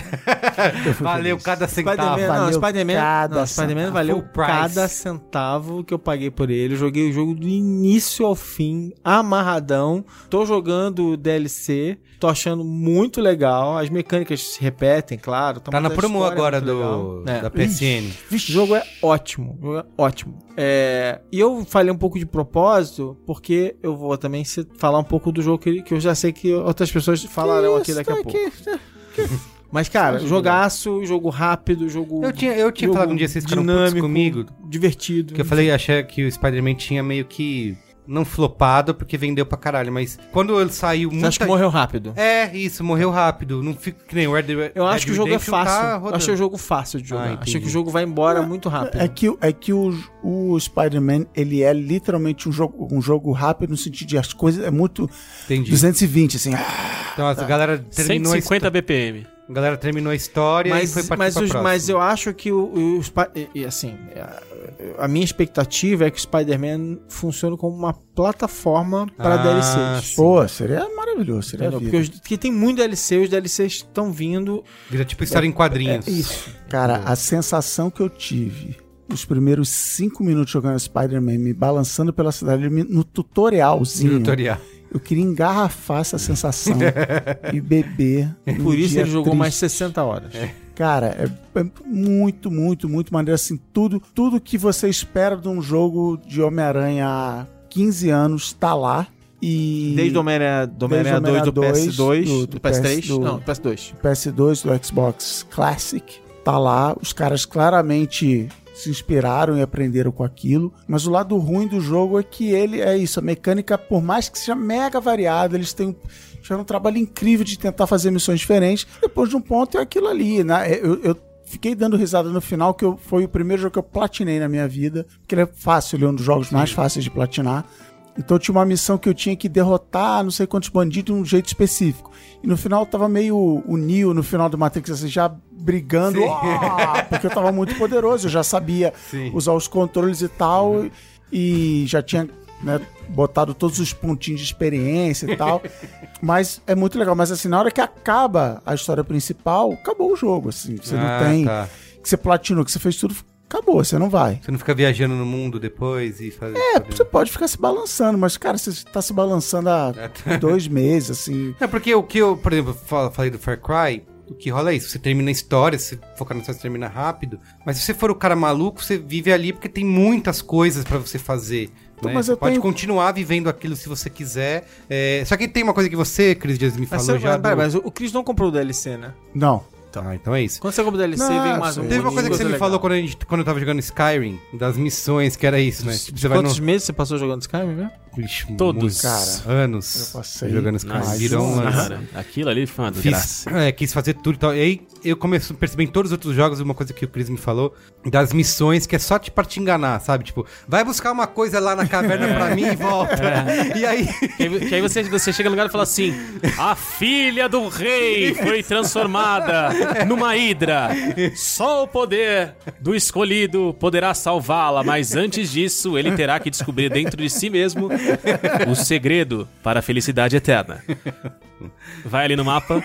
Eu fui
Valeu
feliz.
cada centavo.
Spider-Man, não,
valeu
Spider-Man,
cada
não, Spider-Man
centavo.
valeu
Full price.
cada centavo que eu paguei por ele. Eu joguei o jogo do início ao fim, amarradão. Tô jogando o DLC, tô achando muito legal. As mecânicas se repetem, claro.
Tá na
mas a
promo
história é
agora
muito
do,
legal. É.
da PSN.
O jogo é ótimo, o jogo é ótimo. É, e eu falei um pouco de propósito, porque eu vou também se- falar um pouco do jogo que, que eu já sei que outras pessoas falarão aqui daqui a pouco. Mas, cara, jogaço, jogo rápido, jogo
Eu tinha, eu tinha
Jogo
falado um dia, vocês ficaram putos
dinâmico.
comigo.
divertido.
Que eu falei, achei que o Spider-Man tinha meio que. Não flopado, porque vendeu pra caralho. Mas quando ele saiu,
Você
muita
acha que morreu rápido?
É, isso, morreu rápido. Não fica que nem o Red Dead
Eu acho que o jogo é
Redemption tá
fácil. Eu
rodando.
achei o jogo fácil de
Ah,
jogar.
entendi.
achei que o jogo vai embora muito rápido.
É que, é que o, o Spider-Man, ele é literalmente um jogo, um jogo rápido no sentido de as coisas é muito
Entendi.
220, assim. ah,
Então a galera
Tá.
terminou, a, histó-
150 BPM.
a galera terminou a história e foi partir
mas, mas,
pra
os-
próxima.
mas eu acho que o, o Spi- e- e, assim, a, a minha expectativa é que o Spider-Man funcione como uma plataforma para
Ah,
DLCs.
sim.
Pô, seria maravilhoso, seria
Entendeu?
vida.
Porque, os- porque tem muito DLC, os DLCs estão vindo.
Vira tipo história em quadrinhos.
É,
Isso. Cara, a sensação que eu tive nos primeiros cinco minutos jogando Spider-Man, me balançando pela cidade, ele me- no tutorialzinho,
Tutorial.
eu queria engarrafar essa sensação e beber.
Um
num
É Por isso
dia
ele jogou
triste.
mais 60 horas.
Cara, é, é muito, muito, muito maneiro. Assim, tudo, tudo que você espera de um jogo de Homem-Aranha há 15 anos tá lá. E
Desde o Homem-Aranha do Homem-Aranha
Homem-Aranha
2 do PS2,
do-
do,
do
PS3,
PS2.
não, do PS2.
PS2, do Xbox Classic, tá lá. Os caras claramente se inspiraram e aprenderam com aquilo. Mas o lado ruim do jogo é que ele é isso. A mecânica, por mais que seja mega variada, eles têm um. Tiveram um trabalho incrível de tentar fazer missões diferentes. Depois de um ponto é aquilo ali, né? Eu, eu fiquei dando risada no final, que eu, foi o primeiro jogo que eu platinei na minha vida. Porque ele é fácil, ele é um dos jogos mais fáceis de platinar. Então tinha uma missão que eu tinha que derrotar não sei quantos bandidos de um jeito específico. E no final tava meio o Neo no final do Matrix, assim, já brigando.
Sim.
"Ah", porque eu tava muito poderoso, eu já sabia
Sim. Uhum.
usar os controles e tal. E já tinha né, botado todos os pontinhos de experiência e tal. Mas é muito legal. Mas assim, na hora que acaba a história principal, acabou o jogo. Assim, você
Ah,
não tem.
tá.
Que você platinou, que você fez tudo, acabou, você não vai.
Você não fica viajando no mundo depois e fazendo.
É, você pode ficar se balançando, mas, cara, você tá se balançando há dois meses, assim.
É porque o que eu, por exemplo, fal- falei do Far Cry, o que rola é isso. Você termina a história, você foca na história, você termina rápido. Mas se você for o cara maluco, você vive ali porque tem muitas coisas pra você fazer.
Então,
né?
mas
Você
eu
pode
tenho-
continuar vivendo aquilo se você quiser. É, Só que tem uma coisa que você, Cris Dias, me
Mas,
falou
você- ah,
já.
pera,
do-
mas o Cris não comprou o DLC, né?
Não.
Ah, então é isso.
Quando você compra o DLC,
Não,
vem mais
sim.
um.
Teve uma
monte
coisa
de
que você me
legal.
falou quando, a gente, quando eu tava jogando Skyrim, das missões, que era isso, né? Tipo, você vai no.
Quantos meses você passou jogando Skyrim, né?
Ixi,
Todos.
muitos
Cara,
anos
eu passei
jogando Skyrim.
mais
Virou um
de um
lance.
ano.
Aquilo ali foi uma
Fiz,
desgraça.
é, quis fazer tudo e tal. E aí eu comecei a perceber em todos os outros jogos uma coisa que o Chris me falou, das missões que é só tipo, pra te enganar, sabe? Tipo, vai buscar uma coisa lá na caverna
É.
pra mim e volta. E aí.
Que aí, que aí você, você chega no lugar e fala assim: A filha do rei foi transformada numa hidra. Só o poder do escolhido poderá salvá-la, mas antes disso, ele terá que descobrir dentro de si mesmo o segredo para a felicidade eterna. Vai ali no mapa,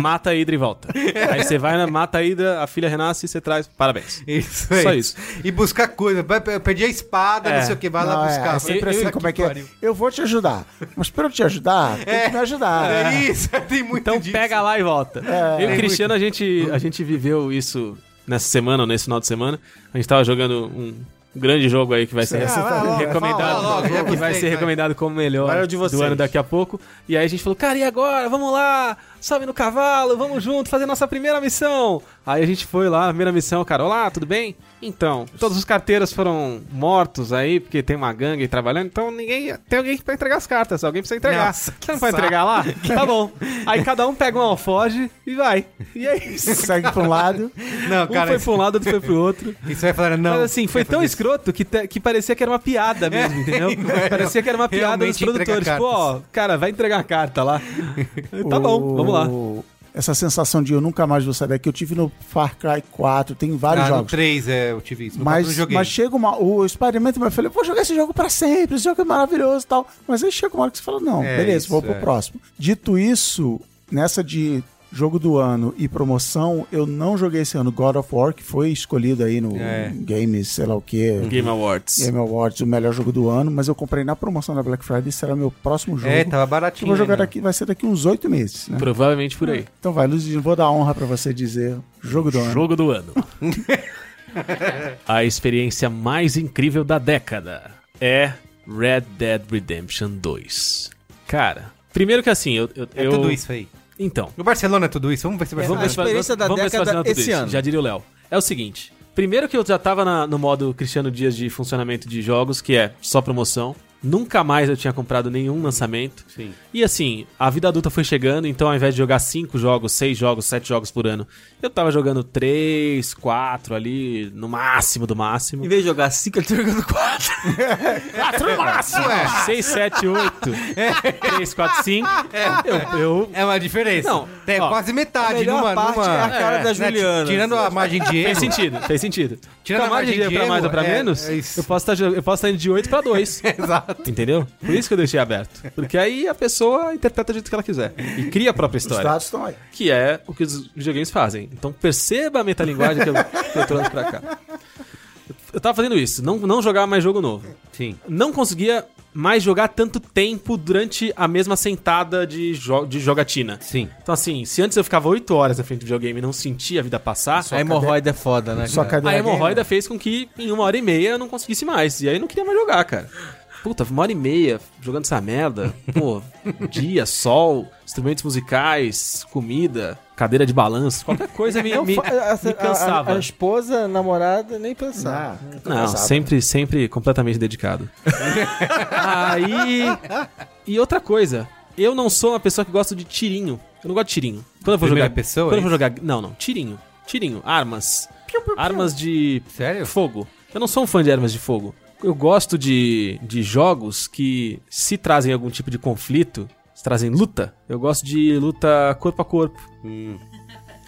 mata a hidra e volta. Aí você vai, na- mata a hidra, a filha renasce e você traz. Parabéns.
Isso
Só
é
isso.
E buscar coisa. Vai- Eu perdi a espada,
É.
não sei o que, vai
Não,
lá
é,
buscar.
é sempre
Eu-
assim,
eu-
como é que é?
pariu.
Eu vou te ajudar. Mas pra eu te ajudar, tem que me ajudar.
É isso, tem muito
Então
disso.
pega lá e volta. eu e
Tem
o Cristiano, a gente, a gente viveu isso nessa semana, ou nesse final de semana. A gente tava jogando um grande jogo aí que vai ser
Ah, vai logo,
recomendado.
fala logo, já
que vai
gostei,
ser
vai.
recomendado como melhor
Valeu de
do
vocês.
ano daqui a pouco. E aí a gente falou, cara, e agora? Vamos lá! Sobe no cavalo, vamos junto fazer nossa primeira missão! Aí a gente foi lá, primeira missão, cara, olá, tudo bem? Então, todos os carteiros foram mortos aí, porque tem uma gangue aí trabalhando, então ninguém. Tem alguém pra entregar as cartas, alguém precisa entregar.
Nossa,
Você não pode entregar lá? Tá bom. Aí cada um pega um alfoge e vai. E é isso.
Segue pra um lado.
Não,
um foi
cara,
pra um lado, outro foi pro outro.
isso vai falar, não.
Mas assim, foi
quer
tão
fazer É,
escroto que, te- que parecia que era uma piada mesmo, entendeu? parecia que era uma piada
Realmente
dos produtores.
entrega
Tipo, ó, cara, vai entregar a carta lá. tá bom, vamos lá.
O- Essa sensação de eu nunca mais vou sair daqui, eu tive no Far Cry 4, tem vários
Ah, no
jogos.
3 é, eu tive isso. No mas, 4 eu
Mas,
joguei.
mas chega uma. O experimento, mas eu falei, vou jogar esse jogo pra sempre, esse jogo é maravilhoso e tal. Mas aí chega uma hora que você fala, não,
É,
beleza,
isso,
vou pro
é.
próximo. Dito isso, nessa de jogo do ano e promoção, eu não joguei esse ano God of War, que foi escolhido aí no
É.
Games, sei lá o que.
Game Awards.
Game Awards, o melhor jogo do ano, mas eu comprei na promoção da Black Friday, será meu próximo jogo.
É, né? tava
que eu
baratinho.
vou jogar
ainda.
daqui, vai ser daqui uns oito meses, né?
Provavelmente por aí.
Então vai, Luizinho, vou dar a honra pra você dizer jogo do ano.
Jogo do ano. a experiência mais incrível da década é Red Dead Redemption 2. Cara, primeiro que assim, eu. eu-
É
eu-
tudo isso aí.
Então.
No Barcelona é tudo isso. Vamos ver se o Barcelona.
a experiência da
ver se vai
década
funcionar tudo
esse
isso.
ano.
Já diria o Léo. É o seguinte. Primeiro que eu já tava na- no modo Cristiano Dias de funcionamento de jogos, que é só promoção. Nunca mais eu tinha comprado nenhum lançamento.
Sim.
E assim, a vida adulta foi chegando, então ao invés de jogar 5 jogos, 6 jogos, 7 jogos por ano, eu tava jogando 3, 4 ali, no máximo do máximo.
Em vez de jogar 5, ele tá jogando 4.
4 no máximo! é. 6, 7, 8,
É.
3, 4, 5. Eu, eu
É uma diferença.
Não,
é
ó,
quase
A
metade
melhor
numa.
parte
numa-
é a cara
né,
da Juliana.
Tirando a margem de
Fez
erro.
sentido, fez sentido.
Tirando
Tirando
a
a margem de erro pra mais ou pra
é-
menos,
é isso.
eu, posso estar, eu posso estar indo de 8 pra 2.
Exato.
entendeu? Por isso que eu deixei aberto. Porque aí a pessoa interpreta do jeito que ela quiser. E cria a própria
Os
história.
dados estão aí.
Que é o que os videogames fazem. Então perceba a metalinguagem que eu, que eu trouxe pra cá. Eu tava fazendo isso, não, não jogava mais jogo novo.
Sim.
Não conseguia mais jogar tanto tempo durante a mesma sentada de, jo- de jogatina.
Sim.
Então assim, se antes eu ficava 8 horas na frente do videogame e não sentia a vida passar,
A hemorroida é foda, né?
Sua
cara?
cadeira.
a hemorroida fez com que em uma hora e meia eu não conseguisse mais. E aí eu não queria mais jogar, cara. Puta, uma hora e meia jogando essa merda. Pô, dia, sol, instrumentos musicais, comida, cadeira de balanço, qualquer coisa me, me, me cansava.
esposa, a namorada, nem pensar.
Ah, tô
Não,
cansado.
sempre, sempre completamente dedicado. Aí. E outra coisa, eu não sou uma pessoa que gosta de tirinho. Eu não gosto de tirinho. Quando eu vou
Primeira
jogar.
pessoa,
quando eu
é
vou jogar. Não, não, tirinho. Tirinho, armas. Armas de
Sério?
fogo. Eu não sou um fã de armas de fogo. Eu gosto de, de jogos que se trazem algum tipo de conflito, se trazem luta. Eu gosto de luta corpo a corpo.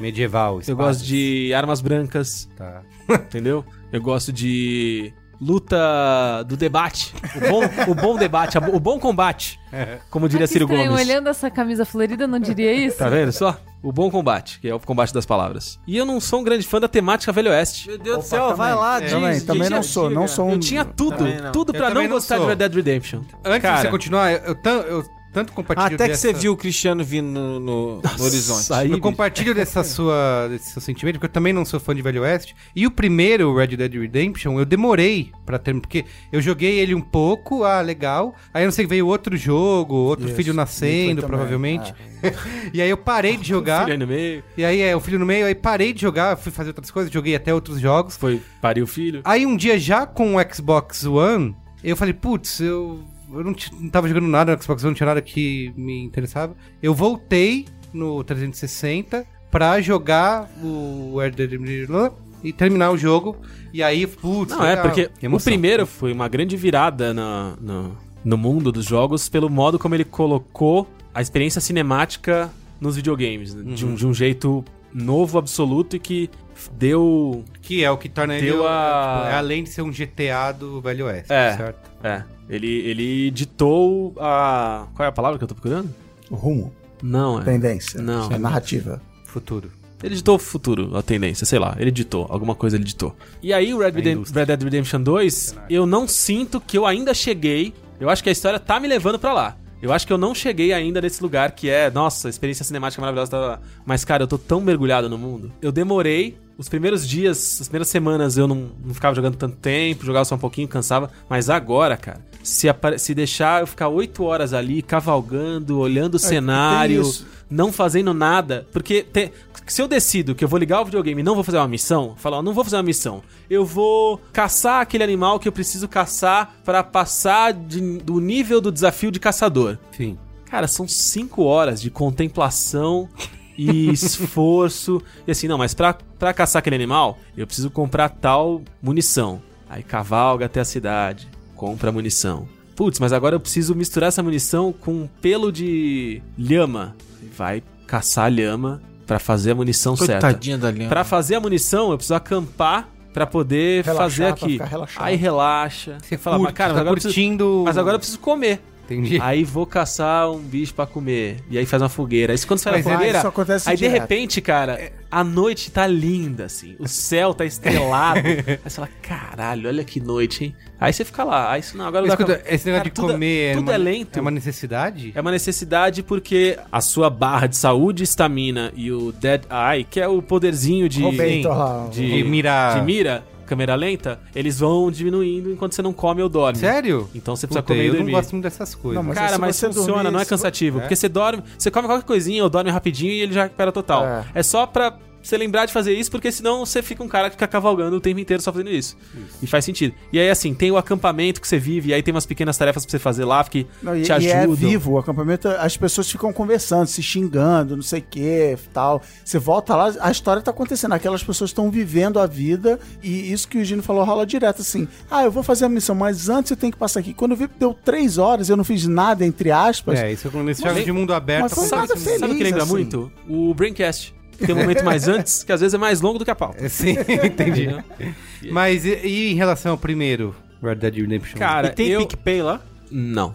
Medieval.
Eu
espadas.
gosto de armas brancas,
Tá.
entendeu? Eu gosto de luta do debate. O bom, o bom debate, a bo- o bom combate.
É.
Como diria Ciro
estranho,
Gomes.
olhando essa camisa florida, eu não diria isso?
Tá vendo só? O bom combate, que é o combate das palavras. E eu não sou um grande fã da temática Velho Oeste.
Meu Deus do céu, vai lá, diz,
também,
diz,
também não
diz,
sou, não
diga.
sou um.
Eu tinha tudo,
Também não.
tudo
Eu
pra não,
também não
gostar
sou.
de Red Dead Redemption.
Antes de você
Cara.
continuar, eu, tan- eu tanto compartilho
Até que
dessa-
você viu o Cristiano vindo no, no- no horizonte.
Aí,
Eu
bicho.
compartilho dessa sua, desse seu sentimento, porque eu também não sou fã de Velho Oeste. E o primeiro, o Red Dead Redemption, eu demorei pra terminar, porque eu joguei ele um pouco, ah, legal. Aí eu não sei, veio outro jogo, outro
Isso,
filho
foi
nascendo,
também,
provavelmente.
Ah, é.
e aí eu parei de jogar.
Filho aí no meio,
E aí é, o filho no meio, aí parei de jogar, fui fazer outras coisas, joguei até outros jogos.
foi pariu o filho.
Aí um dia já com o Xbox One, eu falei, putz, eu, eu não, ti- não tava jogando nada no Xbox One, não tinha nada que me interessava. Eu voltei no 360 pra jogar o Red Dead Redemption e terminar o jogo. E aí, putz,
Não,
foi
é
a
porque o
emoção.
primeiro foi uma grande virada na- no, no mundo dos jogos pelo modo como ele colocou a experiência cinemática nos videogames, né? de, um, de um jeito novo, absoluto e que deu.
Que é o que torna ele.
Deu a-
tipo, é além de ser um GTA do Velho Oeste,
É.
certo?
É, ele, ele ditou a. Qual é a palavra que eu tô procurando?
Rumo,
Não, é.
tendência,
Não.
é narrativa.
Futuro.
Ele ditou o futuro, a tendência, sei lá. Ele ditou, alguma coisa ele ditou. E aí, o Red, Dead- Red Dead Redemption 2, eu não sinto que eu ainda cheguei. Eu acho que a história tá me levando pra lá. Eu acho que eu não cheguei ainda nesse lugar que é, nossa, experiência cinemática maravilhosa. tá? Mas, cara, eu tô tão mergulhado no mundo. Eu demorei. Os primeiros dias, as primeiras semanas eu não, não ficava jogando tanto tempo, jogava só um pouquinho, cansava. Mas agora, cara, se, apare- se deixar eu ficar oito horas ali, cavalgando, olhando o cenário,
isso.
não fazendo nada. Porque te- se eu decido que eu vou ligar o videogame e não vou fazer uma missão, falar, ó, não vou fazer uma missão. Eu vou caçar aquele animal que eu preciso caçar pra passar de- do nível do desafio de caçador.
Enfim.
Cara, são cinco horas de contemplação e esforço. E assim, não, mas pra, pra caçar aquele animal, eu preciso comprar tal munição. Aí cavalga até a cidade, compra a munição. Putz, mas agora eu preciso misturar essa munição com um pelo de lhama. E Vai caçar a lhama pra fazer a munição certa.
Coitadinha da linha.
Pra fazer a munição, eu preciso acampar pra poder
Relaxar,
fazer
pra
aqui.
ficar relaxado.
Aí relaxa.
Você
fala,
curte,
mas cara, mas
tá
agora eu preciso-
curtindo.
mas agora eu preciso comer.
Entendi.
Aí vou caçar um bicho pra comer. E aí faz uma fogueira. Aí quando você faz
Mas
a
é-
fogueira,
isso acontece
aí de
direto.
repente, cara, a noite tá linda, assim. O céu tá estrelado. aí você fala, caralho, olha que noite, hein? Aí você fica lá. Aí você, não, agora
Mas
dá pra-
Escuta, esse negócio
Cara,
de
tudo é-
comer
tudo
uma,
é lento.
é uma necessidade?
É uma necessidade porque a sua barra de saúde, estamina e o Dead Eye, que é o poderzinho de,
Roberto, olha lá, o-
de,
De mirar.
de mira, câmera lenta, eles vão diminuindo enquanto você não come ou dorme.
Sério?
Então você precisa
Puta,
comer e
eu
dormir.
não gosto muito dessas coisas.
Não, mas-
Cara,
se
mas
você
funciona,
dormir,
não é
se-
cansativo.
É.
Porque você dorme, você come qualquer coisinha, ou dorme rapidinho e ele já recupera total.
É.
É, só pra você lembrar de fazer isso, porque senão você fica um cara que fica cavalgando o tempo inteiro só fazendo isso. E faz sentido. E aí, assim, tem o acampamento que você vive, e aí tem umas pequenas tarefas pra você fazer lá que
Não, e,
te
e
ajudam.
é vivo, o acampamento, as pessoas ficam conversando, se xingando, não sei o que, tal. Você volta lá, a história tá acontecendo, aquelas pessoas estão vivendo a vida e isso que o Gino falou rola direto assim. Ah, eu vou fazer a missão, mas antes eu tenho que passar aqui. Quando eu vi que deu três horas, eu não fiz nada, entre aspas.
É, isso nesse jogo
Mas-
de mundo aberto.
mas foi
acontece muito.
nada feliz.
Sabe o que lembra
assim.
muito? O Braincast. que Tem um momento mais antes, que às vezes é mais longo do que a pauta.
É, Sim, entendi.
Entendeu?
Mas e, e em relação ao primeiro Red Dead Redemption?
Cara,
E tem
eu...
PicPay lá?
Não.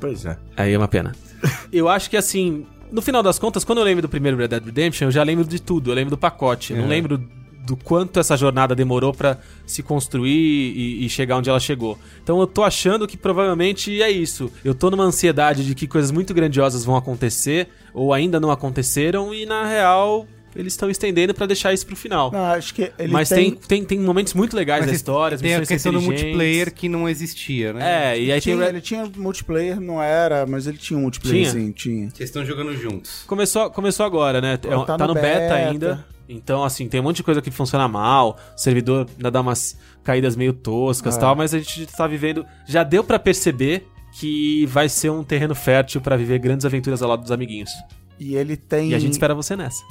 Pois é.
Aí é uma pena. Eu acho que assim, no final das contas, quando eu lembro do primeiro Red Dead Redemption, eu já lembro de tudo, eu lembro do pacote, eu não
É.
lembro do quanto essa jornada demorou pra se construir e, e chegar onde ela chegou. Então eu tô achando que provavelmente é isso. Eu tô numa ansiedade de que coisas muito grandiosas vão acontecer ou ainda não aconteceram e na real eles estão estendendo pra deixar isso pro final.
Não, acho que ele
Mas tem... Tem, tem momentos muito legais
Mas
da história, as
tem a
missões são
questão do
inteligentes.
multiplayer que não existia, né?
É, e aí tem o
tinha,
Red-
ele tinha multiplayer, não era, mas ele tinha um multiplayerzinho, tinha.
Vocês estão jogando juntos.
Começou, começou agora, né? É,
Tá
tá,
no
no beta,
beta.
ainda. Então, assim, tem um monte de coisa que funciona mal, o servidor ainda dá umas caídas meio
É.
toscas e tal, mas a gente tá vivendo. Já deu pra perceber que vai ser um terreno fértil pra viver grandes aventuras ao lado dos amiguinhos.
E ele tem.
E a gente espera você nessa.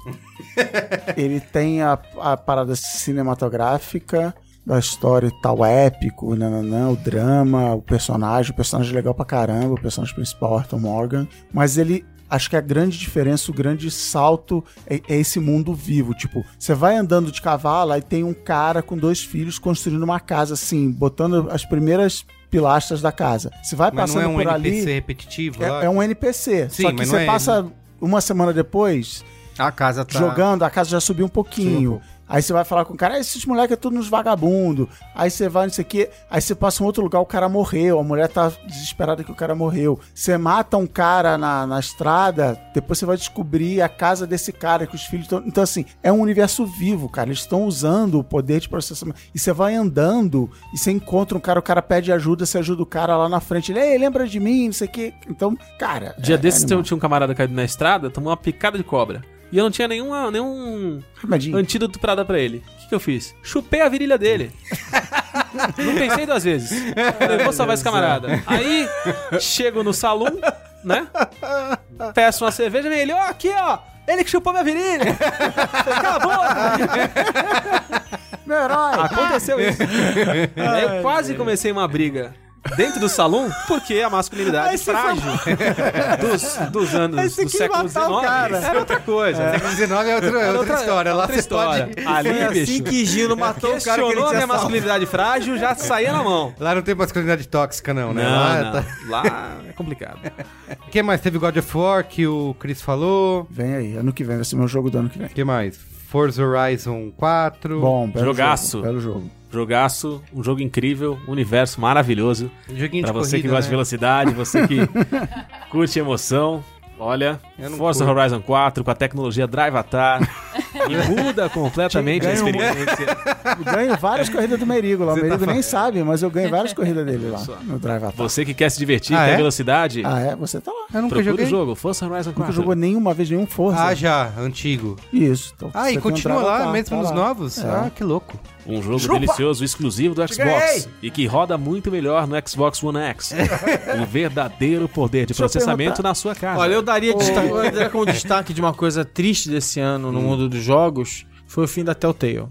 Ele tem a, a parada cinematográfica da história e tal, épico, nananã, o é drama, o personagem, o personagem legal pra caramba, o personagem principal, Arthur Morgan. Mas ele. acho que a grande diferença, o grande salto é, é esse mundo vivo. Tipo, você vai andando de cavalo e tem um cara com dois filhos construindo uma casa, assim, botando as primeiras pilastras da casa. Você vai
Mas não
Tá passando
é um
por
NPC
ali.
repetitivo? lá?
É, é um NPC.
Sim,
só que
mas
você
não é-
passa uma semana depois,
A casa tá...
jogando, a casa já subiu
Subiu
um
um
pouquinho. Aí você vai falar com o cara, "Ah, esses moleques é tudo nos vagabundo. Aí você vai, não sei o quê. Aí você passa em outro lugar, o cara morreu. A mulher tá desesperada que o cara morreu. Você mata um cara na, na estrada, depois você vai descobrir a casa desse cara, que os filhos estão. Então, assim, é um universo vivo, cara. Eles estão usando o poder de processamento. E você vai andando e você encontra um cara, o cara pede ajuda, você ajuda o cara lá na frente. Ele, ei, lembra de mim, não sei o quê. Então, cara.
Dia
é-
desses
é
eu
animal.
tinha um camarada caído na estrada, tomou uma picada de cobra. E eu não tinha nenhuma, nenhum
Armadinha.
antídoto pra dar pra ele. O que, que eu fiz? Chupei a virilha dele. não pensei duas vezes. Falei, vou salvar esse camarada. Aí, chego no salão, né? Peço uma cerveja e ele, ó, aqui, ó. Ele que chupou minha virilha. Acabou.
Meu herói!
Aconteceu isso. Aí eu quase comecei uma briga. Dentro do salão, porque a masculinidade
Aí você
frágil dos, dos
Aí
anos
você
do
quis
século XIX
matar o cara.
era outra coisa.
É. 19 é outra, é outra, história. Lá
outra
você
história.
pode...
Ali,
Foi assim
bicho,
que Gino matou o cara que
questionou
ele
a minha
tinha salvo.
masculinidade frágil, já saía na mão.
Lá não tem masculinidade tóxica, não, né?
Não,
Lá
não.
tá-
Lá é complicado.
O que mais? Teve God of War, que o Chris falou.
Vem aí, ano que vem, vai ser meu jogo do ano que vem.
O que mais? Forza Horizon 4.
Bom, belo
Jogaço.
Jogo, belo jogo.
Jogaço, um jogo incrível, um universo maravilhoso.
joguinho
Pra
de
você
corrida,
que gosta
né?
de velocidade, você que curte emoção, olha,
Eu não
Forza
curto.
Horizon 4 com a tecnologia Drive Atar e muda completamente a
Ganha um-
experiência.
Eu ganho várias corridas do Merigo lá. O
Você tá
Merigo nem
falando.
sabe, mas eu ganho várias corridas dele lá no Drive Atar.
Você que quer se divertir,
Ah,
quer
é?
velocidade,
Ah, é? Você tá lá.
Eu nunca
procura
joguei.
o jogo, Forza Horizon
Nunca
4.
jogou nenhuma vez nenhum Forza.
Ah, já, antigo.
Isso. Então,
Ah,
você
e
tem um
continua
Drive
lá,
Atar,
mesmo
tá
nos
lá.
novos?
É.
Ah, que louco.
Um jogo delicioso, exclusivo do Xbox e que roda muito melhor no Xbox One X. um verdadeiro poder de
Deixa eu
processamento
perguntar.
na sua casa.
Olha, eu daria, destaque, eu daria como destaque de uma coisa triste desse ano
Hum.
no mundo dos jogos, foi o fim da Telltale.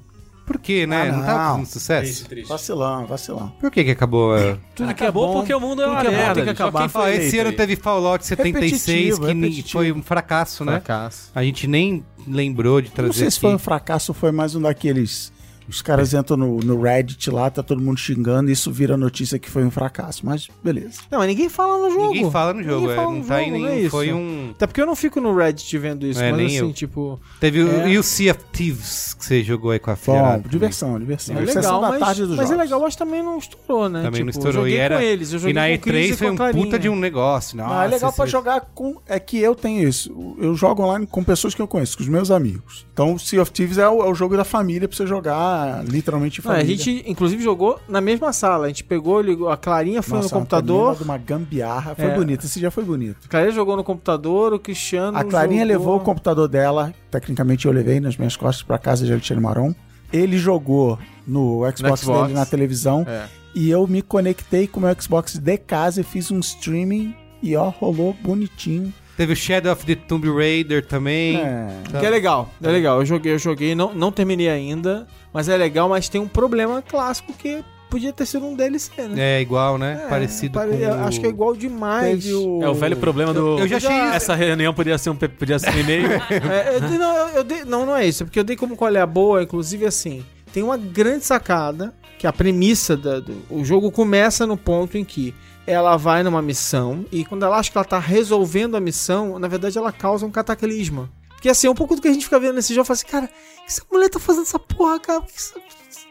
Por quê, né?
Ah,
não. tava
não.
fazendo sucesso?
Vacilão, vacilão.
Por que que acabou? é?
Tudo que é
acabou
bom-
porque o mundo é
tudo
uma
que é bom
merda.
tem que
bicho. Só
acabar.
quem
Ó,
foi
esse
eleito
ano
aí.
teve Fallout 76,
Repetitivo,
que nem-
repetitivo.
foi um fracasso, né?
Fracasso.
A gente nem lembrou de trazer
Não sei se
aqui.
foi um fracasso ou foi mais um daqueles... Os caras entram no, no Reddit lá, tá todo mundo xingando, e isso vira notícia que foi um fracasso. Mas beleza.
Não, mas ninguém fala no um jogo.
Ninguém fala no jogo,
Ninguém
é,
fala
não
no
tá aí
jogo,
nenhum.
não é isso.
foi um.
Até porque eu não fico no Reddit vendo isso,
É,
mas
nem
assim,
eu.
tipo...
Teve o,
É.
e o Sea of Thieves que você jogou aí com a Fiera.
Bom, diversão, diversão.
É
Sessão
legal,
da
mas,
tarde dos
mas é
jogos.
legal, mas também não estourou, né?
Também não
Tipo,
estourou.
joguei
E, era,
com eles, eu joguei
e na
com o Chris
E3
e
foi
com
um
a Clarinha.
puta de um negócio. Nossa,
Ah, é legal pra
esse-
jogar com. É que eu tenho isso. Eu jogo online com pessoas que eu conheço, com os meus amigos. Então, Sea of Thieves é o, é o jogo da família pra você jogar literalmente em
Não, a
família.
gente, inclusive, jogou na mesma sala. A gente pegou, ligou, a Clarinha foi
Nossa, é
no
uma
computador.
é
panela de Uma gambiarra. Foi
É.
bonito, esse dia foi bonito.
A Clarinha jogou no computador, o Cristiano.
A Clarinha
jogou-
levou o computador dela, tecnicamente eu levei nas minhas costas pra casa de Alexandre Maron. Ele jogou no Xbox,
Xbox.
dele na televisão
É.
e eu me conectei com o meu Xbox de casa e fiz um streaming e ó, rolou bonitinho.
Teve o Shadow of the Tomb Raider também.
É.
Tá
Que é legal, é legal. Eu joguei, eu joguei, não, não terminei ainda, mas é legal, mas tem um problema clássico que podia ter sido um DLC, né?
É igual, né? Parecido
pare-
com. o-
Acho que é igual demais.
Teve o...
É o velho problema do.
Eu já achei isso.
Essa reunião podia ser um, pe- podia ser um e-mail.
É, eu dei- não, eu- eu dei- não, não é isso. É porque eu dei como qual é a boa, inclusive assim. Tem uma grande sacada, que é a premissa da- do. O jogo começa no ponto em que ela vai numa missão e quando ela acha que ela tá resolvendo a missão, na verdade ela causa um cataclisma. Porque assim, é um pouco do que a gente fica vendo nesse jogo, fala assim, cara, o que essa mulher tá fazendo essa porra, cara? Por que, essa-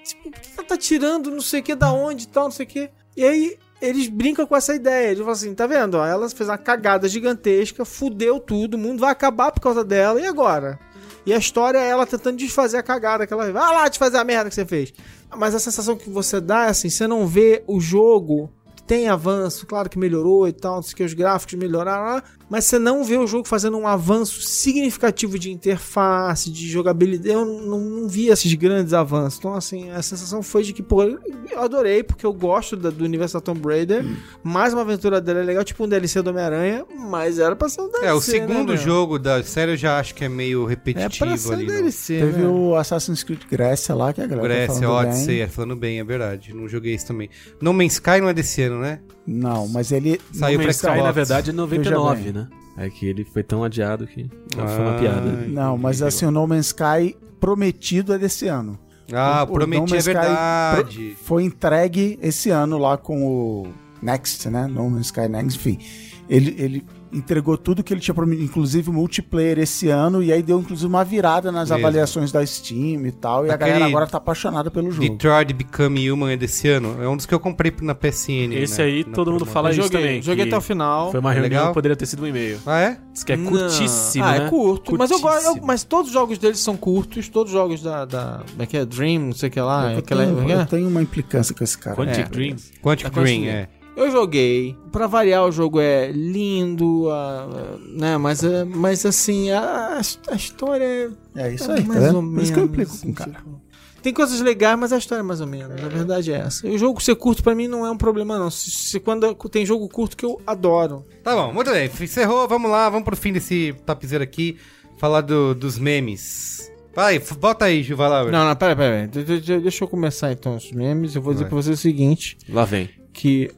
tipo, por que ela tá tirando não sei o que da onde e tal, não sei o que? E aí eles brincam com essa ideia. Eles falam assim, tá vendo? ó, ela fez uma cagada gigantesca, fudeu tudo, o mundo vai acabar por causa dela, e agora? E a história é ela tentando desfazer a cagada que ela fez. Vai lá desfazer a merda que você fez. Mas a sensação que você dá é assim, você não vê o jogo tem avanço, claro que melhorou e tal, não sei o que os gráficos melhoraram, lá, mas você não vê o jogo fazendo um avanço significativo de interface, de jogabilidade. Eu não, não vi esses grandes avanços. Então, assim, a sensação foi de que, pô, eu adorei, porque eu gosto da- do universo da Tomb Raider. Mais uma aventura dela é legal, tipo um DLC do Homem-Aranha, mas era pra ser um DLC.
É, o
né,
segundo
meu?
jogo da série eu já acho que é meio
É pra
repetitivo
ser um
ali. né?
DLC.
Teve
né?
o Assassin's Creed Grécia lá, que a galera tá
Grécia,
falando
Odyssey,
bem.
é falando bem, é verdade. Não joguei isso também. No Man's Sky não é desse ano, né?
Não, mas ele...
Saiu
no
pra
Man's
Sky,
Xbox.
na verdade, é
Eu já
99,
ganhei.
né? É que ele foi tão adiado que
Ah.
foi uma piada.
Não, mas assim, o No Man's Sky prometido é desse ano.
Ah,
O- o No
prometi, é
Man's Sky
verdade.
Foi entregue esse ano lá com o Next, né? No Man's Sky Next,
Uhum.
enfim. Ele, ele entregou tudo que ele tinha prometido, inclusive multiplayer esse ano, e aí deu inclusive uma virada nas
Mesmo.
avaliações da Steam e tal, e
Aquele-
a galera agora tá apaixonada pelo jogo.
Detroit Become Human é desse ano. É um dos que eu comprei na PSN.
Esse
né?
aí
Na
todo mundo
promoção.
fala
Eu
isso
joguei,
também.
joguei
que
até o final.
Foi uma reunião,
Legal?
poderia ter sido um e-mail.
Ah, é?
Diz que é
Não.
curtíssimo,
Ah,
né?
é curto. Mas eu gosto. eu-
Curtíssimo.
Mas todos os jogos deles são curtos. Todos os jogos da. da como é que é? Dream, não sei o que lá. é
eu,
aquela-
tenho,
como é que
eu
é?
tenho uma implicância com esse cara.
Quantic
É.
Dream.
Quantic
É
Dream,
Quantic
é.
Eu joguei. Pra variar, o jogo é lindo, a- a- né? Mas, é- mas assim, a, a- a história é
É isso
é
aí,
mais
tá
ou
vendo? Por
menos.
isso que eu implico com
assim,
o cara.
tipo, Tem coisas legais, mas a história é mais ou menos. A verdade é essa. E o jogo ser curto pra mim não é um problema, não. Se, se quando eu- tem jogo curto que eu adoro.
Tá bom, muito bem. Encerrou, vamos lá, vamos pro fim desse topzera aqui. Falar do- dos memes. Vai, f- bota aí, Gil, vai lá.
Não, não, pera, pera, pera. De- de- de- Deixa eu começar então os memes. Eu vou dizer
Vai.
pra você o seguinte:
Lá vem.
que.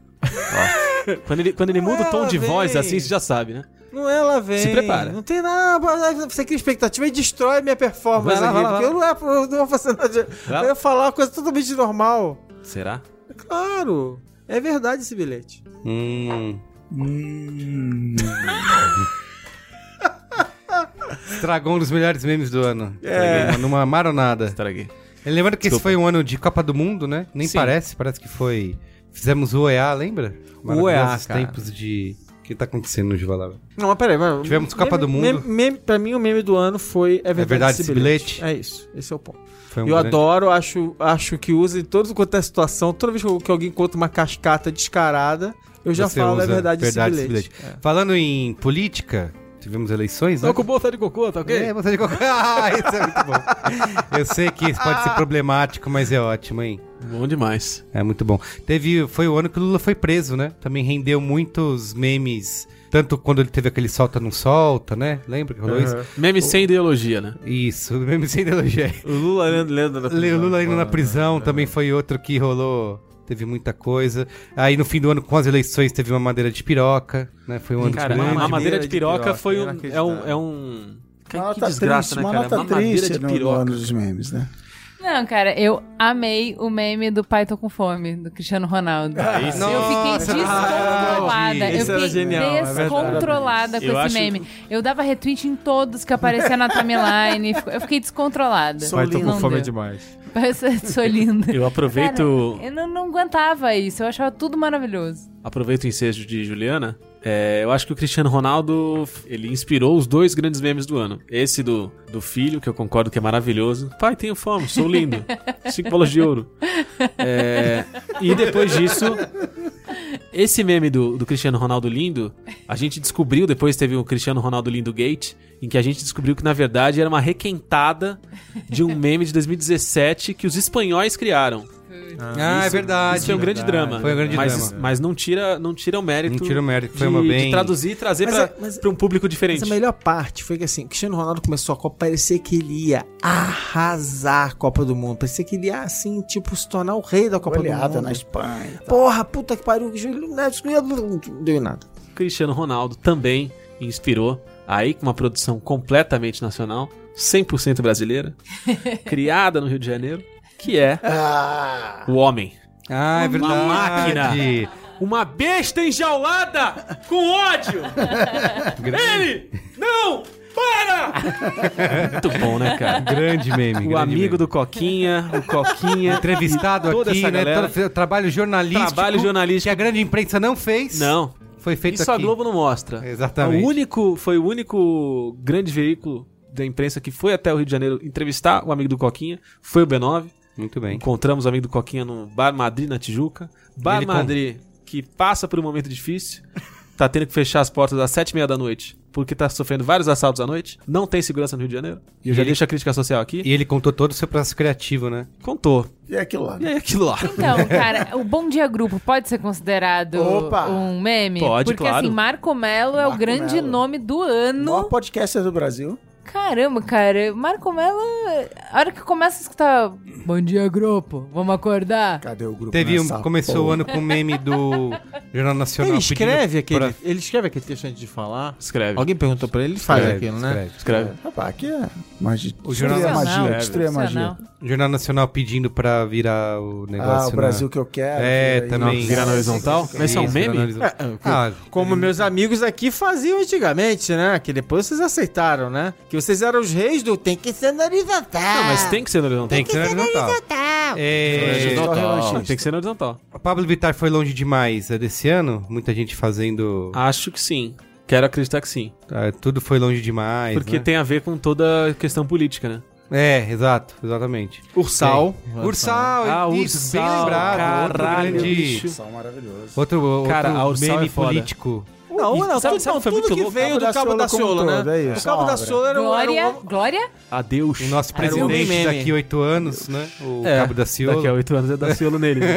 Quando ele, quando ele muda o tom
Lá
de
vem.
voz assim, você já sabe, né?
Não é lá vem.
Se prepara.
Não tem nada. Você cria expectativa e destrói minha
Vai
performance
lá,
aqui.
vai lá,
porque
vai
eu não, é, eu não vou fazer nada. de-
Vai lá.
Eu ia falar uma coisa totalmente normal.
Será?
Claro. É verdade esse bilhete.
Hum. Estragou um dos melhores memes do ano. É. Numa maronada.
Estraguei.
Lembrando que esse
Desculpa.
foi um ano de Copa do Mundo, né? Nem
Sim.
parece, parece que foi. Fizemos o OEA, lembra? Maravilhosos
cara.
tempos de. O que tá acontecendo no Givalava?
Não, mas peraí, vai.
Tivemos Copa do Mundo.
Meme, meme- pra mim, o meme do ano foi É verdade,
verdade
esse
esse
bilhete.
bilhete?
É isso. Esse é o ponto.
Foi um
eu
grande-
adoro, acho, acho que usa em toda quanto é situação. Toda vez que eu- que alguém conta uma cascata descarada, eu já
Você
falo É
usa
verdade,
verdade,
esse
esse
bilhete. É.
Falando em política, tivemos eleições, né?
Tô com bolsa de cocô, tá ok?
É, você de cocô. Ah, isso é muito bom. Eu sei que isso pode ser problemático, mas é ótimo, hein?
Bom demais.
É muito bom. Teve, foi o ano que o Lula foi preso, né? Também rendeu muitos memes, tanto quando ele teve aquele solta não solta, né? Lembra que rolou isso?
Meme sem ideologia, né?
Isso, meme sem ideologia.
O Lula lendo, lendo na
Le- O Lula é indo na prisão também foi outro que rolou. Teve muita coisa. Aí no fim do ano, com as eleições, teve uma madeira de piroca, né? Foi um ano
Cara,
grande.
a madeira de
de
piroca
piroca,
foi um. É um.
inacreditável.
É um... Que,
Uma
que
nota
desgraça,
tá triste,
né,
uma
cara?
nota
uma madeira
triste
de
no, no
piroca.
ano dos memes, né?
Não, cara, eu amei o meme do pai tô com fome, do Cristiano Ronaldo.
Ah,
Aí sim.
Eu fiquei
Nossa,
descontrolada.
verdade.
eu
Esse é era
fiquei
genial, é verdade.
descontrolada com
Eu
esse
acho-
meme. Eu dava retweet em todos que aparecia na timeline. Fico- Eu fiquei descontrolada.
Sou Pai, tô com
Não deu.
é demais.
Sou linda.
Eu aproveito.
Eu não, não aguentava isso. Eu achava tudo maravilhoso.
aproveito o ensejo de Juliana. é, eu acho que o Cristiano Ronaldo ele inspirou os dois grandes memes do ano. Esse do, do filho, que eu concordo que é maravilhoso. Pai, tenho fome, sou lindo. Cinco bolas de ouro. É, e depois disso, esse meme do, do Cristiano Ronaldo lindo, a gente descobriu, depois teve o Cristiano Ronaldo lindo gate, em que a gente descobriu que na verdade era uma requentada de um meme de 2017 que os espanhóis criaram.
Ah, é verdade.
Isso foi um grande drama.
Foi um grande
mas,
drama.
Mas não tira, não tira o mérito.
Não tira o mérito, foi
de,
uma bem-
de traduzir e trazer
Mas
pra,
é- mas-
pra um público diferente.
Mas a melhor parte foi que assim, Cristiano Ronaldo começou a Copa, parecia que ele ia arrasar a Copa do Mundo. Parecia que ele ia, assim, tipo, se tornar o rei da Copa do
Goleada
Mundo.
na Espanha. e tal.
Porra, puta que pariu, que Júlio Neves não deu em nada.
Cristiano Ronaldo também inspirou. Aí com uma produção completamente nacional, 100% brasileira, criada no Rio de Janeiro, que é
Ah,
o homem.
Ah, é verdade.
Uma máquina. Uma besta enjaulada com ódio.
Grande,
Ele não para. Muito bom, né, cara?
grande meme.
O
grande
amigo
meme.
do Coquinha, o Coquinha.
Entrevistado
toda
aqui,
essa
né?
galera.
Tra- Trabalho jornalístico.
Trabalho jornalístico.
Que a grande imprensa não fez.
Não,
Foi feito
Isso
aqui.
a Globo não mostra.
Exatamente.
O único, foi o único grande veículo da imprensa que foi até o Rio de Janeiro entrevistar o amigo do Coquinha, foi o B9.
Muito bem.
Encontramos o amigo do Coquinha no Bar Madrid, na Tijuca. Bar
Ele com-
Madrid, que passa por um momento difícil, tá tendo que fechar as portas às sete e meia da noite, porque tá sofrendo vários assaltos à noite, não tem segurança no Rio de Janeiro. E eu já
Ele-
deixo a crítica social aqui.
E ele contou todo o seu processo criativo, né?
Contou.
e aquilo lá.
E
é
aí aquilo lá. né?
Então, cara, o Bom Dia Grupo pode ser considerado
Opa!
um meme?
Pode,
Porque
claro.
assim, Marco Melo é o
Marco
grande
Mello.
nome do
O maior
ano.
podcaster do Brasil.
Caramba, cara, Marco Mello a hora que começa a escutar Bom dia, grupo, vamos acordar.
Cadê o grupo?
Teve um,
nessa
começou o
porra?
ano com um meme do Jornal Nacional.
Ele escreve,
pedindo pra-
aquele, ele escreve aquele texto antes de falar.
Escreve.
Alguém perguntou pra ele, ele faz
Escreve,
aquilo, né?
É, escreve.
Escreve.
Rapaz, aqui é magia.
O
Destruir
jornal-
a magia.
Nacional.
Destruir a magia.
Sensacional.
Jornal Nacional pedindo pra virar o negócio.
Ah, o
na-
Brasil que eu quero.
É,
vira aí.
também.
Virar na horizontal? Mas isso é um
Isso,
meme?
virar na horizontal.
É, é,
Ah,
Como meus amigos aqui faziam antigamente, né? Que depois vocês aceitaram, né? Que vocês eram os reis do tem que ser na horizontal.
Não, mas
É.
tem que ser no horizontal.
tem que ser na horizontal. É,
Só relaxa.
Tem que ser no horizontal.
o Pablo Vittar foi longe demais é, desse ano? Muita gente fazendo.
Acho que sim. Quero acreditar que sim.
ah, tudo foi longe demais.
Porque
né?
tem a ver com toda a questão política, né?
É, exato, exatamente.
Ursal.
Ursal,
Ah,
isso, bem
Ursal,
lembrado. outro
caralho,
grande-
bicho.
São maravilhosos.
Outro, outro
Cara, a Ursal
meme
é foda.
político.
Não, não,
sabe-
tudo,
sabe
não,
que foi
tudo
muito
que
louco?
veio do Cabo da
Como um
Sola,
todo,
né?
é isso,
o Cabo
uma
da
obra.
Sola era um- era um-
Glória, Glória?
Adeus.
O nosso
Era um
presidente
meme.
daqui oito anos, né? O
É,
Cabo da
Daqui a
Ciola.
oito anos é da Ciolo nele. né?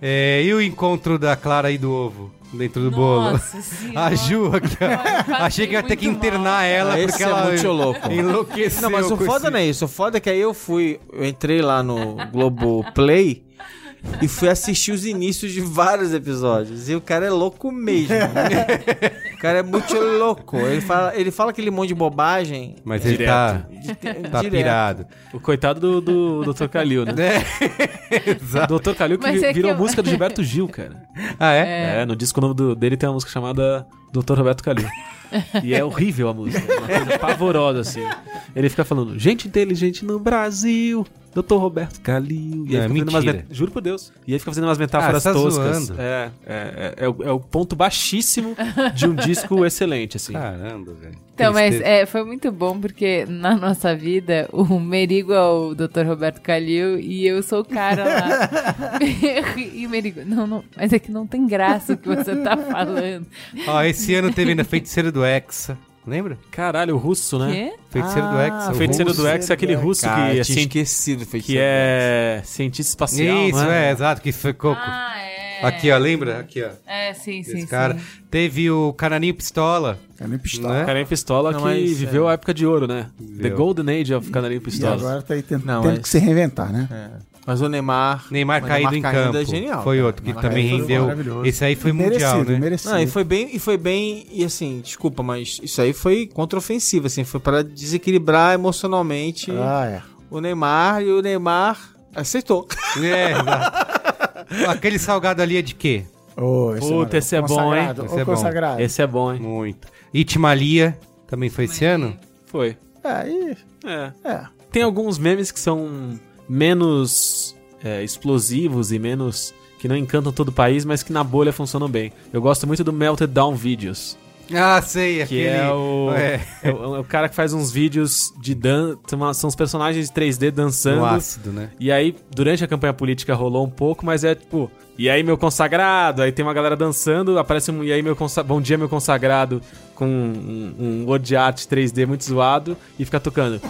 É, e o encontro da Clara e do ovo dentro do bolo?
Nossa senhora.
A Ju aqui, ó.
tá
Achei que ia ter que internar ela,
Ah, esse
porque
é
ela
muito louco.
enlouqueceu.
Ah, Não, mas o
com
foda
esse-
não é isso. O foda é que aí eu fui, eu entrei lá no Globo Play e fui assistir os inícios de vários episódios. E o cara é louco mesmo. o cara é muito louco. Ele fala, ele fala aquele monte de bobagem.
Mas ele tá, tá
direto.
pirado.
o coitado do, do Dr. Calil, né?
É, exato.
O Dr. Calil que
Mas
vi-
é que
virou
eu-
música do Gilberto Gil, cara.
Ah, é?
É, no disco novo do- dele tem uma música chamada Dr. Roberto Calil. e é horrível a música. é Uma coisa pavorosa, assim. Ele fica falando, gente inteligente no Brasil, Dr. Roberto Calil. E
Não,
aí
é
fica fazendo umas
mentira.
met- Juro por Deus. E aí fica fazendo umas metáforas
Ah, você tá
toscas.
zoando.
É, é, é, é o, é o ponto baixíssimo de um disco excelente, assim.
Caramba, velho.
Então, mas
Tristeza.
é, foi muito bom porque na nossa vida o Merigo é o Dr. Roberto Calil e eu sou o cara lá. e o Merigo, não, não, mas é que não tem graça o que você tá falando.
Ó, esse ano teve ainda Feiticeiro do Hexa. Lembra?
Caralho, o russo, né?
Quê?
Feiticeiro
Ah,
do Hexa. o
Feiticeiro
russo.
do Ex é aquele russo que, é cien-
esquecido, feiticeiro.
que é cientista espacial,
Isso,
né?
é, exato, que ficou.
Ah, é.
Aqui, ó, lembra? Aqui, ó.
É, sim, sim,
Esse
sim.
cara. Teve o Cananinho Pistola.
Canarinho É Pistola.
Né?
Canarinho Pistola
Não,
que
mas, é.
viveu a época de ouro, né? The
Viveu.
Golden Age of Canarinho
E
Pistola.
agora tá aí tentando
Não,
tendo
é-
que se reinventar, né?
É. Mas o Neymar.
é Neymar
o
caído em
caindo
campo.
É genial.
foi
cara.
outro que
Neymar
também
caído foi
rendeu.
maravilhoso.
Esse aí foi mundial,
merecido,
né?
merecido.
Não, e foi bem, e foi bem, e assim, desculpa, mas isso aí foi contraofensivo, assim, foi para desequilibrar emocionalmente
Ah, é.
o Neymar e o Neymar aceitou.
É, exato. Aquele salgado ali é de quê?
Oh, esse
Puta, esse é bom,
Consagrado,
hein?
ô,
Esse é bom.
consagrado.
Esse é bom, hein?
Muito. Itimalia também foi esse ano?
Foi.
É, e-
É.
é.
Tem alguns memes que são menos é, explosivos e menos. que não encantam todo o país, mas que na bolha funcionam bem. Eu gosto muito do Melted Down Videos.
Ah, sei, aquele.
Que é o,
É.
é o. é o cara que faz uns vídeos de dança. São os personagens 3D dançando.
No ácido, né?
E aí, durante a campanha política rolou um pouco, mas é tipo. E aí, meu consagrado? Aí tem uma galera dançando, aparece um. E aí, meu consa- Bom dia, meu consagrado. Com um, um um word art 3D muito zoado e fica tocando.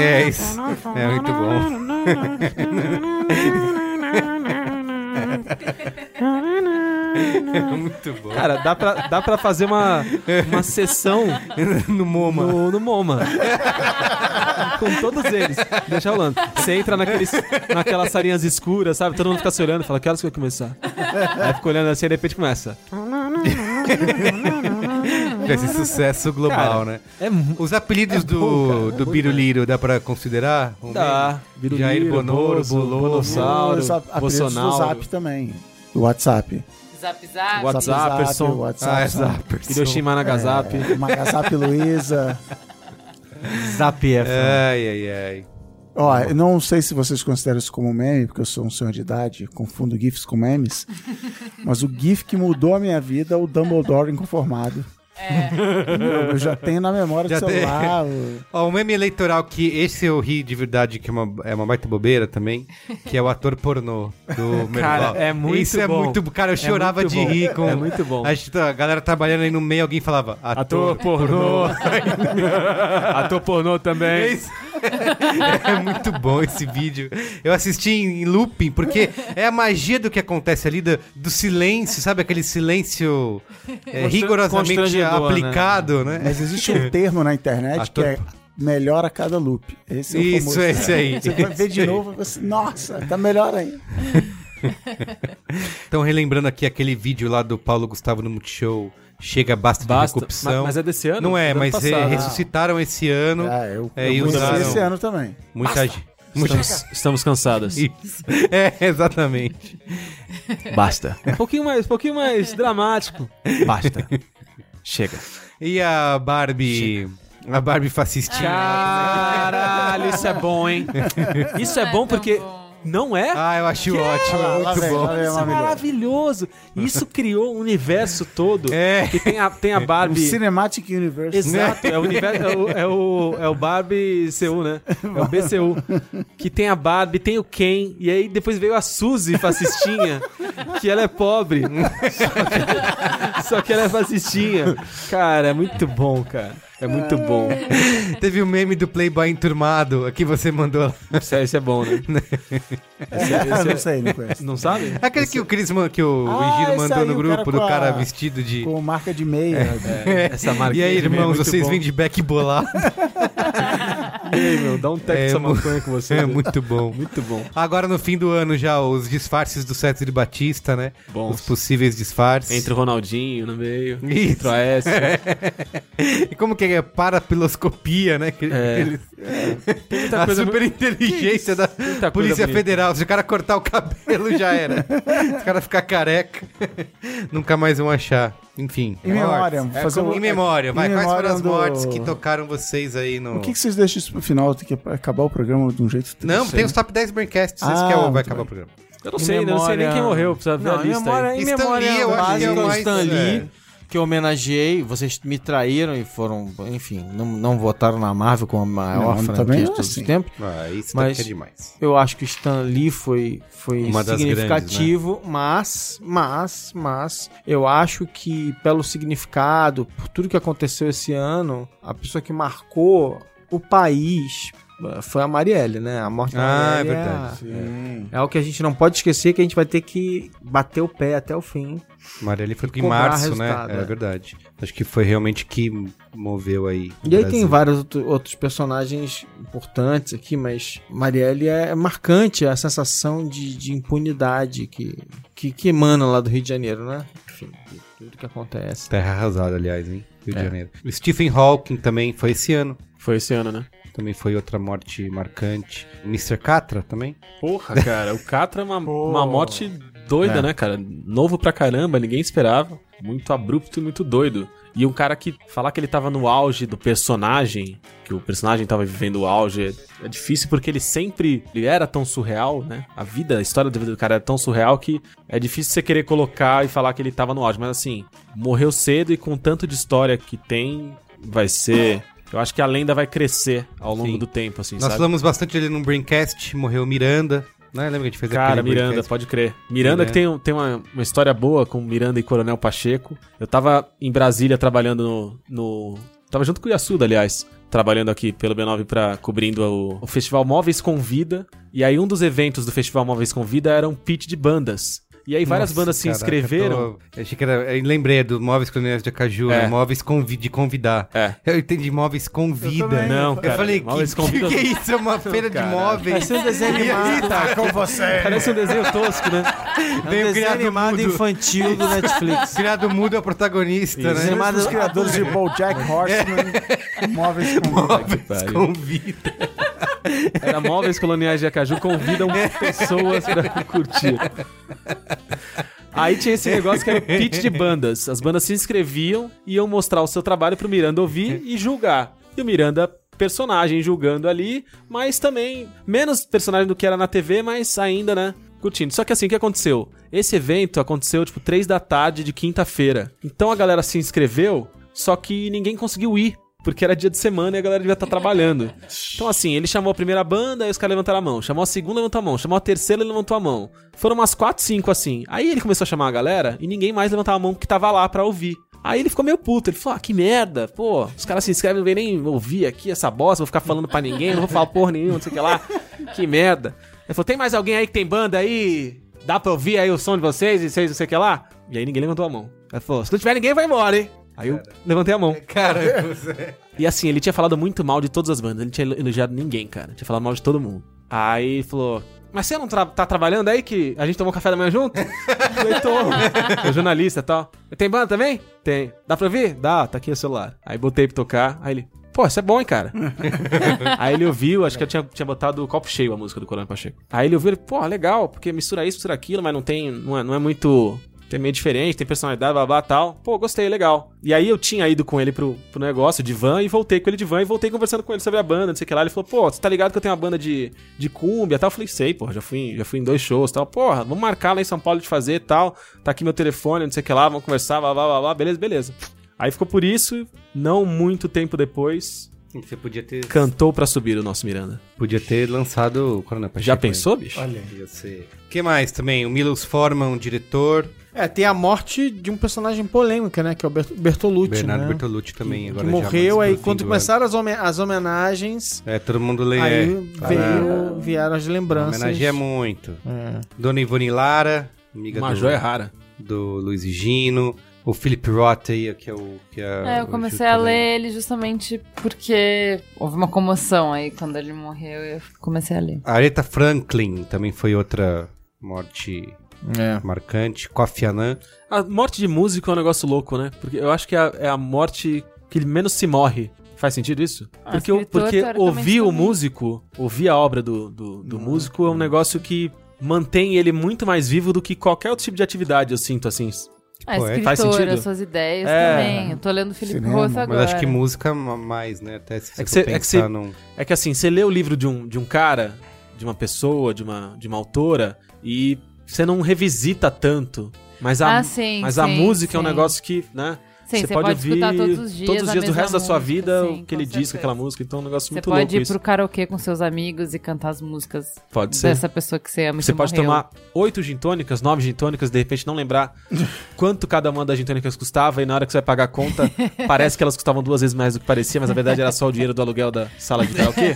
É isso. É muito bom. É muito bom.
Cara, dá pra, dá pra fazer uma, uma sessão
no MoMA.
no, no MoMA. Com todos eles. Deixa rolando. Você entra naqueles, naquelas salinhas escuras, sabe? Todo mundo fica se olhando e fala, que horas que vai começar? Aí fica olhando assim e de repente começa.
Esse sucesso global, né?
É mu-
Os apelidos do, do Biruliro dá pra considerar? Um
Dá.
meme? Jair Bonoro, Bolô,
Bolsonaro,
Os apelidos do
Bolsonaro,
Zap também. Do WhatsApp.
Zap, zap.
What- WhatsApp, Person.
WhatsApp.
Ah, é
sabe?
Zapperson.
Hiroshima Nagasap.
É, Magazap Luiza.
Zap F.
É, Ai, ai, ai.
Ó, eu não sei se vocês consideram isso como meme, porque eu sou um senhor de idade, confundo GIFs com memes. Mas o GIF que mudou a minha vida é o Dumbledore inconformado. É. Eu já tenho na memória
Já
do celular. o-
Ó, um meme eleitoral que esse eu ri de verdade, que é uma, é uma baita bobeira também, que é o ator pornô do Merval.
Cara, é muito
Isso é
bom.
muito... Cara, eu
É
chorava
muito
de
bom.
rir com...
É muito bom.
A, gente- tá, a galera trabalhando aí no meio, alguém falava...
Ator pornô. Ator pornô
É,
também.
isso. É muito bom esse vídeo. Eu assisti em looping, porque é a magia do que acontece ali, do, do silêncio, sabe? Aquele silêncio é, rigorosamente
constrangedor, né?
aplicado, né?
um Mas existe um termo na internet
Ator-
que é melhora a cada loop. Esse é o
Isso,
famoso.
esse aí.
Você vai ver
Esse aí.
de novo e você, nossa, tá melhor aí.
Então, relembrando aqui aquele vídeo lá do Paulo Gustavo no Multishow, Chega Basta,
Basta.
de Corrupção.
Ma- mas é desse ano?
Não é,
É do ano
mas re-
passado.
ressuscitaram esse ano.
Ah, eu,
É, e
eu conheci
usaram-
esse ano também.
Muita gente.
Estamos, estamos cansadas.
Isso. É, exatamente.
Basta. Um pouquinho mais, um pouquinho mais dramático. Basta. Chega.
E a Barbie. A Barbie fascistinha.
Ah. Caralho, isso é bom, hein? Isso é bom porque não é?
Ah, eu achei ótimo.
Lá- lá
muito
vem,
bom.
lá vem,
Isso é maravilhoso. Isso criou o universo todo.
É.
Que tem a, tem a
O
Barbie.
Cinematic Universe.
Exato, é o, universo, é, o, é, o, é o Barbie CU, né? É o BCU. Que tem a Barbie, tem o Ken, e aí depois veio a Suzy fascistinha, que ela é pobre. Só que, só que ela é fascistinha. Cara, é muito bom, cara. É muito bom.
Teve o meme do Playboy enturmado que você mandou.
Isso é, isso é bom, né? Esse é-
Eu não
esse é-
sei, não conheço.
não sabe?
Aquele que o Cris man- que o
Ah,
Giro
esse
mandou
aí,
no
o cara
grupo
com
do
a-
cara vestido de.
Com marca de meia.
É.
É, Essa marca
E aí,
de meio é
irmãos,
muito
vocês
bom.
vêm de back bolado.
E aí, meu, dá um tec
É,
dessa
mu-
maconha com você.
É muito bom.
Muito bom.
Agora no fim do ano já, os disfarces do César de Batista, né?
Bons.
Os possíveis disfarces.
Entra o Ronaldinho no meio.
Isso.
Entra o Aécio.
E como que é? Parapiloscopia, né? Que-
É.
aquele-
Muita
a
coisa
super inteligência da
Muita coisa
Polícia
bonita.
Federal. Se o cara cortar o cabelo, já era. Se o cara ficar careca, nunca mais vão achar. Enfim.
Em memória, vou
É
fazer
como-
um-
Em memória,
em
vai. Quais
memória
foram as
do-
mortes que tocaram vocês aí no...
Por que, que vocês deixam isso pro final? Tem que acabar o programa de um jeito.
Não,
triste,
tem
né?
os top 10 braincasts. Esse
Ah,
que é o...
muito
vai acabar
bem.
o programa.
Eu não
Em
sei, né? eu não sei nem
memória-
quem morreu, precisa ver a
Não, em
lista
memória,
aí.
em
Stan
memória
Lee, eu acho que é o
básica,
mais-
Stan Lee,
é.
que eu homenageei, vocês me traíram e foram, enfim, não, não votaram na Marvel como a maior
Não, também
franquia de
não é
todos
assim.
os tempos.
Ah, isso
Mas-
daqui é demais.
Eu acho que o Stan Lee foi, foi
Uma das
né? significativo, mas, mas, mas, eu acho que pelo significado, por tudo que aconteceu esse ano, a pessoa que marcou o país eh, foi a Marielle, né? A morte da
Ah, é
Marielle
verdade.
Sim.
É, é o que a gente não pode esquecer, que a gente vai ter que bater o pé até o fim.
Marielle foi em
cobrar
março, né?
resultado,
É,
é.
verdade. Acho que foi realmente que moveu aí. o
E aí tem
Brasil.
vários outro- outros personagens importantes aqui, mas Marielle é marcante a sensação de, de impunidade que, que, que emana lá do Rio de Janeiro, né? Enfim, de tudo que acontece.
Terra arrasada, aliás, hein? Rio de Janeiro. O Stephen Hawking também foi esse ano.
é-
Foi esse ano, né?
Também foi outra morte marcante. Mr. Catra também.
Porra, cara, o Catra é uma, uma morte doida,
É.
né, cara? Novo pra caramba, ninguém esperava. Muito abrupto e muito doido. E um cara que falar que ele tava no auge do personagem, que o personagem tava vivendo o auge, é difícil porque ele sempre ele era tão surreal, né? A vida, a história da vida do cara era tão surreal que é difícil você querer colocar e falar que ele tava no auge. Mas assim, morreu cedo e com tanto de história que tem, vai ser. Eu acho que a lenda vai crescer ao longo
Sim.
do tempo, assim,
Nós
sabe?
falamos bastante dele num Braincast. Morreu Miranda. Né? Lembra que é a gente fez
Cara,
aquele
Miranda,
Braincast?
pode crer. Miranda,
Miranda.
que tem, um- tem uma, uma história boa com Miranda e Coronel Pacheco. Eu tava em Brasília trabalhando no. no tava junto com o Yasuda, aliás. Trabalhando aqui pelo B9 pra, cobrindo o, o Festival Móveis Convida. E aí, um dos eventos do Festival Móveis Convida era um pitch de bandas. E aí, várias
Nossa,
bandas se
caraca,
inscreveram.
eu tô- Eu achei que era. eu lembrei é do Móveis Coloniais de Acaju,
É.
né? Móveis convi- de convidar.
É.
Eu entendi Móveis Convida.
Eu também.
Não,
Eu
cara,
falei,
Móveis
que,
Convida-
que, que é isso? É uma feira de
caralho.
móveis.
Esse é um desenho animado,
Tá com você.
Parece um desenho tosco, né?
é um
Tem o
desenho
criado
animado
mudo.
infantil do Netflix.
Criado mudo é o protagonista,
Isso.
né?
Mas-
Os criadores de BoJack Horseman, móveis com
Móveis Convida.
Era Móveis Coloniais de Acaju convidam pessoas pra curtir. Aí tinha esse negócio que era o pitch de bandas. As bandas se inscreviam, iam mostrar o seu trabalho pro Miranda ouvir e julgar. E o Miranda, personagem julgando ali, mas também menos personagem do que era na TV, mas ainda, né? Curtindo. Só que assim, o que aconteceu? Esse evento aconteceu tipo 3 da tarde de quinta-feira. Então a galera se inscreveu, só que ninguém conseguiu ir. Porque era dia de semana e a galera devia estar trabalhando. Então, assim, ele chamou a primeira banda, aí os caras levantaram a mão. Chamou a segunda, levantou a mão. Chamou a terceira, ele levantou a mão. Foram umas quatro, cinco, assim. Aí ele começou a chamar a galera e ninguém mais levantava a mão que tava lá pra ouvir. Aí ele ficou meio puto, ele falou, ah, que merda, pô, os caras se inscrevem, não vem nem ouvir aqui essa bosta, vou ficar falando pra ninguém, não vou falar porra nenhuma, não sei o que lá, que merda. Ele falou, tem mais alguém aí que tem banda aí? Dá pra ouvir aí o som de vocês e vocês não sei o que lá? E aí ninguém levantou a mão. Ele falou, se não tiver ninguém, vai embora, hein? Aí Aí eu levantei a mão.
Cara, você-
E assim, ele tinha falado muito mal de todas as bandas. Ele tinha elogiado ninguém, cara. Tinha falado mal de todo mundo. Aí ele falou. Mas você não tra- tá trabalhando aí que a gente tomou café da manhã junto? Eu falei, tô. Sou jornalista e tal. Tem banda também? Tem. Dá pra ouvir? Dá, tá aqui o celular. Aí botei pra tocar. Aí ele, pô, isso é bom, hein, cara? aí ele ouviu, acho que eu tinha, tinha botado o copo cheio a música do Coronel Pacheco. Aí ele ouviu, ele, pô, legal, porque mistura isso, mistura aquilo, mas não tem, não é, não é muito... É meio diferente, tem personalidade, blá blá tal. Pô, gostei, legal. E aí eu tinha ido com ele pro, pro negócio de van e voltei com ele de van e voltei conversando com ele sobre a banda, não sei o que lá. Ele falou, pô, você tá ligado que eu tenho uma banda de, de cumbia e tal? Eu falei, sei, porra, já fui, já fui em dois shows e tal. Porra, vamos marcar lá em São Paulo de fazer e tal. Tá aqui meu telefone, não sei o que lá, vamos conversar, blá blá blá blá, beleza, beleza. Aí ficou por isso, não muito tempo depois,
você podia ter,
cantou pra subir o nosso Miranda.
podia ter lançado o né? Coronel Pacheco.
Já pensou, bicho?
Olha aí.
O que mais também? O Milos Forman, diretor.
É, tem a morte de um personagem polêmica, né? Que é o Bert- Bertolucci,
Bernardo
né?
Bertolucci também.
Que
agora já
morreu,
mais
aí
pro
quando
fim do
começaram as, homen- as homenagens,
ano. É, todo mundo lê.
aí
é.
veio, vieram as lembranças.
Homenageia muito.
É.
Dona Ivone Lara, amiga
Uma
do,
joia rara.
do Luiz e Gino. O Philip Roth aí, que é o... Que é,
É, eu
o
comecei a
também.
ler ele justamente porque houve uma comoção aí quando ele morreu e eu comecei a ler.
Aretha Franklin também foi outra morte
É.
marcante. Kofi Annan.
A morte de músico é um negócio louco, né? Porque eu acho que é a, é a morte que menos se morre. Faz sentido isso?
Ah,
Porque, o-
escritor,
porque
teoricamente,
ouvir o
também.
músico, ouvir a obra do, do, do músico é um negócio que mantém ele muito mais vivo do que qualquer outro tipo de atividade, eu sinto assim.
Ah,
Pô, é,
faz
escritora,
sentido.
suas ideias
É.
também. Eu tô lendo Felipe
Cinema,
Rosso
mas
agora.
Mas acho que música ma- mais, né? Até se você
É que cê-
for
é que cê-
pensar num...
É que assim, você lê o livro de um, de um cara, de uma pessoa, de uma, de uma autora, e você não revisita tanto. Mas a,
Ah, sim,
mas a
sim,
música é um
sim.
negócio que, né?
Sim,
você pode, ouvir
escutar todos os dias,
todos os
a
dias do
mesma
resto da sua
música,
vida
sim,
o que
com
ele diz com
certeza.
aquela música. Então é um negócio
Você
muito
pode
louco
ir
isso.
pro karaokê com seus amigos e cantar as músicas
Pode ser.
dessa pessoa que você ama e
Você
que
pode
morreu.
tomar oito gintônicas, nove gintônicas, de repente não lembrar quanto cada uma das gintônicas custava, e na hora que você vai pagar a conta, parece que elas custavam duas vezes mais do que parecia, mas na verdade era só o dinheiro do aluguel da sala de karaokê.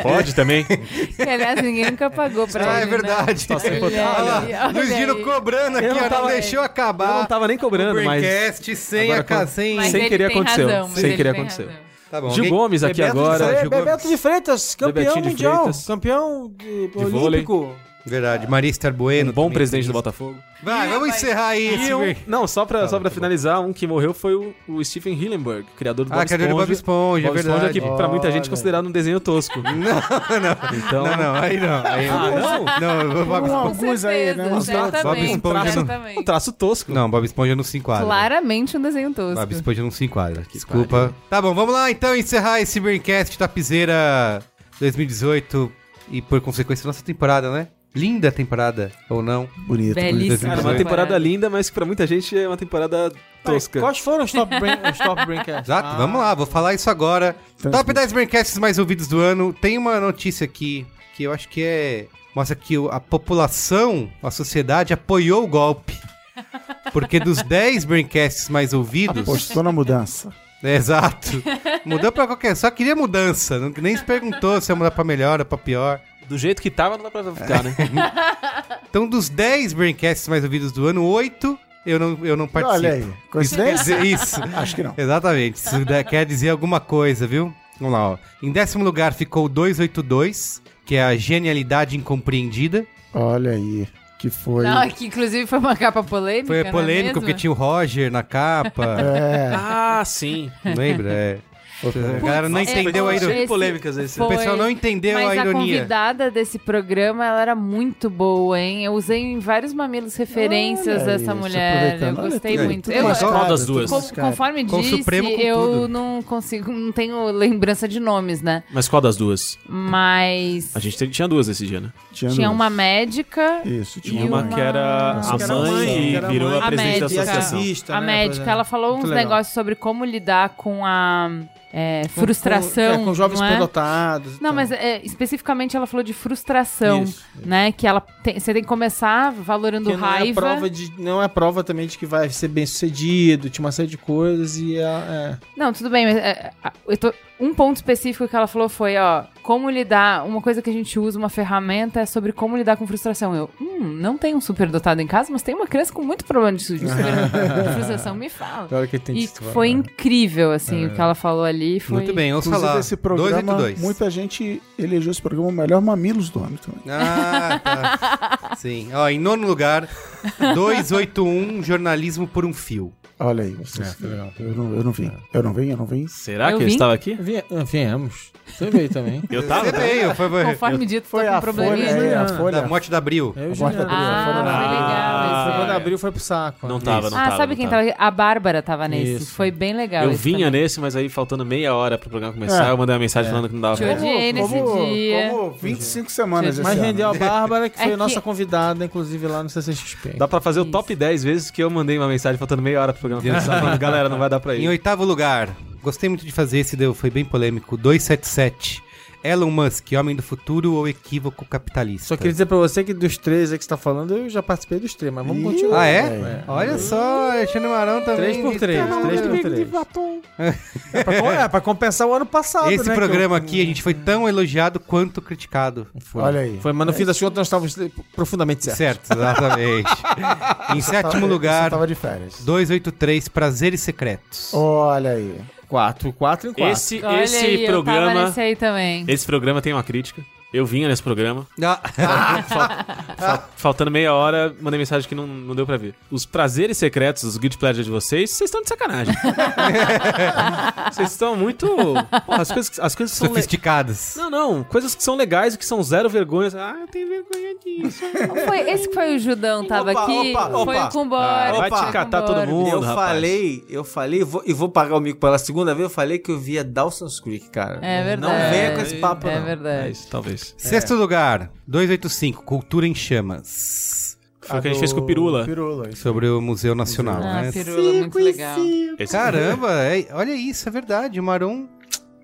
pode também.
Que, aliás, ninguém nunca pagou pra
Ah, é
ele, né? Olha aí,
Olha lá,
olha
Luiz Gino
aí.
cobrando aqui,
Eu não
ó, não
tava-
deixou
Eu não
acabar.
tava nem cobrando,
o
mas.
Braincast sem a
Agora
ca-
com-
sem-
Mas
Sem
ele
querer
tem
aconteceu,
razão, mas
sem
ele
querer
tem
aconteceu.
razão.
Tá bom,
Gil
alguém-
Gomes aqui
Bebeto
agora.
de Freitas,
Gil Gomes.
Bebeto de Freitas, campeão
Bebetinho de
mundial,
Freitas.
campeão de-
vôlei.
olímpico.
Verdade, Maria Esther Bueno.
Um bom
também.
presidente do Botafogo.
Vai, vamos encerrar isso.
E um-
velho.
não, só pra, só pra finalizar, um que morreu foi o, o Stephen Hillenburg, criador do Bob
Ah, criador do Bob Esponja, é
Bob Esponja
verdade.
que pra muita gente é
Olha.
considerado um desenho tosco. não, não. Então,
Não, não, aí não. Aí eu-
Ah,
não? eu- Bob
Com
Esponja.
alguns aí, né?
Certeza,
Uns dados.
certamente,
Bob
né?
Esponja não-
certamente.
um traço tosco.
Não, Bob Esponja não se enquadra. né?
Claramente um desenho tosco.
Bob Esponja não se enquadra. Desculpa. Tá bom, vamos lá então encerrar esse Braincast Tapizeira 2018 e por consequência nossa temporada, né? Linda temporada, ou não?
Bonito.
Belíssimo.
Cara, uma
Sim.
temporada linda, mas que pra muita gente é uma temporada tosca.
Quais foram os top, brain, os top braincasts?
Exato,
Ah,
vamos lá, vou falar isso agora.
Transmite.
Top 10 Braincasts mais ouvidos do ano. Tem uma notícia aqui que eu acho que é. Mostra que o- a população, a sociedade, apoiou o golpe. Porque dos 10 Braincasts mais ouvidos.
Apostou na mudança.
É, exato. Mudou pra qualquer. Só queria mudança. não- Nem se perguntou se ia mudar pra melhor ou pra pior.
Do jeito que tava, não dá pra ficar, né?
Então, dos 10 Braincasts mais ouvidos do ano, 8 eu não, eu não participo.
Olha aí.
Isso quer
Coincidência?
dizer isso.
Acho que não.
Exatamente. Isso da- quer dizer alguma coisa, viu? Vamos lá, ó. Em décimo lugar ficou o 282, que é a genialidade incompreendida.
Olha aí. Que foi.
Não, é que inclusive foi uma capa polêmica.
Foi
não é
polêmico
mesmo?
porque tinha o Roger na capa.
É.
ah, sim.
Não lembra? É.
Foi
A galera não
Putz,
entendeu
é,
a ironia.
Esse-
polêmicas esse.
O
foi.
pessoal não entendeu
Mas
a
a
ironia.
convidada desse programa, ela era muito boa, hein? Eu usei em vários mamilos referências
Ah,
Olha
dessa
isso,
mulher. Eu
aproveitando. Olha,
gostei
tudo-
muito.
tudo
Eu,
mascarado,
Qual das
tudo
duas?
com-
mascarado.
conforme
Com o
disse,
Supremo, com
eu
tudo.
não consigo, não tenho lembrança de nomes, né?
Mas qual das duas?
Mas
A gente te- tinha duas esse dia, né?
tinha
duas.
uma médica.
Isso, tinha
Tinha uma,
uma-
que era
Nossa,
a
que
era
mãe,
mãe,
e
que era
virou
mãe.
a presidente da
médica.
associação.
Ativista,
A
né,
médica,
pois é.
ela falou
Muito
uns
legal.
negócios sobre como lidar com a é,
Com-
frustração.
Com, é, com jovens
não é?
superdotados. e
Não,
tal.
mas é, especificamente ela falou de frustração,
Isso.
né? Que ela tem- você tem que começar valorando
Porque não é,
raiva.
prova de, não é prova também de que vai ser bem sucedido, tinha uma série de coisas e é, é.
Não, tudo bem, mas é, é, eu tô- um ponto específico que ela falou foi, ó, como lidar. Uma coisa que a gente usa, uma ferramenta, é sobre como lidar com frustração. Eu, hum, não tenho um superdotado em casa, mas tem uma criança com muito problema de, su- de super- de frustração. Me fala.
Claro que tem
E
disso,
foi
né?
incrível, assim, o que ela falou ali. Foi...
Muito bem, ouça
Inclusive,
lá.
esse programa,
282.
muita gente elegeu esse programa o melhor Mamilos do ano também.
Ah, tá. Sim. Ó, em nono lugar, 281, jornalismo por um fio.
Olha aí, vocês.
É, foi legal.
eu, não, eu não vim. Eu não vim, eu não vim.
Será
Eu
que eu
vim.
estava aqui?
Vie- ah, Viemos. Você veio também.
Eu
Ah,
tava?
Você
tá.
veio, foi, foi.
Conforme dito, tô
Foi
com
a
um probleminha.
Folha, é, a
né?
Folha.
Da morte da Abril.
Eu
Gosta da
Ah,
Folha
Ah, foi legal. esse.
quando abriu foi pro saco.
Não tava, não
ah,
tava.
sabe
não
quem
tava.
tava? A Bárbara tava nesse.
Isso.
Foi bem legal.
Eu
esse
vinha
também.
nesse, mas aí faltando meia hora pro programa começar, eu mandei uma mensagem falando que não dava
Te
pra ir.
odiei nesse dia.
como 25 semanas esse
Mas
ano.
rendeu a Bárbara, que
É
foi
que-
nossa convidada, inclusive, lá no CCXP.
É Dá pra fazer o top 10 vezes que eu mandei uma mensagem faltando meia hora pro programa começar. falando, Galera, não vai dar pra
Em
ir.
oitavo lugar, gostei muito de fazer esse, deu, foi bem polêmico. 277. Elon Musk, homem do futuro ou equívoco capitalista?
Só queria dizer pra você que dos três aí que você tá falando, eu já participei dos três, mas vamos
Ih,
continuar.
Ah, é? Olha só, Alexandre Marão também. Tá
3x3, 3x3. É pra, com- é pra compensar o ano passado,
Esse
né, que
programa
eu-
aqui, a gente foi tão elogiado quanto criticado.
Foi.
Olha aí.
Foi, mas no fim das contas nós estávamos profundamente certos.
Certo, exatamente. em sétimo lugar,
Eu tava de férias.
283, Prazeres Secretos.
Olha aí.
Quatro, quatro em quatro.
Esse,
Olha
esse
aí, Eu tava
programa.
nesse aí também.
Esse programa tem uma crítica. Eu vinha nesse programa.
Ah,
Fal- faltando meia hora, mandei mensagem que não, não deu pra ver. Os prazeres secretos, os guilty pleasures de vocês, vocês estão de sacanagem. vocês estão muito. Porra, as coisas, as coisas que são. le-
sofisticados.
Não, não. Coisas que são legais e que são zero vergonha. Ah, eu tenho vergonha disso.
Foi, esse que foi o Judão, tava
Opa,
aqui.
opa,
foi
opa.
o Cumbora.
vai
foi
te
o
catar
Cumbora.
todo mundo.
Eu
rapaz.
falei, eu falei, vou- e vou pagar o mico pela segunda vez, eu falei que eu via Dawson's Creek, cara.
É
Não
verdade.
venha com esse papo,
É
não.
É
verdade.
isso, talvez.
É.
Sexto lugar, 285, Cultura em Chamas.
Foi o que a
do
gente fez com o Pirula.
Pirula. isso.
é
Sobre o Museu Nacional,
Ah,
né?
pirula, muito legal.
Esse-
Caramba, é- olha isso, é verdade. O Maron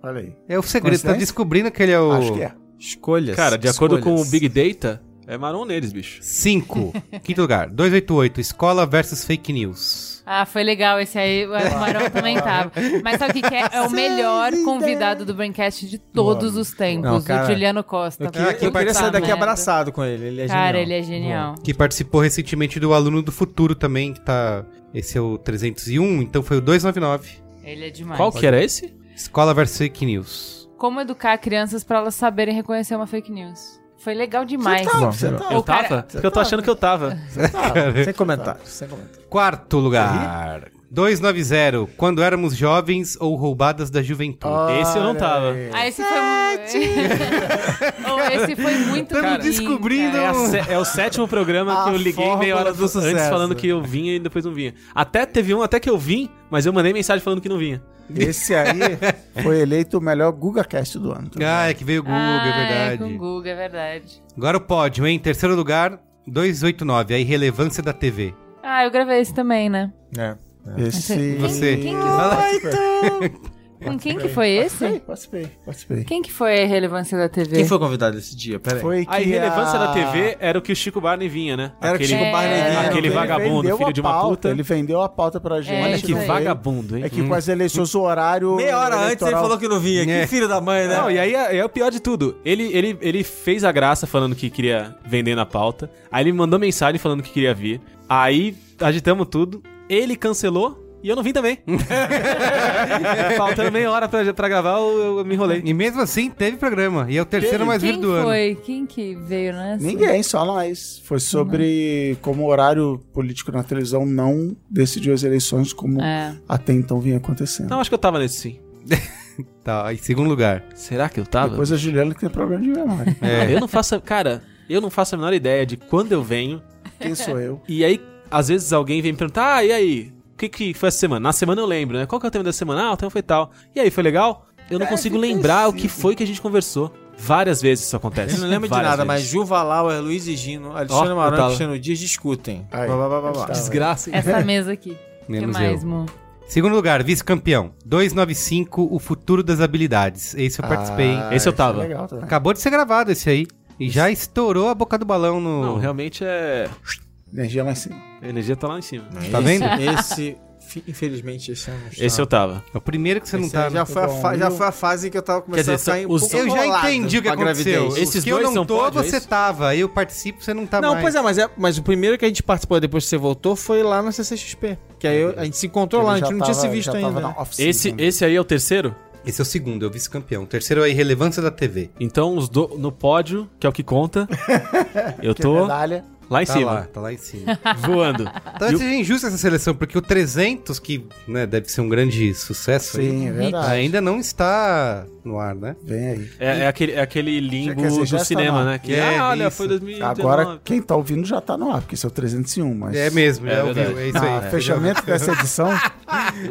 Olha aí.
é o segredo, tá
Coincidência?
descobrindo que ele é o...
Acho que é.
Escolhas.
Cara, de acordo com o
escolhas.
Big Data, é marrom neles, bicho.
5. Quinto lugar, 288, Escola versus Fake News.
Ah, foi legal esse aí. O Marão também tava. Mas sabe o que, que é? É o melhor convidado do Braincast de todos os tempos.
Não, cara,
o Juliano Costa.
Eu queria,
Ah, que
eu queria sair
Puta
daqui
merda.
abraçado com ele. Ele é
Cara,
genial.
ele é genial.
Que participou recentemente do Aluno do Futuro também, que tá... Esse é o 301, então foi o 299.
Ele é demais.
Qual que era esse?
Escola versus Fake News.
Como educar crianças pra elas saberem reconhecer uma fake news. Foi legal demais.
Bom, bom.
tá-
Eu
O cara-
tava? Porque eu tô achando que eu tava.
Sem comentários, sem comentários.
Quarto lugar, 290, Quando éramos jovens ou roubadas da juventude.
Esse eu não
Olha
tava.
aí.
Ah, esse foi muito. Ou esse foi muito
Estamos
ruim,
descobrindo
cara.
É, a sé- é o sétimo programa que eu
A
liguei meia hora
fórmula do
do- antes
sucesso.
falando que eu vinha e depois não vinha. Até teve um até que eu vim, mas eu mandei mensagem falando que não vinha.
Esse aí foi eleito o melhor GugaCast do ano.
Ah, é que veio o Google, é
Ah,
verdade.
É, com o Guga, é verdade.
Agora o pódio, hein? Terceiro lugar, 289, a irrelevância da TV.
Ah, eu gravei esse também, né?
Esse... é
Você.
Quem que
Vai lá.
Com quem que foi
Participei,
esse?
participei, participei.
Quem é? que foi a relevância da TV?
Quem foi convidado esse dia? Pera aí.
Foi que
A irrelevância
a-
da TV era o que o Chico Barney vinha, né?
Era
aquele
o Chico
É.
Barney vinha,
aquele
não
Ele
veio?
vagabundo,
vendeu
filho
a
de uma
pauta,
puta.
Ele vendeu a pauta pra gente.
Olha
Olha que
É, isso aí.
vagabundo, hein?
É que com as eleições, o horário.
Meia hora antes ele
eleitoral-
falou que não vinha.
É.
Que filho da mãe, né?
Não, e aí é, é o pior de tudo. Ele, ele, ele fez a graça falando que queria vender na pauta. Aí ele me mandou mensagem falando que queria vir. Aí agitamos tudo. Ele cancelou e eu não vim também. Faltando tá meia hora pra, pra gravar, eu, eu me enrolei.
E mesmo assim, teve programa. E é o terceiro mais
quem
vindo do ano.
foi? Quem que veio
né?
nessa?
Ninguém, só nós. Foi sobre como o horário político na televisão não decidiu as eleições como
É.
até então vinha acontecendo.
Não, acho que eu tava nesse sim.
Tá, em segundo lugar.
Será que eu tava?
Depois a Juliana que tem problema de memória.
É. Eu não faço. a- Cara, eu não faço a menor ideia de quando eu venho.
Quem sou eu?
E aí, às vezes, alguém vem me perguntar: ah, e aí? O que, que foi essa semana? Na semana eu lembro, né? Qual que é o tema da semana? Ah, o tema foi tal. E aí, foi legal? Eu não consigo lembrar o que foi que a gente conversou. Várias vezes isso acontece.
Ele não lembra de
Várias
nada, mas
vezes.
Juva Lauer, Luiz e Gino, Alexandre
Ó,
Marão
eu
e
tava.
Cristiano Dias discutem.
Aí,
Blá, blá, blá, blá,
eu
blá.
tava.
Desgraça, hein?
Essa mesa aqui.
Menos
que mais,
eu.
Mo?
Segundo lugar, vice-campeão. 295, o futuro das habilidades. Esse eu participei. hein?
Esse eu tava.
É Legal tá? também.
Acabou de ser gravado esse aí. E já estourou a boca do balão no.
Não, realmente é.
Energia lá em cima.
A energia tá lá em cima.
Tá vendo?
Esse Infi- Infelizmente, esse é um.
Esse eu tava.
É o primeiro que você não
Esse
tá.
já,
né?
foi a
Bom,
fa- já
eu-
foi a fase que eu tava começando
dizer,
a ficar
são-
um
os-
pouco
Eu já
enrolado
entendi o que
com a
aconteceu.
gravidez.
Os
Esses
que eu
dois
não
são
tô,
pódio, é
você
isso?
tava. Eu participo, você não tá
não,
mais.
pois é mas, é, mas o primeiro que a gente participou depois que você voltou foi lá na CCXP. Que aí eu- a gente se encontrou lá, a
Ele
gente
já
não tinha
tava-
se visto
já tava
ainda.
na
né?
off-season.
Esse, esse aí é o terceiro?
Esse é o segundo, é o vice-campeão. O terceiro é a irrelevância da TV.
Então, os do- no pódio, que é o que conta, eu
Que é
tô
medalha.
lá em
Tá lá,
cima,
tá lá em cima.
voando. E
Talvez
o-
seja injusta essa seleção, porque o 300, que né, deve ser um grande sucesso,
Sim, é
aí,
verdade.
ainda não está no ar, né?
Vem aí.
É, é aquele, é aquele limbo
quer dizer, já
do
está
cinema,
lá.
né? Que,
É,
ah, olha,
isso.
foi 2019.
Agora, quem tá ouvindo já tá no ar, porque esse é o 301, mas...
É mesmo,
É
já ouviu,
verdade.
é isso
Ah,
aí.
fechamento dessa edição,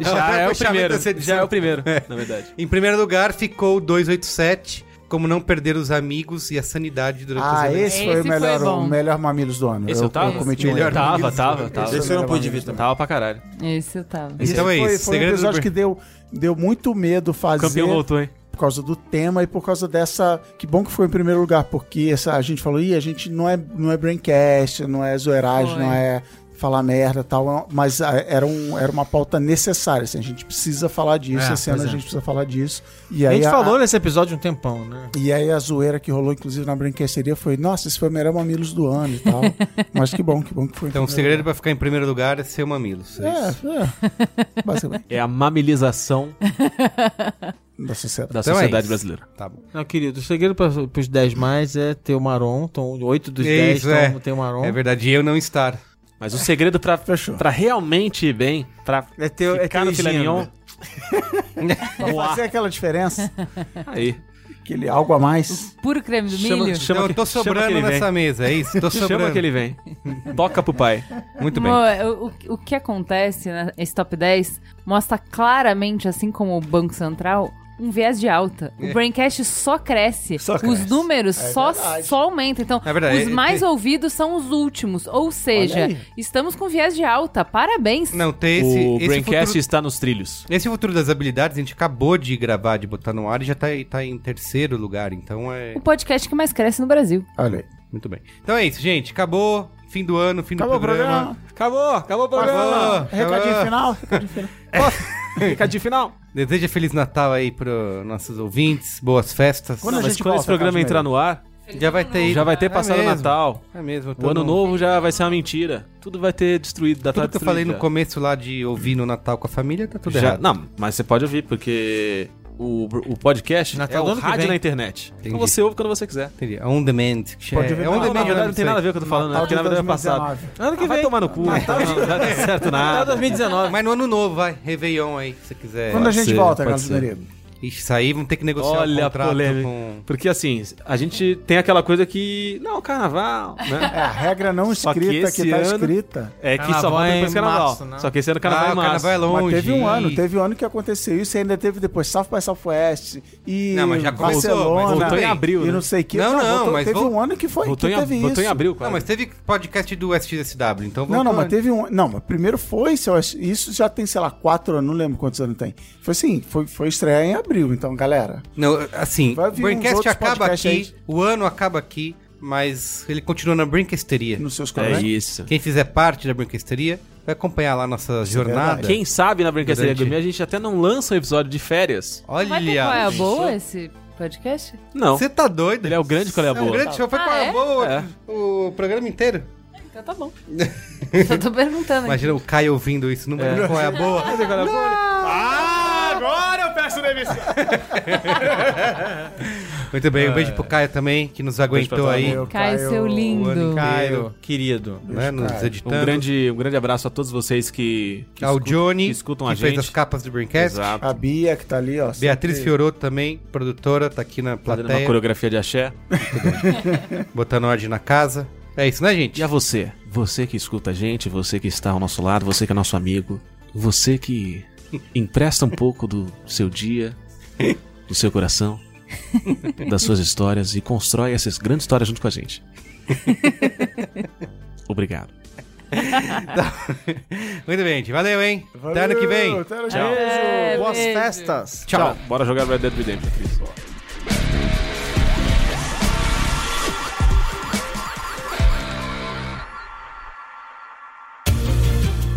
já é
fechamento
o
dessa
primeiro.
edição.
Já é o primeiro, na verdade.
Em primeiro lugar ficou o 287, como não perder os amigos e a sanidade durante as
ah,
eleições.
esse foi
Esse
o melhor,
foi bom.
o melhor Mamilos do ano.
Esse eu tava?
cometi um
Melhor
erro.
Tava,
Mamilos.
tava, tava.
Esse
Esse eu não
era
pude
maneiro
ver também.
Tava pra caralho.
Esse eu tava.
Esse
Então é
foi,
isso,
Foi um
segredo do
episódio
Ber-
que deu, deu muito medo
O
fazer
campeão voltou, hein?
por causa do tema e por causa dessa. Que bom que foi em primeiro lugar, porque essa, a gente falou, ih, a gente não é, não é braincast, não é zoeiragem,
Foi.
não é falar merda e tal, mas ah, era, um, era uma pauta necessária, assim, a gente precisa falar disso,
É,
esse ano
pois
a
é.
gente precisa falar disso. E
A
aí
gente
a-
falou nesse episódio um tempão, né?
E aí a zoeira que rolou, inclusive, na brinquesteria foi, nossa, esse foi o melhor Mamilos do ano e tal. Mas que bom, que bom que foi.
Então o segredo pra ficar em primeiro lugar é ser o mamilos. É isso.
É, é. Basicamente,
É a mamilização
da sociedade.
da
Então é
sociedade
isso.
brasileira.
Tá bom.
Não, querido, o segredo para os 10 mais é ter o Maron. Então, 8 dos
É
10
isso, é.
tão- tem um o Maron.
É verdade, e eu não estar.
Mas o segredo pra,
Fechou.
pra realmente ir bem, pra
É ter, é ter
ficar no
o
filé
Gino.
mignon,
Pra fazer aquela diferença,
aí.
aquele algo a mais.
Puro creme do milho?
Então eu
que-
tô
chama que ele
sobrando
vem.
nessa mesa, é isso? Tô sobrando.
Chama que ele vem. Toca pro pai.
Muito bem.
Mo- o, o que acontece nesse top 10 mostra claramente, assim como o Banco Central, um viés de alta.
É.
O Braincast só cresce.
Só
Os
cresce.
números
É
só,
verdade.
só aumentam. Então,
É verdade,
os
é-
mais
tem-
ouvidos são os últimos. Ou seja,
aí.
estamos com viés de alta. Parabéns.
Não, tem esse,
o
esse
Braincast
futuro
está nos trilhos.
Esse futuro das habilidades, a gente acabou de gravar, de botar no ar e já tá, tá em terceiro lugar, então é.
O podcast que mais cresce no Brasil.
Olha aí.
Muito bem. Então é isso, gente. Acabou. Fim do ano, fim
Acabou o
do programa.
programa.
Acabou, acabou o programa.
Acabou,
né? Recadinho
acabou.
final? Recadinho final.
Recadinho final.
Deseja Feliz Natal aí pros nossos ouvintes, boas festas.
Quando a
Mas
gente
quando esse
volta, tá,
programa
Carlos
entrar no ar,
Já vai ter ido.
já vai ter
É
passado o
mesmo,
Natal.
É mesmo.
O ano
novo.
novo já vai ser uma mentira. Tudo vai ter destruído, da
Tudo que eu falei no começo lá de ouvir no Natal com a família, tá tudo
já,
errado.
Não, mas você pode ouvir, porque o, o podcast
Natal do
é o
ano que
rádio
vem.
na internet.
Entendi.
Então você ouve quando você quiser.
Entendi. É On demand. que
Pode
é-
ouvir
é on
na-
Não, na
demand.
verdade
né,
não
isso
tem
aí.
nada a ver com o que eu tô falando, um né?
Natal
Porque na
de
verdade é passado.
2019.
Ano que
Ah, vai
vem.
tomar no cu. Não, tá não dá certo
Natal
nada.
2019.
Mas no ano novo, vai. Réveillon aí, se quiser.
Quando a gente
ser,
volta, Carlos
pode ser.
Merigo?
Ixi, isso aí vamos ter que negociar um
Olha a
contrato
polêmica.
com.
Porque assim, a gente tem aquela coisa que. Não, carnaval, né?
É, a regra não
Só que
escrita que,
esse
tá
ano-
escrita.
É que só
Carnaval
volta
é
depois do
em
carnaval.
março, né?
Só que esse ano carnaval é
Ah,
em março.
carnaval é longe.
Mas teve um ano,
Ih.
teve um ano que aconteceu isso e ainda teve depois South by Southwest e
Não, mas já começou, mas
Barcelona
voltou
em abril,
e
né?
não sei o que.
Não, não,
voltou-
mas
teve
vol-
um ano que foi
Voltou,
que
em, ab-
teve isso.
voltou em abril,
Não,
quase.
mas teve podcast do SXSW, então
Não, não,
voltou,
mas
né?
teve um. Não, mas primeiro foi, seu- isso já tem, sei lá, quatro anos, não lembro quantos anos tem. Foi assim, foi, foi estreia em abril, então, galera.
Não, assim,
Vai
o
vir uns
Braincast
outros
acaba aqui,
podcasts
o ano acaba aqui, mas ele continua na Brinquesteria.
Nos seus
É
comentários.
isso.
Quem fizer parte da Brinquesteria vai acompanhar lá nossa jornada.
é verdade.
Quem sabe na Brinquedaria
Durante-
Gourmet a gente até não lança um episódio de férias.
Vai ter qual é a
Olha,
boa esse podcast?
Não.
você tá doido?
Ele é o grande qual é a
É um
boa.
grande show, foi
Ah,
qual é a
é?
boa
É.
o programa inteiro.
Então tá bom. Só tô perguntando. aqui.
Imagina o Caio ouvindo isso, não lembro qual é a boa.
Ah, Agora eu peço demissão.
Muito bem, um beijo pro Caio também, que nos aguentou
pra
aí,
Valeu,
Cai,
Caio.
seu lindo.
Caio,
querido.
né, nos editando.
Um grande, um grande abraço a todos vocês que, que
Ao
escutam-
Johnny,
que escutam
que
a
fez
gente.
as capas do Braincast.
Exato.
A Bia, que tá ali, ó.
Beatriz
sempre-
Fioroto também, produtora, tá aqui na
Fazendo uma
plateia,
coreografia de axé.
botando ordem na casa. É isso, né, gente?
E a você? Você que escuta a gente, você que está ao nosso lado, você que é nosso amigo, você que empresta um pouco do seu dia, do seu coração, das suas histórias e constrói essas grandes histórias junto com a gente. Obrigado.
Muito bem, gente. Valeu, hein? Até ano que vem.
Até ano que
Tchau.
vem.
É,
Boas
beijo.
festas.
Tchau. Bora jogar Red Dead Redemption, Cris.